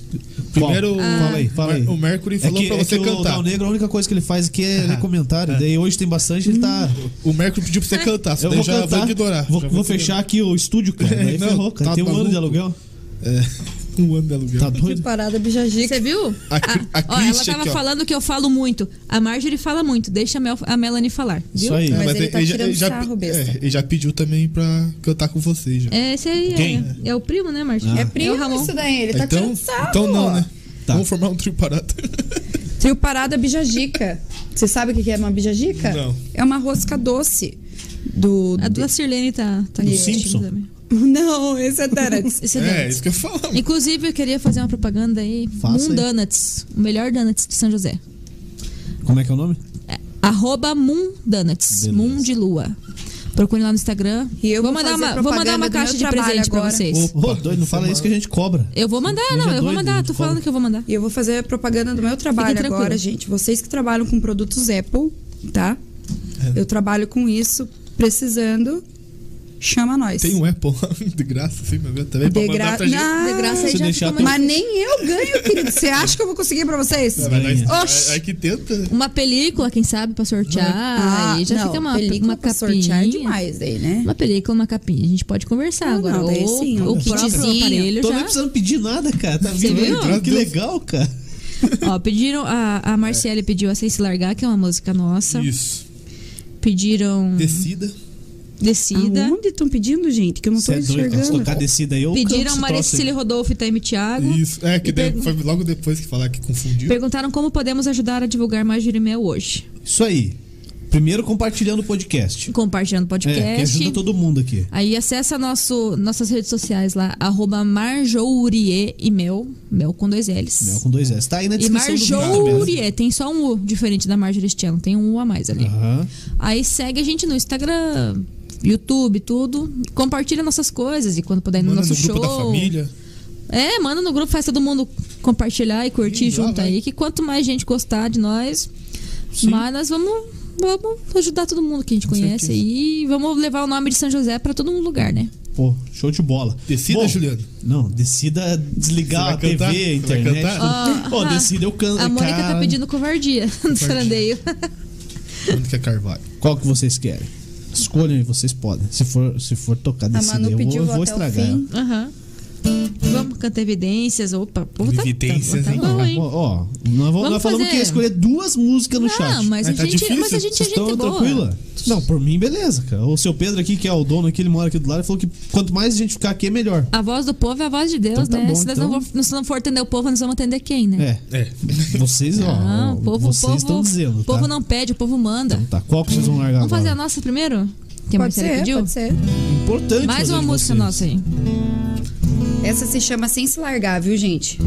S1: Qual?
S2: Primeiro,
S5: Ah.
S1: fala aí, fala aí.
S2: o Mercury falou pra você
S1: é que O
S2: cantar.
S1: Dal Negro, a única coisa que ele faz aqui é ler comentário. Daí hoje tem bastante, ele tá.
S2: O Mercury pediu pra você cantar, só
S1: Eu
S2: daí
S1: vou
S2: já
S1: cantar.
S2: vou ignorar.
S1: Vou,
S2: Já
S1: vou fechar aqui o estúdio, cara. Daí
S2: Não,
S1: ferrou, cara.
S2: tá
S1: tem um ano de
S2: maluco.
S1: aluguel.
S2: ignorar. Um ano de aluguel.
S1: Tá doido?
S5: Parada bijagica.
S3: Você viu? Ah,
S2: A Cri- a
S3: ó, ela
S2: Christian
S3: tava
S2: aqui, ó.
S3: falando que eu falo muito. A Marjorie fala muito. Deixa a, Mel- a Melanie falar.
S1: Isso aí.
S5: Mas ele
S2: é-
S5: tá tirando sarro,
S2: pe-
S5: besta.
S2: é, ele já pediu também pra cantar com vocês. Já.
S3: É, esse aí
S1: Quem?
S3: é, é o primo, né, Marjorie?
S1: Ah. É
S5: Primo,
S3: o Ramon.
S5: isso daí, ele tá
S2: então,
S5: tirando sarro. Tá
S2: então não, né?
S1: Tá.
S2: Vamos formar um trio parado.
S5: Trio Parada Bijagica. Você sabe o que que é uma bijagica?
S2: Não.
S5: É uma rosca doce. Do.
S3: A
S5: de-
S3: Dua Sirlene tá, tá
S1: Do
S3: assistindo
S1: Simpson?
S3: também.
S5: Não, esse é Donuts.
S3: Esse é
S2: É,
S3: Donuts.
S2: isso que eu falo. mano.
S3: Inclusive, eu queria fazer uma propaganda aí.
S1: Faça
S3: Moon
S1: aí.
S3: Donuts. O melhor Donuts de São José.
S1: Como é que é o nome?
S3: É, arroba Moon Donuts.
S1: Beleza.
S3: Moon de lua. Procure lá no Instagram.
S5: E eu
S3: vou,
S5: vou
S3: mandar
S5: fazer
S3: uma, vou mandar
S5: propaganda
S3: uma
S5: do
S3: caixa de
S5: meu trabalho
S3: presente pra
S5: agora.
S3: vocês.
S1: Ô, ô, doido, não fala isso que a gente cobra.
S3: Eu vou mandar,
S1: Ninja
S3: não, eu vou
S1: é doido,
S3: mandar.
S1: ninja
S3: Tô falando
S1: cobra.
S3: que eu vou mandar.
S5: E eu vou fazer propaganda do meu trabalho
S3: tranquilo.
S5: agora, gente. Vocês que trabalham com
S1: É.
S5: produtos Apple, tá? Eu trabalho com isso, precisando. chama nós.
S2: Tem um Apple de graça, assim, mas também pra
S5: De,
S2: mandar
S5: gra...
S2: pra gente.
S5: Ah,
S3: De graça aí
S1: Se
S3: já
S1: deixar,
S3: fica
S1: tem-
S3: mais...
S5: Mas nem eu ganho, querido. Você acha que eu vou conseguir pra vocês?
S2: Ah, mas nós-
S5: Oxi.
S2: é- é que tenta. né?
S3: Uma película, quem sabe, pra sortear. Ah, aí já fica uma,
S5: Ah, película
S3: uma
S5: pra
S3: capinha.
S5: sortear é demais daí, né?
S3: Uma película, uma capinha. A gente pode conversar
S5: Ah, não,
S3: agora.
S5: daí
S3: ou
S5: sim,
S3: o
S5: olha só.
S3: próprio aparelho
S1: Tô
S3: já.
S1: nem precisando pedir nada, cara. Tá
S3: Você
S1: vindo aí,
S3: viu?
S1: cara, Que
S2: Deus.
S1: legal, cara.
S3: Ó, pediram. A, a Marciele pediu a Sei Se Largar, que é uma música nossa.
S2: Isso.
S3: Pediram
S2: Descida.
S1: Ah, um
S3: Descida.
S5: Aonde estão pedindo, gente? Que eu não tô
S1: Cê é doido. Vamos
S5: enxergando.
S1: tocar descida aí. eu canto
S3: Pediram
S1: esse
S3: Maria
S1: troço aí.
S3: Cecília Rodolfo e Taime Thiago.
S2: Isso. É, que
S3: E
S2: daí
S3: pergun-
S2: foi logo depois que falar que confundiu.
S3: Perguntaram como podemos ajudar a divulgar mais Jurimel hoje.
S1: Isso aí. Primeiro compartilhando o podcast.
S3: Compartilhando o podcast.
S1: É, que ajuda todo mundo aqui.
S3: Aí acessa nosso, nossas redes sociais lá, arroba Marjourie e Mel, Mel com dois L's.
S1: Mel com dois S. Tá aí na
S3: e
S1: descrição do programa.
S3: Marjourie, tem só um U, diferente da Marjorie Stiano, tem um U a mais ali.
S1: Aham.
S3: Aí segue a gente no Instagram, YouTube, tudo. Compartilha nossas coisas e quando puder ir no
S2: Manda
S3: nosso
S2: no
S3: show.
S2: grupo da família.
S3: É, manda no grupo, faz todo mundo compartilhar e curtir
S2: Ih, já
S3: junto
S2: vai.
S3: aí, que quanto mais gente gostar de nós,
S2: Sim.
S3: mais nós vamos, vamos ajudar todo mundo que a gente conhece
S2: certeza.
S3: aí e vamos levar o nome de São José pra todo lugar, né?
S1: Pô, show de bola.
S2: Decida,
S1: Bom,
S2: Juliano.
S1: Não, decida desligar a TV,
S2: Você vai cantar?
S1: a
S2: Você vai
S1: internet.
S2: cantar?
S1: Pô, decida, eu canto.
S3: Ah. A Mônica tá
S1: cara.
S3: pedindo covardia no sarandeio.
S2: Onde que é Carvalho?
S1: Qual que vocês querem? Escolhem, vocês podem. Se for, se for tocar
S5: A
S1: decida,
S5: Manu
S1: eu vou,
S5: pediu
S1: eu vou
S5: até o
S1: estragar.
S5: fim.
S3: Aham. Vamos cantar evidências. Opa, o povo tá,
S2: Evidências,
S3: tá, tá
S2: hein?
S3: bom,
S1: ela.
S3: hein?
S1: Ó, ó, nós, vamos, nós falamos
S3: fazer-
S1: que ia escolher duas músicas no chat.
S3: Não, mas a
S2: Mas tá
S3: gente,
S2: difícil.
S3: mas a gente é
S1: Vocês
S3: gente
S1: estão
S3: boa.
S1: tranquila? Não, por mim, beleza, cara. O seu Pedro aqui, que é o dono aqui, ele mora aqui do lado, ele falou que quanto mais a gente ficar aqui, é melhor.
S3: A voz do povo é a voz de Deus,
S1: Então tá
S3: né?
S1: bom,
S3: se, nós não
S1: então.
S3: vamos- se não for atender o povo, nós vamos atender quem, né?
S1: É.
S2: É.
S1: Vocês, ó.
S3: Ah, o povo, o
S1: vocês
S3: povo,
S1: estão dizendo.
S3: o povo
S1: tá?
S3: não pede, o povo manda.
S1: Tá, qual que vocês vão largar
S3: Vamos fazer a
S1: agora?
S3: nossa primeiro? Que a
S5: Pode
S3: Marcela
S5: ser,
S3: pediu?
S5: pode ser.
S1: Importante
S3: Mais
S1: fazer
S3: uma
S1: de
S3: música
S1: vocês.
S3: nossa aí.
S5: Essa se chama Sem Se Largar, viu, gente?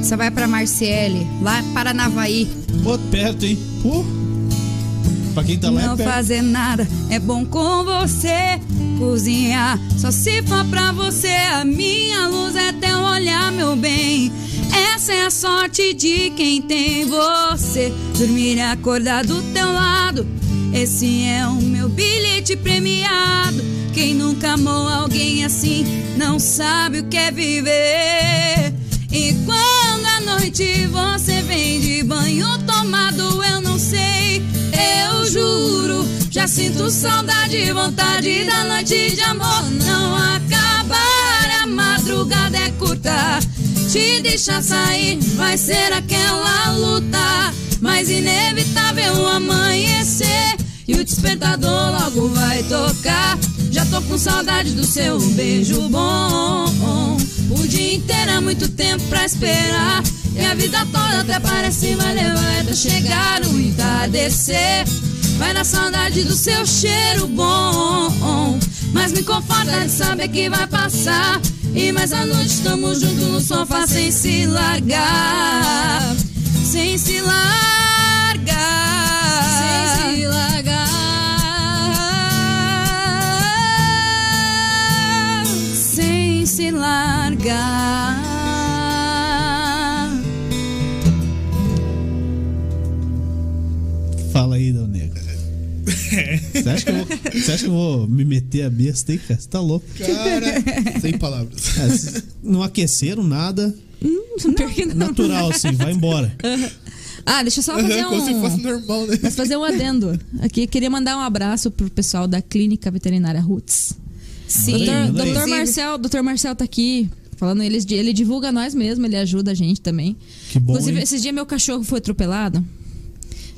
S5: Essa vai pra Marciele, lá em Paranavaí.
S1: Pô, perto, hein? Pô. Pra quem tá lá
S5: não
S1: é perto.
S5: fazer nada é bom com você. Cozinhar só se for pra você. A minha luz é teu olhar, meu bem. Essa é a sorte de quem tem você. Dormir e acordar do teu lado. Esse é o meu bilhete premiado. Quem nunca amou alguém assim não sabe o que é viver. E quando à noite você vem de banho tomado, eu não sei, eu juro. Já sinto saudade, vontade da noite de amor não acabar. A madrugada é curta, te deixar sair vai ser aquela luta. Mas inevitável o amanhecer e o despertador logo vai tocar. Já tô com saudade do seu beijo bom. O dia inteiro é muito tempo pra esperar. E a vida toda até parece vai levar até chegar o entardecer. Vai na saudade do seu cheiro bom. Mas me conforta de saber que vai passar. E mais à noite estamos juntos no sofá sem se largar. Sem se largar. Sem se largar. Sem se largar.
S1: Fala aí, Dão Negro. Você acha, que eu vou, você acha que eu vou me meter a besta aí, cara? Você tá louco?
S2: Cara, sem palavras.
S1: Cara, vocês não aqueceram nada.
S3: Pior que não.
S1: Natural, assim, vai embora.
S3: Ah, deixa eu só fazer
S2: É, Como se fosse
S3: um.
S2: normal, né?
S3: Mas fazer um adendo. Aqui queria mandar um abraço pro pessoal da Clínica Veterinária Roots.
S5: Sim,
S1: Manda aí, manda aí.
S3: Doutor Marcel, doutor Marcel tá aqui falando, ele, ele divulga nós mesmo, ele ajuda a gente também.
S1: Que bom,
S3: Inclusive,
S1: hein?
S3: esses dias meu cachorro foi atropelado.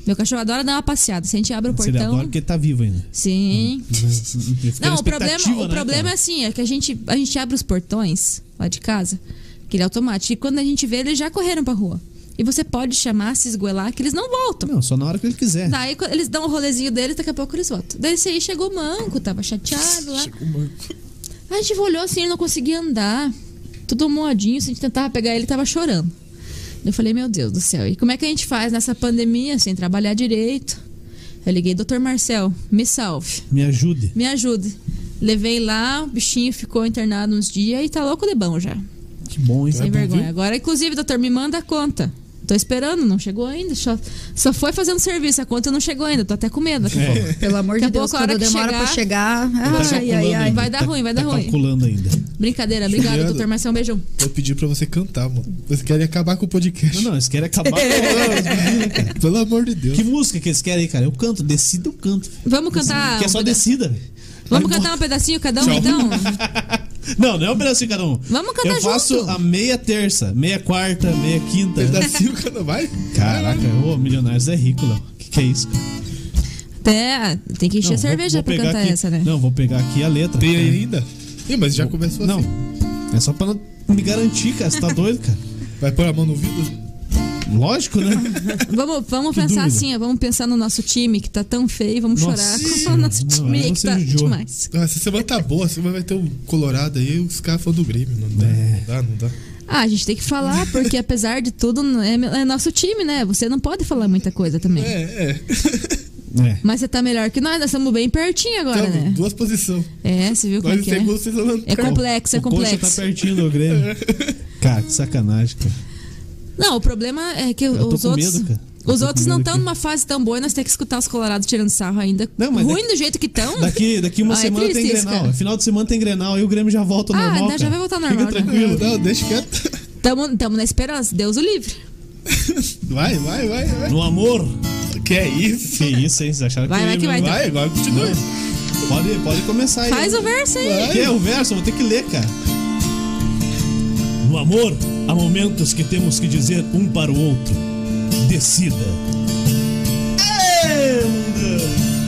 S3: Meu cachorro adora dar uma passeada. Se a gente abre o
S1: Você
S3: portão.
S1: adora porque tá vivo ainda.
S3: Sim.
S1: Fica na
S3: Não, o problema,
S1: expectativa,
S3: o
S1: né,
S3: problema é
S1: cara?
S3: assim, é que a gente, a gente abre os portões lá de casa, que ele é automático, e quando a gente vê, eles já correram pra rua. E você pode chamar, se esgoelar, que eles não voltam.
S1: Não, só na hora que ele quiser.
S3: Daí quando eles dão o rolezinho deles, daqui a pouco eles voltam. Daí esse aí chegou manco, tava chateado lá.
S2: Chegou uma-
S3: Aí a gente olhou assim, ele não conseguia andar. Tudo moadinho, se a gente tentava pegar ele, tava chorando. Eu falei, meu Deus do céu, e como é que a gente faz nessa pandemia sem trabalhar direito? Eu liguei, doutor Marcel, me salve,
S1: Me ajude.
S3: me ajude. Levei lá, o bichinho ficou internado uns dias e tá louco de bom já.
S1: Que bom, hein?
S3: sem
S2: bom,
S3: vergonha.
S2: viu?
S3: Agora, inclusive, doutor, me manda a conta. Tô esperando, não chegou ainda. Só, só foi fazendo serviço, a conta não chegou ainda. Tô até com medo daqui a pouco.
S5: Pelo amor
S3: Daqui
S5: de
S3: a
S5: Deus,
S3: pouco, a hora
S5: quando
S3: que
S5: demora pra chegar.
S1: Tá
S5: Ai, ai, ai.
S3: Vai dar ruim, vai dar ruim.
S1: Calculando ainda.
S3: Brincadeira, obrigada,
S2: Juliana.
S3: doutor Marcelo. Um beijão.
S2: Eu pedi pra você cantar, mano. Vocês querem acabar com o podcast.
S1: Não, não, eles querem acabar com
S2: Pelo amor de Deus.
S1: Que música que eles querem aí, cara? Eu canto, decida, eu canto.
S3: Vamos cantar.
S1: que é
S3: um
S1: só
S3: peda-
S1: descida.
S3: Vamos cantar um pedacinho cada um,
S2: Tchau.
S3: então?
S1: Não, não é um pedacinho cada um.
S3: Vamos cantar
S1: Eu faço
S3: junto.
S1: a meia terça, meia quarta, meia quinta.
S2: Pedacinho que não vai?
S1: Caraca, ô, Milionários é rico, Léo. Que que é isso? cara?
S3: Até, É, tem que encher
S1: Não,
S3: a cerveja
S1: vou- vou
S3: pra
S1: pegar
S3: cantar
S1: aqui-
S3: essa, né?
S1: Não, vou pegar aqui a letra.
S2: Tem aí ainda? Ih, mas já começou
S1: Não,
S2: assim.
S1: é só pra não me garantir, cara. Você tá doido, cara?
S2: Vai pôr a mão no vidro?
S1: Lógico, né?
S3: Vamos, vamos pensar
S1: dúvida.
S3: assim, ó, vamos pensar no nosso time que tá tão feio, vamos
S1: Nossa.
S3: chorar com o nosso
S1: Não,
S3: time
S1: aí
S3: que
S1: você
S3: tá
S1: judiou.
S3: demais.
S2: Ah, Essa semana tá boa, essa semana vai ter um Colorado aí, os caras falam do Grêmio. Não dá,
S1: É.
S2: não dá, não dá.
S3: Ah, a gente tem que falar, porque apesar de tudo, é, é nosso time, né? Você não pode falar muita coisa também.
S2: É, é.
S1: É.
S3: Mas você tá melhor que nós, nós estamos bem pertinho agora,
S2: Tamo,
S3: né?
S2: duas posições.
S3: É, você viu como é
S2: Nós
S3: que é?
S2: temos vocês na
S3: É
S2: lanterna.
S3: complexo, é
S1: o Coxa tá
S3: complexo.
S1: pertinho do Grêmio. Cara, que sacanagem, cara.
S3: Não, o problema é que
S1: Eu tô
S3: os
S1: com
S3: outros.
S1: medo, cara. Eu
S3: Os
S1: tô
S3: outros
S1: com
S3: não
S1: medo
S3: estão
S1: aqui.
S3: numa fase tão boa e nós temos que escutar os colorados tirando sarro ainda.
S1: Não, mas
S3: Ruim
S1: daqui-
S3: do jeito que estão.
S1: Daqui, daqui uma
S3: Ah, é
S1: semana
S3: triste
S1: tem
S3: isso,
S1: Grenal.
S3: cara.
S1: Final de semana tem Grenal. Aí o Grêmio já volta ao
S3: Ah,
S1: normal.
S3: já
S1: cara.
S3: vai voltar ao normal,
S1: Fica
S3: né?
S1: tranquilo.
S2: Não, deixa quieto.
S1: é.
S3: Tamo, tamo na esperança, Deus o livre.
S2: Vai, vai, vai, vai.
S1: No amor.
S2: Que é isso?
S1: Que isso, hein? Vocês acharam
S3: Vai,
S1: que...
S3: vai que vai, então.
S2: Vai, vai, continua.
S1: Pode, pode começar aí.
S3: Faz o verso aí.
S1: Que é o verso? Eu Vou ter que ler, cara. No amor, há momentos que temos que dizer um para o outro. Decida. Ê, mundo!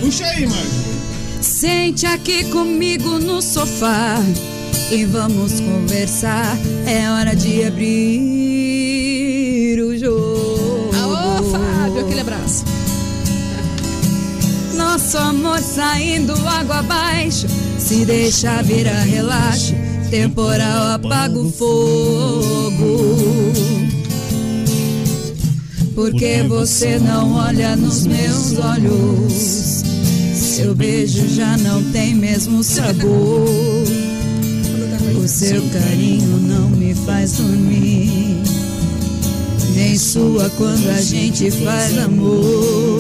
S1: Puxa aí, Marcos.
S5: Sente aqui comigo no sofá e vamos conversar. É hora de abrir o jogo.
S3: Alô, Fábio, aquele abraço.
S5: Nosso amor saindo água abaixo. Se deixa virar relaxo. Temporal apaga o fogo. Porque você não olha nos meus olhos. Seu beijo já não tem mesmo sabor. O seu carinho não me faz dormir. Nem sua quando a gente faz amor.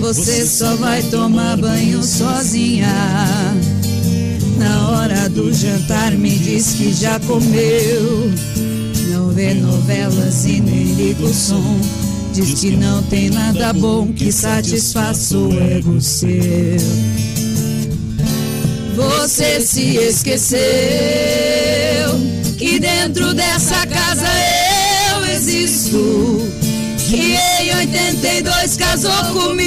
S5: Você só vai tomar banho sozinha. Na hora do jantar me diz que já comeu. Não vê novelas e nem liga o som. Diz que não tem nada bom que satisfaça o ego seu. Você se esqueceu que dentro dessa casa eu existo. Que em 82 casou comigo.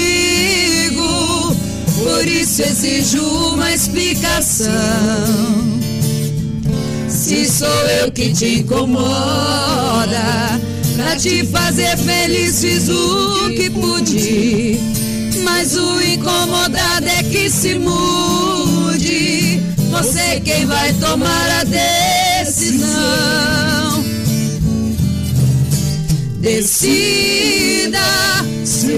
S5: Por isso exijo uma explicação. Se sou eu que te incomoda, pra te fazer feliz fiz o que pude. Mas o incomodado é que se mude. Você quem vai tomar a decisão. Decida se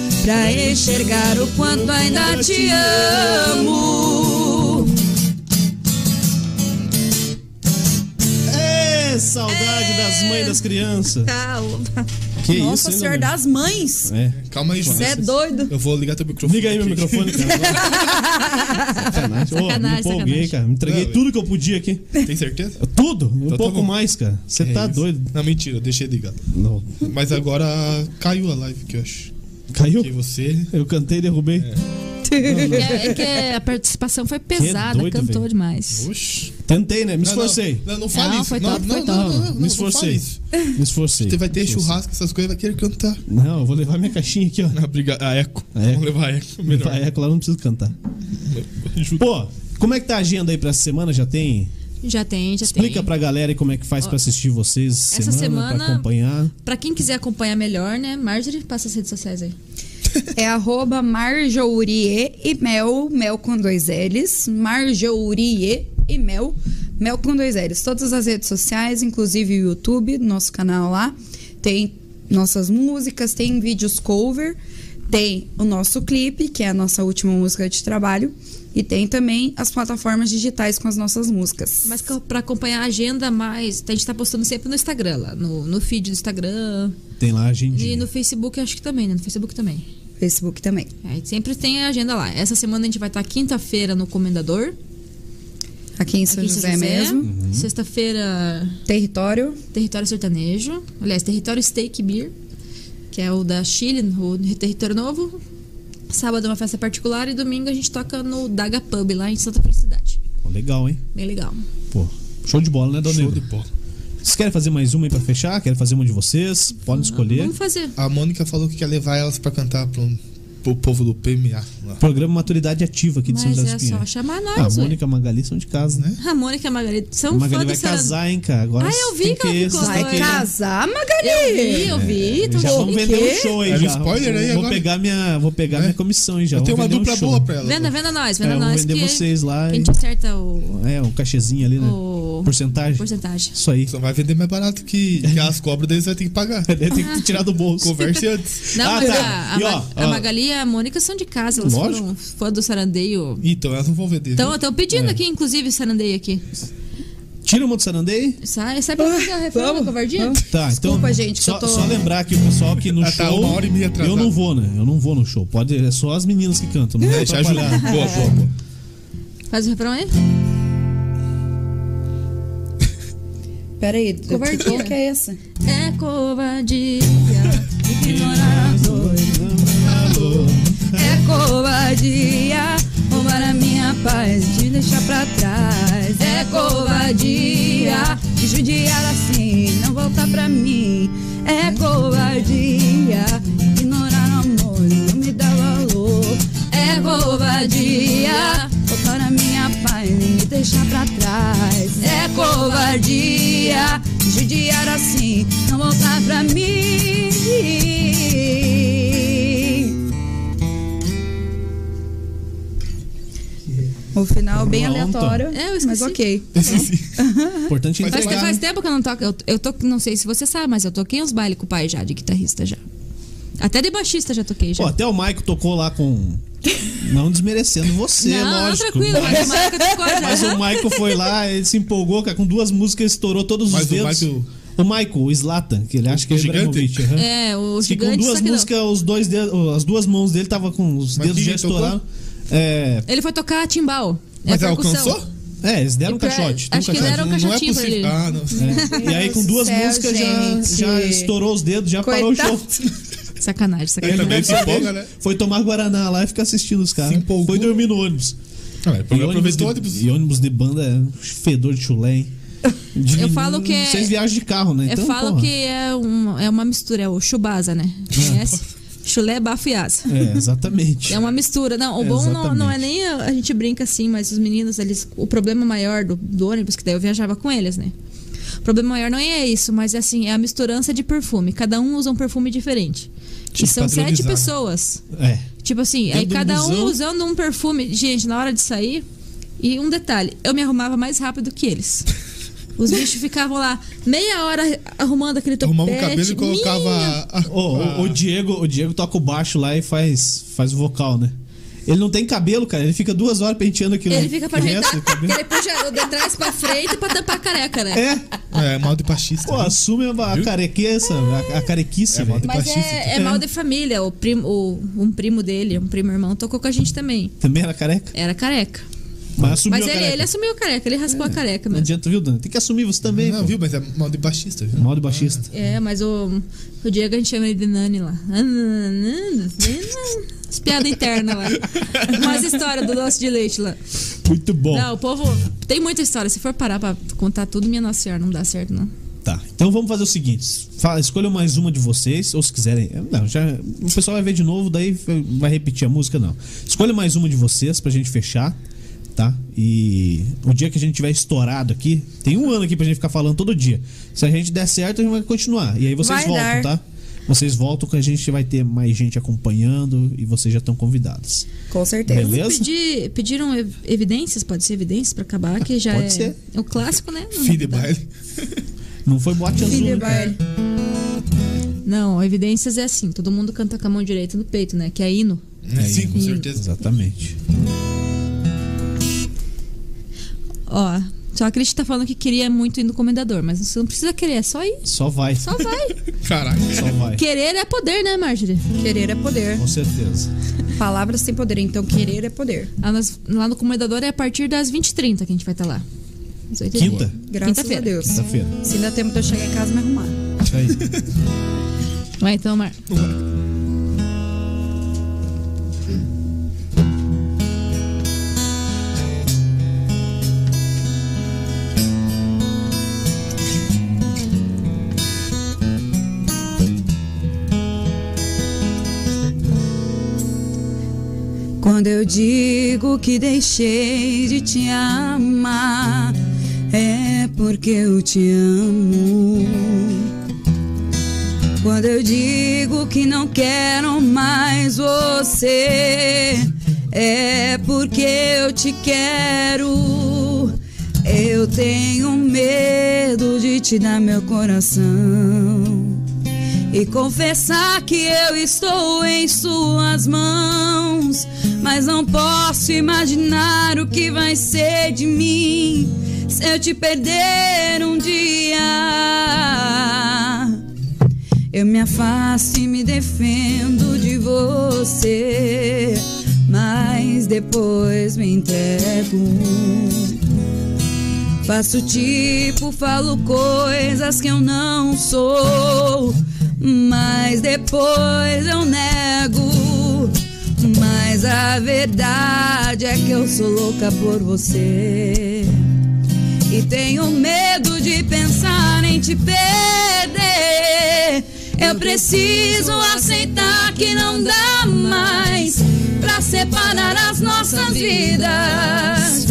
S5: pra enxergar o quanto ainda te amo.
S1: Ê, É, saudade
S3: É.
S1: das mães das crianças. Que isso, hein, Leonardo?
S5: mães!
S1: É.
S2: Calma aí, João.
S5: doido!
S2: Eu vou ligar teu microfone.
S1: Liga aí meu
S2: aqui.
S1: microfone, cara. sacanagem. Ô, me empolguei,
S3: Sacanagem, sacanagem.
S1: cara. Me entreguei
S2: Não,
S1: tudo que eu podia aqui.
S2: Tem certeza?
S1: Tudo, um
S2: tá
S1: pouco
S2: bom.
S1: mais, cara. Você
S2: É
S1: tá
S2: isso.
S1: doido.
S2: Não, mentira, eu deixei ligado.
S1: Não.
S2: Mas agora caiu a live que eu acho.
S1: Caiu?
S2: Que você.
S1: Eu cantei e derrubei.
S3: É, é que a participação foi pesada,
S1: doido,
S3: cantou
S1: velho.
S3: demais.
S2: Oxi.
S1: Tentei, né? Me
S2: Não, não,
S1: esforcei.
S2: Não, não, fale
S3: Não,
S2: isso.
S3: foi
S2: não,
S3: top,
S2: não,
S3: foi
S2: não,
S3: top.
S2: não, não,
S1: tá, Me
S2: não, não fale
S1: esforcei.
S2: isso.
S1: Me esforcei.
S2: Você vai ter
S1: Me esforcei.
S2: churrasco, essas coisas, vai querer cantar.
S1: Não, eu vou levar minha caixinha aqui, ó.
S2: Não, obrigado. A eco.
S1: A eco.
S2: Vamos levar a eco. Melhor.
S1: Ah, é? Levar eco lá, não preciso cantar.
S2: Juro.
S1: Pô, como é que tá a agenda aí pra essa semana? Já tem?
S3: Já tem, já
S1: Explica
S3: tem.
S1: pra galera aí como é que faz pra assistir vocês semana,
S3: Essa
S1: pra
S3: semana-
S1: acompanhar.
S3: Pra quem quiser acompanhar melhor, né? Marjorie, passa as redes sociais aí.
S5: É arroba Marjourie e Mel, Mel com dois L's. Marjourie e Mel, Mel com dois L's. Todas as redes sociais, inclusive o YouTube, nosso canal lá. Tem nossas músicas, tem vídeos cover, tem o nosso clipe, que é a nossa última música de trabalho. E tem também as plataformas digitais com as nossas músicas.
S3: Mas co- pra acompanhar a agenda mais, a gente tá postando sempre no Instagram, lá, no, no feed do Instagram.
S1: Tem lá a
S3: E
S1: agendinha.
S3: no Facebook acho que também, né? No Facebook também.
S5: Facebook também.
S3: É, sempre tem a agenda lá. Essa semana a gente vai estar quinta-feira no Comendador.
S5: Aqui em São,
S3: aqui em
S5: José, mesmo.
S1: Uhum.
S3: Sexta-feira,
S5: Território.
S3: Território Sertanejo. Aliás, Território Steak Beer, que é o da Chile, o Território Novo. Sábado é uma festa particular e domingo a gente toca no Daga Pub, lá em Santa Felicidade.
S1: Pô, legal, hein?
S3: Bem legal.
S1: Pô, show de bola, né, Dona
S2: Show
S1: Negra?
S2: de bola.
S1: Vocês querem fazer mais uma aí pra fechar? Querem fazer uma de vocês? Podem escolher.
S3: Vamos fazer.
S2: A Mônica falou que quer levar elas pra cantar pro, pro povo do PMA. Lá.
S1: Programa Maturidade Ativa aqui de São
S3: Mas
S1: José
S3: é
S1: dos
S3: só
S1: Pinheiros.
S3: chamar
S1: Ah,
S3: nós, ué.
S1: Mônica e a Magali são de casa, né?
S3: A Mônica e a Margarida são
S1: A Magali
S3: fã
S1: vai
S3: do Sarah-
S1: casar, hein, cara? Agora
S3: Ah, eu vi
S1: tem
S3: que ela
S1: vocês
S3: ficou-
S1: têm
S5: Vai
S3: Vai
S5: casar, Magali?
S3: Eu vi, eu vi. Então, tu
S1: Já
S3: viu?
S1: vamos
S3: Que-
S1: vender um show aí,
S2: É um
S1: já.
S2: spoiler aí
S1: vou
S2: agora.
S1: pegar minha, vou pegar
S2: Né?
S1: minha comissão aí já.
S2: Eu
S1: Vou
S2: tenho uma
S1: vender um
S2: dupla
S1: show.
S2: boa pra elas. né?
S3: Venda, venda nós, venda
S1: É, eu vou
S3: nós.
S1: vender
S3: que
S1: vocês lá,
S3: A
S1: hein?
S3: gente acerta o
S1: É, um cachezinho ali, né?
S3: O-
S1: Porcentagem.
S3: porcentagem.
S1: Isso aí.
S2: Só vai vender mais barato que, que as cobras deles vai ter que pagar.
S1: Tem que tirar do bolso.
S2: Converse antes.
S3: Não,
S1: Ah,
S3: mas
S1: tá.
S3: a, a
S1: E, ó,
S3: Ma- a
S1: ó.
S3: Magali e a Mônica são de casa, elas
S1: Lógico. Uhum.
S3: foram fã do Sarandeio.
S2: Então, elas não vão vender.
S3: Então,
S2: viu?
S3: estão pedindo
S1: É.
S3: aqui, inclusive, Sarandeio aqui.
S1: Tira uma do Sarandei.
S3: Sai, sabe
S1: Ah,
S3: por que a reforma da né, covardia?
S1: Tá, então.
S5: Desculpa, gente, que
S1: Só,
S5: eu tô-
S1: só lembrar aqui o pessoal que no
S2: Ah, tá,
S1: show.
S2: uma hora e meia atrasado.
S1: eu não vou, né? Eu não vou no show. Pode, é só as meninas que cantam. Não
S2: É,
S1: vai
S2: te ajuda.
S1: atrapalhar.
S2: Boa, boa, boa.
S3: Faz o refrão aí?
S5: Peraí,
S3: Covardia.
S5: qual que é essa?
S3: É covardia, ignorar as dores.
S5: É covardia roubar a minha paz, te deixar pra trás. É covardia te judiar assim, não voltar pra mim. É covardia ignorar o amor, não me dar valor. É covardia roubar a minha paz, me deixar pra trás. É covardia te judiar assim, não voltar pra mim. O final bem
S1: Pronto.
S5: aleatório,
S3: É, eu
S5: mas
S3: esqueci.
S5: ok.
S1: Importante é
S2: Mas
S3: Faz,
S1: entrar.
S3: te-
S2: Claro.
S3: faz tempo que eu não toco. Eu, eu toco, não sei se você sabe, mas eu toquei uns bailes com o pai já, de guitarrista já. Até de baixista já toquei já.
S1: Pô, até o Maico tocou lá com. um, Não desmerecendo você,
S3: não, não,
S1: lógico.
S3: tranquilo, mas o Maico tocou já.
S1: Mas o Maico foi lá, ele se empolgou, cara, com duas músicas, estourou todos
S2: Mas
S1: os
S2: o
S1: dedos.
S2: Maico-
S1: O Maico, o Slatan, que ele acha que é
S2: O gigante?
S1: Ibrahimovic. aham.
S3: É, o
S1: Diz que com
S3: gigante
S1: duas
S3: só que não.
S1: músicas, os dois dedos, as duas mãos dele tava com os
S2: Mas
S1: dedos
S2: quem
S1: já
S2: tocou?
S1: estourados. É,
S3: Ele foi tocar timbal. é
S2: Mas
S3: percussão.
S2: alcançou?
S1: é, eles deram um
S3: Pra-
S1: caixote. deu um
S3: acho que
S1: caixote.
S3: deram um
S2: Não- não é
S3: caixotinho pra
S2: possível.
S3: ele.
S2: Ah, não.
S1: E aí, com
S5: Meu
S1: duas
S5: Deus do
S1: músicas, já,
S5: céu,
S1: já
S5: gente.
S1: estourou os dedos, já parou o
S5: Coitado.
S1: show.
S3: Sacanagem,
S2: Ele
S3: sacanagem.
S2: também se empolga, né?
S1: Foi tomar Guaraná lá e ficar assistindo os caras.
S2: empolgou.
S1: Foi dormir no ônibus.
S2: Ah, mas
S1: E ônibus,
S2: Aproveitou
S1: de, e ônibus de banda é um fedor de chulé, hein? De
S3: Eu
S1: menino,
S3: falo que é-
S1: Vocês viajam de carro, né?
S3: Eu
S1: Então,
S3: falo
S1: porra.
S3: que é, um, é uma mistura, é o chubasa, né? Conhece? Chulé, bafo e asa.
S1: É, exatamente.
S3: É uma mistura. Não, o
S1: É,
S3: bom não, não é
S1: exatamente.
S3: nem a, a gente brinca assim, mas os meninos, eles. O problema maior do, do ônibus, que daí eu viajava com eles, né? O problema maior não é isso, mas é assim, é a misturança de perfume. Cada um usa um perfume diferente.
S2: Tinha que
S3: e são sete
S2: padronizar, né?
S3: pessoas.
S1: É.
S3: Tipo assim, aí
S1: do
S3: cada um
S1: busão.
S3: usando um perfume. Gente, na hora de sair. E um detalhe, eu me arrumava mais rápido que eles. Os bichos ficavam lá meia hora arrumando aquele topete.
S2: Arrumava o um cabelo e colocava.
S3: Minha
S2: a- a-
S1: Ô,
S2: a-
S1: o, o Diego, o Diego toca o baixo lá e faz, faz o vocal, né? Ele não tem cabelo, cara. Ele fica duas horas penteando
S2: né,
S1: aquilo.
S3: Ele fica pra
S1: O resto
S3: ajeitar,
S1: do cabelo.
S3: que ele puxa o de trás pra frente pra tampar a careca, né?
S1: É.
S2: tá É, mal de pachista.
S1: Pô,
S2: né?
S1: assume a, a
S2: Viu?
S1: carequiça, a, a carequice,
S2: É,
S1: velho.
S2: moda
S3: Mas é, é mal de família. O primo, o- um primo dele, um primo irmão, tocou com a gente também.
S1: Também era careca.
S3: Era careca.
S1: Mas assumiu
S3: Mas
S1: a
S3: ele,
S1: careca.
S3: ele assumiu a careca, ele raspou a
S2: É.
S3: careca
S1: Não
S3: mesmo.
S1: adianta, viu, Dan? Tem que assumir você também,
S2: Não,
S1: pô.
S2: viu? Mas é mal de baixista, viu?
S1: Mal de baixista.
S3: É, mas o, o Diego a gente chama ele de Nani lá. Ah, Nani, As piadas internas lá. Umas histórias do doce de leite lá.
S1: Muito bom.
S3: Não, o povo. Tem muita história. Se for parar pra contar tudo, minha Nossa Senhora, não dá certo, não.
S1: Tá, então vamos fazer o seguinte: Fala, escolham mais uma de vocês, ou se quiserem. eh, Não, já, o pessoal vai ver de novo, daí vai repetir a música, não. Escolha mais uma de vocês pra gente fechar, tá? E o dia que a gente tiver estourado aqui, tem um ano aqui pra gente ficar falando todo dia. Se a gente der certo, a gente vai continuar. E aí vocês
S5: Vai
S1: voltam,
S5: dar.
S1: tá? Vocês voltam que a gente vai ter mais gente acompanhando e vocês já estão convidados.
S5: Com certeza.
S1: Beleza.
S3: Pedi- pediram ev- evidências, pode ser evidências pra acabar, que já
S1: Pode
S3: é
S1: ser.
S3: o clássico, né? Não,
S2: Fim de
S3: dá.
S2: baile.
S1: Não foi bote azul.
S5: Filha
S1: né, cara?
S5: baile.
S3: Não, evidências é assim, todo mundo canta com a mão direita no peito, né? Que é hino.
S1: É,
S2: Sim, com
S1: e-
S2: certeza.
S1: Exatamente.
S3: Ó, só a Cris tá falando que queria muito ir no comendador, mas você não precisa querer, é só ir.
S1: Só vai. Só,
S3: Só vai.
S2: Caraca.
S1: vai.
S3: Querer é poder, né, Marjorie?
S5: Querer é poder.
S1: Com certeza.
S5: Palavras têm poder, então querer é poder.
S3: Ah, nós- Lá no comendador é a partir das 20h30 que a gente vai estar lá. Às oito e
S1: Quinta?
S3: meia.
S5: Graças a
S3: Quinta-feira.
S5: Deus.
S1: Quinta-feira. É
S5: Se ainda dá tempo de eu chegar em casa e me arrumar.
S1: Isso aí.
S3: Vai então, Mar.
S5: Quando eu digo que deixei de te amar, é porque eu te amo. Quando eu digo que não quero mais você, é porque eu te quero. Eu tenho medo de te dar meu coração e confessar que eu estou em suas mãos, mas não posso imaginar o que vai ser de mim se eu te perder um dia. Eu me afasto e me defendo de você, mas depois me entrego. Faço tipo, falo coisas que eu não sou, mas depois eu nego. Mas a verdade é que eu sou louca por você. E tenho medo de pensar em te perder. Eu preciso aceitar que não dá mais pra separar as nossas vidas.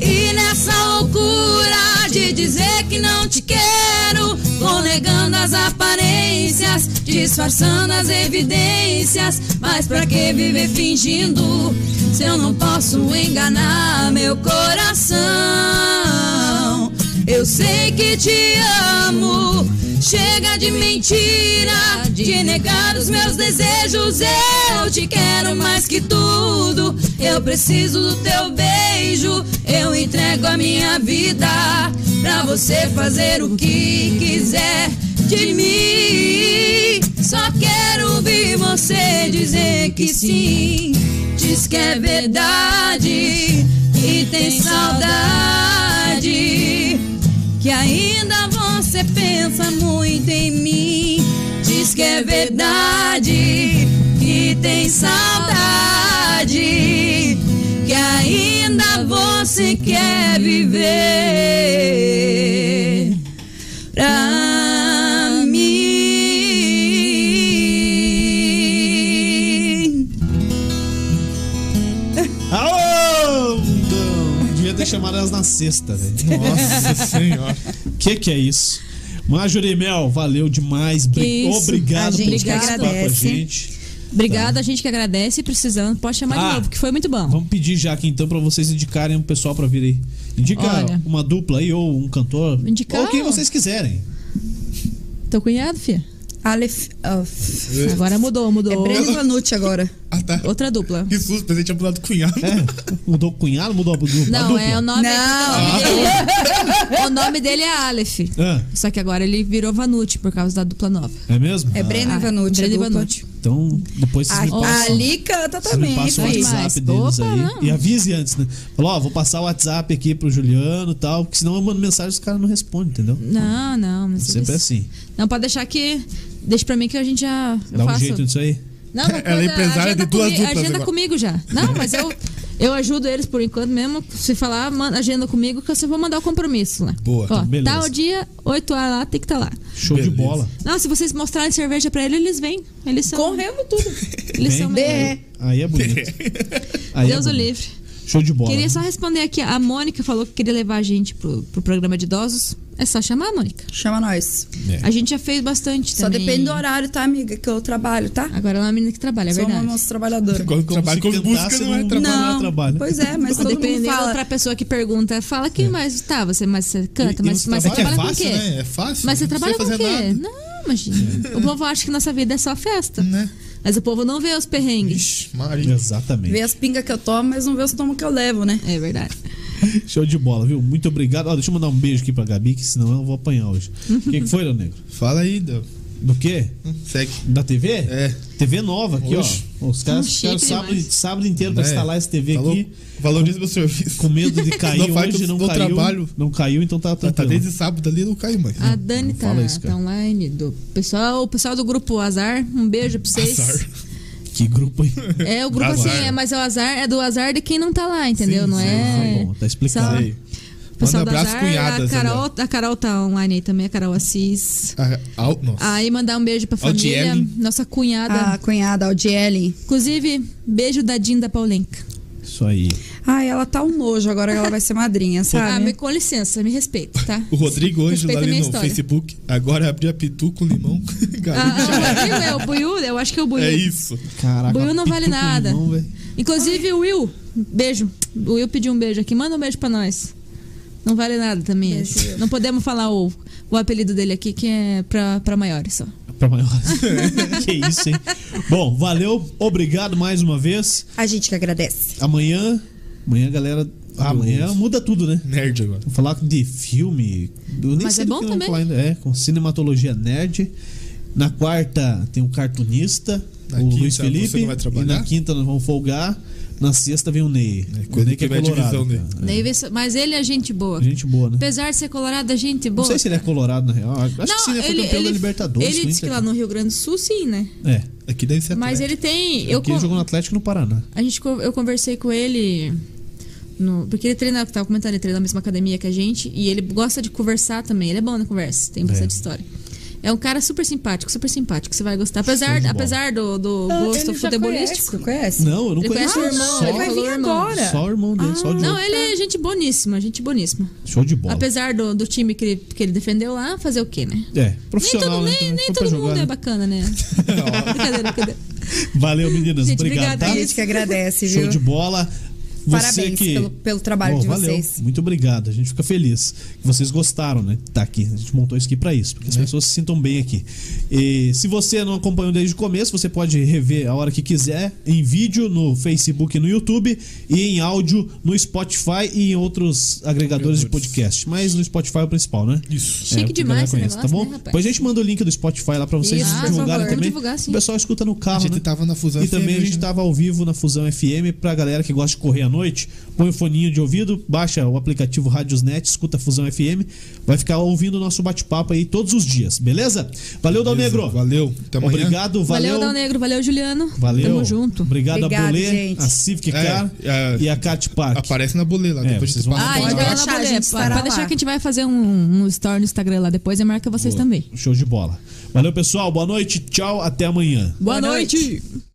S5: E nessa loucura de dizer que não te quero, vou negando as aparências, disfarçando as evidências. Mas pra que viver fingindo se eu não posso enganar meu coração? Eu sei que te amo. Chega de mentira, de negar os meus desejos. Eu te quero mais que tudo. Eu preciso do teu beijo. Eu entrego a minha vida pra você fazer o que quiser de mim. Só quero ouvir você dizer que sim. Diz que é verdade e tem saudade que ainda você pensa muito em mim. Diz que é verdade, que tem saudade, que ainda você quer viver pra mim.
S1: Aô! Então, devia ter chamado elas na sexta, velho.
S2: Nossa senhora.
S1: Que que é isso? Marjorie Mel, valeu demais. Bri-
S3: isso,
S1: Obrigado
S5: a
S1: por
S5: gente que
S1: participar
S5: agradece.
S1: com a gente.
S3: Obrigada, a gente que agradece, precisando, pode chamar
S1: Tá. Ah.
S3: de novo, que foi muito bom.
S1: Vamos pedir já aqui então pra vocês indicarem um pessoal pra vir aí. Indicar
S3: Olha.
S1: uma dupla aí ou um cantor.
S3: Indicar,
S1: Ou quem
S3: ó.
S1: vocês quiserem.
S3: Teu cunhado, filha?
S5: Aleph. of-
S3: Agora mudou,
S5: É
S3: mudou.
S5: Breno Vanucci agora.
S2: Ah, tá.
S3: Outra dupla.
S2: Que susto, pensei que tinha mudado cunhado.
S1: É, mudou o cunhado, mudou a dupla. a
S3: Não,
S1: dupla.
S3: é o nome,
S5: Não.
S3: o nome dele. o nome dele é Aleph.
S1: Ah,
S3: Só que agora ele virou Vanucci por causa da dupla nova.
S1: é mesmo?
S5: É Breno Vanucci. a
S3: Ah, Breno
S5: dupla.
S3: Vanucci.
S1: Então, depois vocês me
S5: A-
S1: passam.
S5: ali canta
S1: Vocês me
S5: também,
S1: passam o
S5: filho.
S1: WhatsApp
S3: Mas,
S1: deles
S3: opa,
S1: aí.
S3: não.
S1: E avise antes, né? Falou, ó, vou passar o WhatsApp aqui pro Juliano e tal, porque senão eu mando mensagem e os caras não respondem, entendeu?
S3: Não, não, mas
S1: Sempre é
S3: eles-
S1: assim.
S3: Não, pode deixar que. Deixa pra mim que a gente já. eu
S1: Dá um
S3: faço.
S1: jeito nisso aí.
S3: Não, não
S2: Ela é
S3: pode,
S2: empresária
S3: agenda
S2: de duas
S3: comigo,
S2: duplas
S3: Agenda
S2: agora.
S3: comigo já. Não, mas eu, eu ajudo eles por enquanto mesmo. Se falar, man- agenda comigo que eu só vou mandar o compromisso lá.
S2: Boa,
S3: Ó,
S1: beleza.
S3: Tal dia, 8 horas lá, tem que estar lá.
S1: Show de
S2: Beleza.
S1: bola.
S3: Não, se vocês mostrarem cerveja pra ele, eles vêm. Eles são.
S5: Corremos tudo.
S3: Eles
S1: Vem.
S3: são meio-
S1: Aí, aí é bonito. Aí
S3: Deus
S1: é
S3: o
S1: bonito.
S3: livre.
S1: Show de bola.
S3: Queria só responder aqui. A Mônica falou que queria levar a gente pro, pro programa de idosos. É só chamar a Mônica.
S5: Chama nós.
S1: É.
S3: A gente já fez bastante
S5: Só
S3: também.
S5: depende do horário, tá, amiga? Que eu trabalho, tá?
S3: Agora ela é uma menina que trabalha, é
S5: Sou uma
S3: verdade.
S5: moça trabalhadora.
S2: Quando
S1: Como
S2: trabalha
S1: se
S2: com música
S1: tentasse
S2: não é
S1: não-
S2: trabalho.
S1: Trabalhar, trabalho.
S5: Pois é, mas
S3: Só
S5: todo mundo
S3: depende da
S5: fala.
S3: outra pessoa que pergunta. Fala que mais tá, você, mas você canta,
S2: É. E- e
S3: mas,
S2: os
S3: mas você
S2: trabalhos
S3: trabalha
S2: é
S3: com o
S2: fácil,
S3: quê?
S2: Né? É fácil.
S3: Mas você
S2: não
S3: trabalha com o
S2: precisa fazer
S3: quê? Não, imagina. o povo acha que nossa vida é só festa.
S2: Nada, né?
S3: Mas o povo não vê os perrengues.
S2: Ixi, Maria.
S1: Exatamente.
S5: Vê as pingas que eu tomo, mas não vê os tomos que eu levo, né?
S3: É verdade.
S1: Show de bola, viu? Muito obrigado. Ó, deixa eu mandar um beijo aqui pra Gabi, que senão eu vou apanhar hoje.
S3: Uhum.
S1: O que, que foi, Leão Negro?
S2: Fala aí, Del.
S1: Do quê?
S2: Segue.
S1: Da TV?
S2: É.
S1: TV nova aqui,
S2: Oxe.
S1: ó. Os caras
S3: Um
S1: ficaram
S3: chique
S1: sábado,
S3: demais.
S1: sábado inteiro pra
S2: É.
S1: instalar essa TV
S2: Falou-
S1: aqui.
S2: Valoriza meu serviço.
S1: Com medo de cair
S2: Não faz
S1: hoje,
S2: do-
S1: não
S2: do
S1: caiu.
S2: trabalho.
S1: Não caiu, então tá
S2: Tá, tá
S1: tranquilo.
S2: desde sábado ali, não cai mais.
S3: A Dani tá,
S1: fala isso, cara.
S3: tá online. Do pessoal, o pessoal do grupo Azar, um beijo pra vocês.
S2: Azar.
S1: Que grupo aí.
S3: É, o grupo
S2: Azar.
S3: assim, é, mas é o azar, é do azar de quem não tá lá, entendeu?
S2: Sim,
S3: não
S2: sim,
S3: é.
S1: tá bom, tá explicado.
S3: Só-
S1: Sei.
S3: O pessoal
S2: Manda
S3: do
S2: abraço,
S3: azar,
S2: cunhadas,
S3: a Carol, a Carol tá online aí também, a Carol Assis.
S2: A- ao- nossa.
S3: Aí mandar um beijo pra
S2: Aldiele.
S3: família, nossa cunhada.
S5: A cunhada, a Odiele.
S3: Inclusive, beijo da Dinda Paulenca.
S1: Isso aí.
S5: Ai, ela tá um nojo agora que ela vai ser madrinha,
S3: Ah, me,
S5: sabe?
S3: com licença, me respeita, tá?
S2: O Rodrigo Ângelo
S3: Respeita a
S2: ali
S3: minha
S2: no
S3: história.
S2: Facebook. Agora abri a pitu com limão.
S3: Ah,
S2: Galinha.
S3: ah, o Buiu, é o Buiu, eu acho que é o Buiu.
S2: é isso.
S1: Caraca.
S3: Buiu não
S1: pitu
S3: vale
S1: com
S3: nada.
S1: limão, velho.
S3: Inclusive, o Will, beijo. O Will pediu um beijo aqui. Manda um beijo pra nós. Não vale nada também
S5: Beijo,
S3: esse. Não podemos falar o, o apelido dele aqui, que é pra, pra maiores só.
S1: Pra maior. que isso, hein? Bom, valeu. Obrigado mais uma vez.
S5: A gente que agradece.
S1: Amanhã. Amanhã, galera. Ah, amanhã muda tudo, né?
S2: Nerd agora.
S1: Vou falar de filme. Eu nem
S3: Mas
S1: sei
S3: é
S1: do
S3: bom
S1: que eu vou
S3: também.
S1: falar ainda. É, com cinematologia nerd. Na quarta tem um cartunista,
S2: Na
S1: o
S2: quinta,
S1: Luiz
S2: você
S1: Felipe.
S2: não vai
S1: e
S2: trabalhar?
S1: na quinta nós vamos folgar. Na sexta vem o Ney.
S2: quando
S1: o Ney que é
S2: tiver divisão,
S1: colorado.
S2: Ney.
S1: cara.
S3: Daí vê se- Mas ele é gente boa.
S1: É, Gente boa, né?
S3: Apesar de ser colorado, é gente boa.
S1: Não sei se ele é colorado, na real. Acho
S3: Não,
S1: que sim, ele foi campeão da Libertadores.
S3: Ele
S1: com o
S3: disse que
S1: Inter.
S3: lá no Rio Grande do Sul, sim, né?
S1: É.
S2: Aqui deve ser
S3: Mas
S2: atleta.
S3: ele tem. Eu,
S1: Eu ele
S3: con-
S1: jogou no Atlético e no Paraná.
S3: A gente, co- eu conversei com ele. no- porque ele treina, tava comentando, ele treina na mesma academia que a gente. E ele gosta de conversar também. Ele é bom na conversa, tem bastante
S1: É.
S3: história. É um cara super simpático, super simpático. Você vai gostar.
S1: Show
S3: Apesar,
S1: de bola.
S3: apesar do, do gosto futebolístico.
S5: Ah, Conhece?
S1: Não, eu não
S3: Ele
S1: conheço.
S3: conhece o irmão,
S1: só,
S5: Ele vai
S3: Falou,
S5: vir
S3: irmão.
S5: agora.
S1: só o irmão dele, só o Diogo.
S3: Não, ele é gente boníssima, gente boníssima.
S1: Show de bola.
S3: Apesar do, do time que ele, que ele defendeu lá, fazer o quê, né?
S1: É,
S3: Nem todo,
S1: profissional, né?
S3: nem,
S1: Então,
S3: nem
S1: foi pra
S3: todo
S1: jogar,
S3: mundo
S1: né?
S3: é bacana, né? brincadeira, brincadeira.
S1: Valeu, meninas.
S3: Gente,
S1: obrigado,
S3: obrigada,
S1: tá?
S5: A gente que agradece, viu?
S1: Show de bola. Você
S5: Parabéns
S1: que...
S5: pelo- pelo trabalho de
S1: valeu.
S5: vocês.
S1: Muito obrigado. A gente fica feliz que vocês gostaram, né? Tá aqui. A gente montou isso aqui pra isso, porque
S2: Né?
S1: as pessoas se sintam bem aqui. E se você não acompanhou desde o começo, você pode rever a hora que quiser em vídeo no Facebook, e no YouTube e em áudio no Spotify e em outros agregadores de
S2: Agregadores.
S1: podcast. Mas no Spotify é o principal, né?
S2: Isso.
S3: Chique
S1: o que a
S3: demais
S1: galera conhece,
S3: esse negócio,
S1: tá bom?
S3: né, rapaz?
S1: Depois a gente manda o link do Spotify lá pra vocês
S5: Isso, por
S1: divulgarem
S5: favor.
S1: também.
S3: Vamos divulgar, sim.
S1: O pessoal escuta no carro,
S2: A gente tá
S1: né?
S2: tava na Fusão
S1: E também a
S2: FM,
S1: gente
S2: né?
S1: tava ao vivo na Fusão FM pra galera que gosta de correr à noite. Põe o foninho de ouvido, baixa o aplicativo Radiosnet, escuta a Fusão FM, vai ficar ouvindo o nosso bate-papo aí todos os dias, beleza? Valeu, Dal
S2: Beleza,
S1: tá- Negro.
S2: Valeu. Até amanhã.
S1: Obrigado, valeu.
S3: Valeu, Dal Negro, valeu, Juliano.
S1: Valeu.
S3: Tamo junto.
S1: Obrigado a
S5: Obrigada,
S1: Bolê,
S5: gente.
S1: a Civic
S2: É,
S1: Car
S2: é,
S1: e a Cat Park.
S2: Aparece na bolê lá.
S1: É,
S2: depois
S1: vocês
S2: vocês
S1: vão
S2: passam
S3: Ah,
S5: Pode
S3: e
S2: lá.
S3: vai lá
S5: deixar,
S3: na
S5: a
S3: Bolê.
S5: gente estará
S3: Pode deixar
S5: lá.
S3: que a gente vai fazer um, um story no Instagram lá depois e marca vocês também.
S1: Show de bola. Valeu, pessoal. Boa noite. Tchau. Até amanhã.
S3: Boa,
S5: Boa
S3: noite.
S5: noite.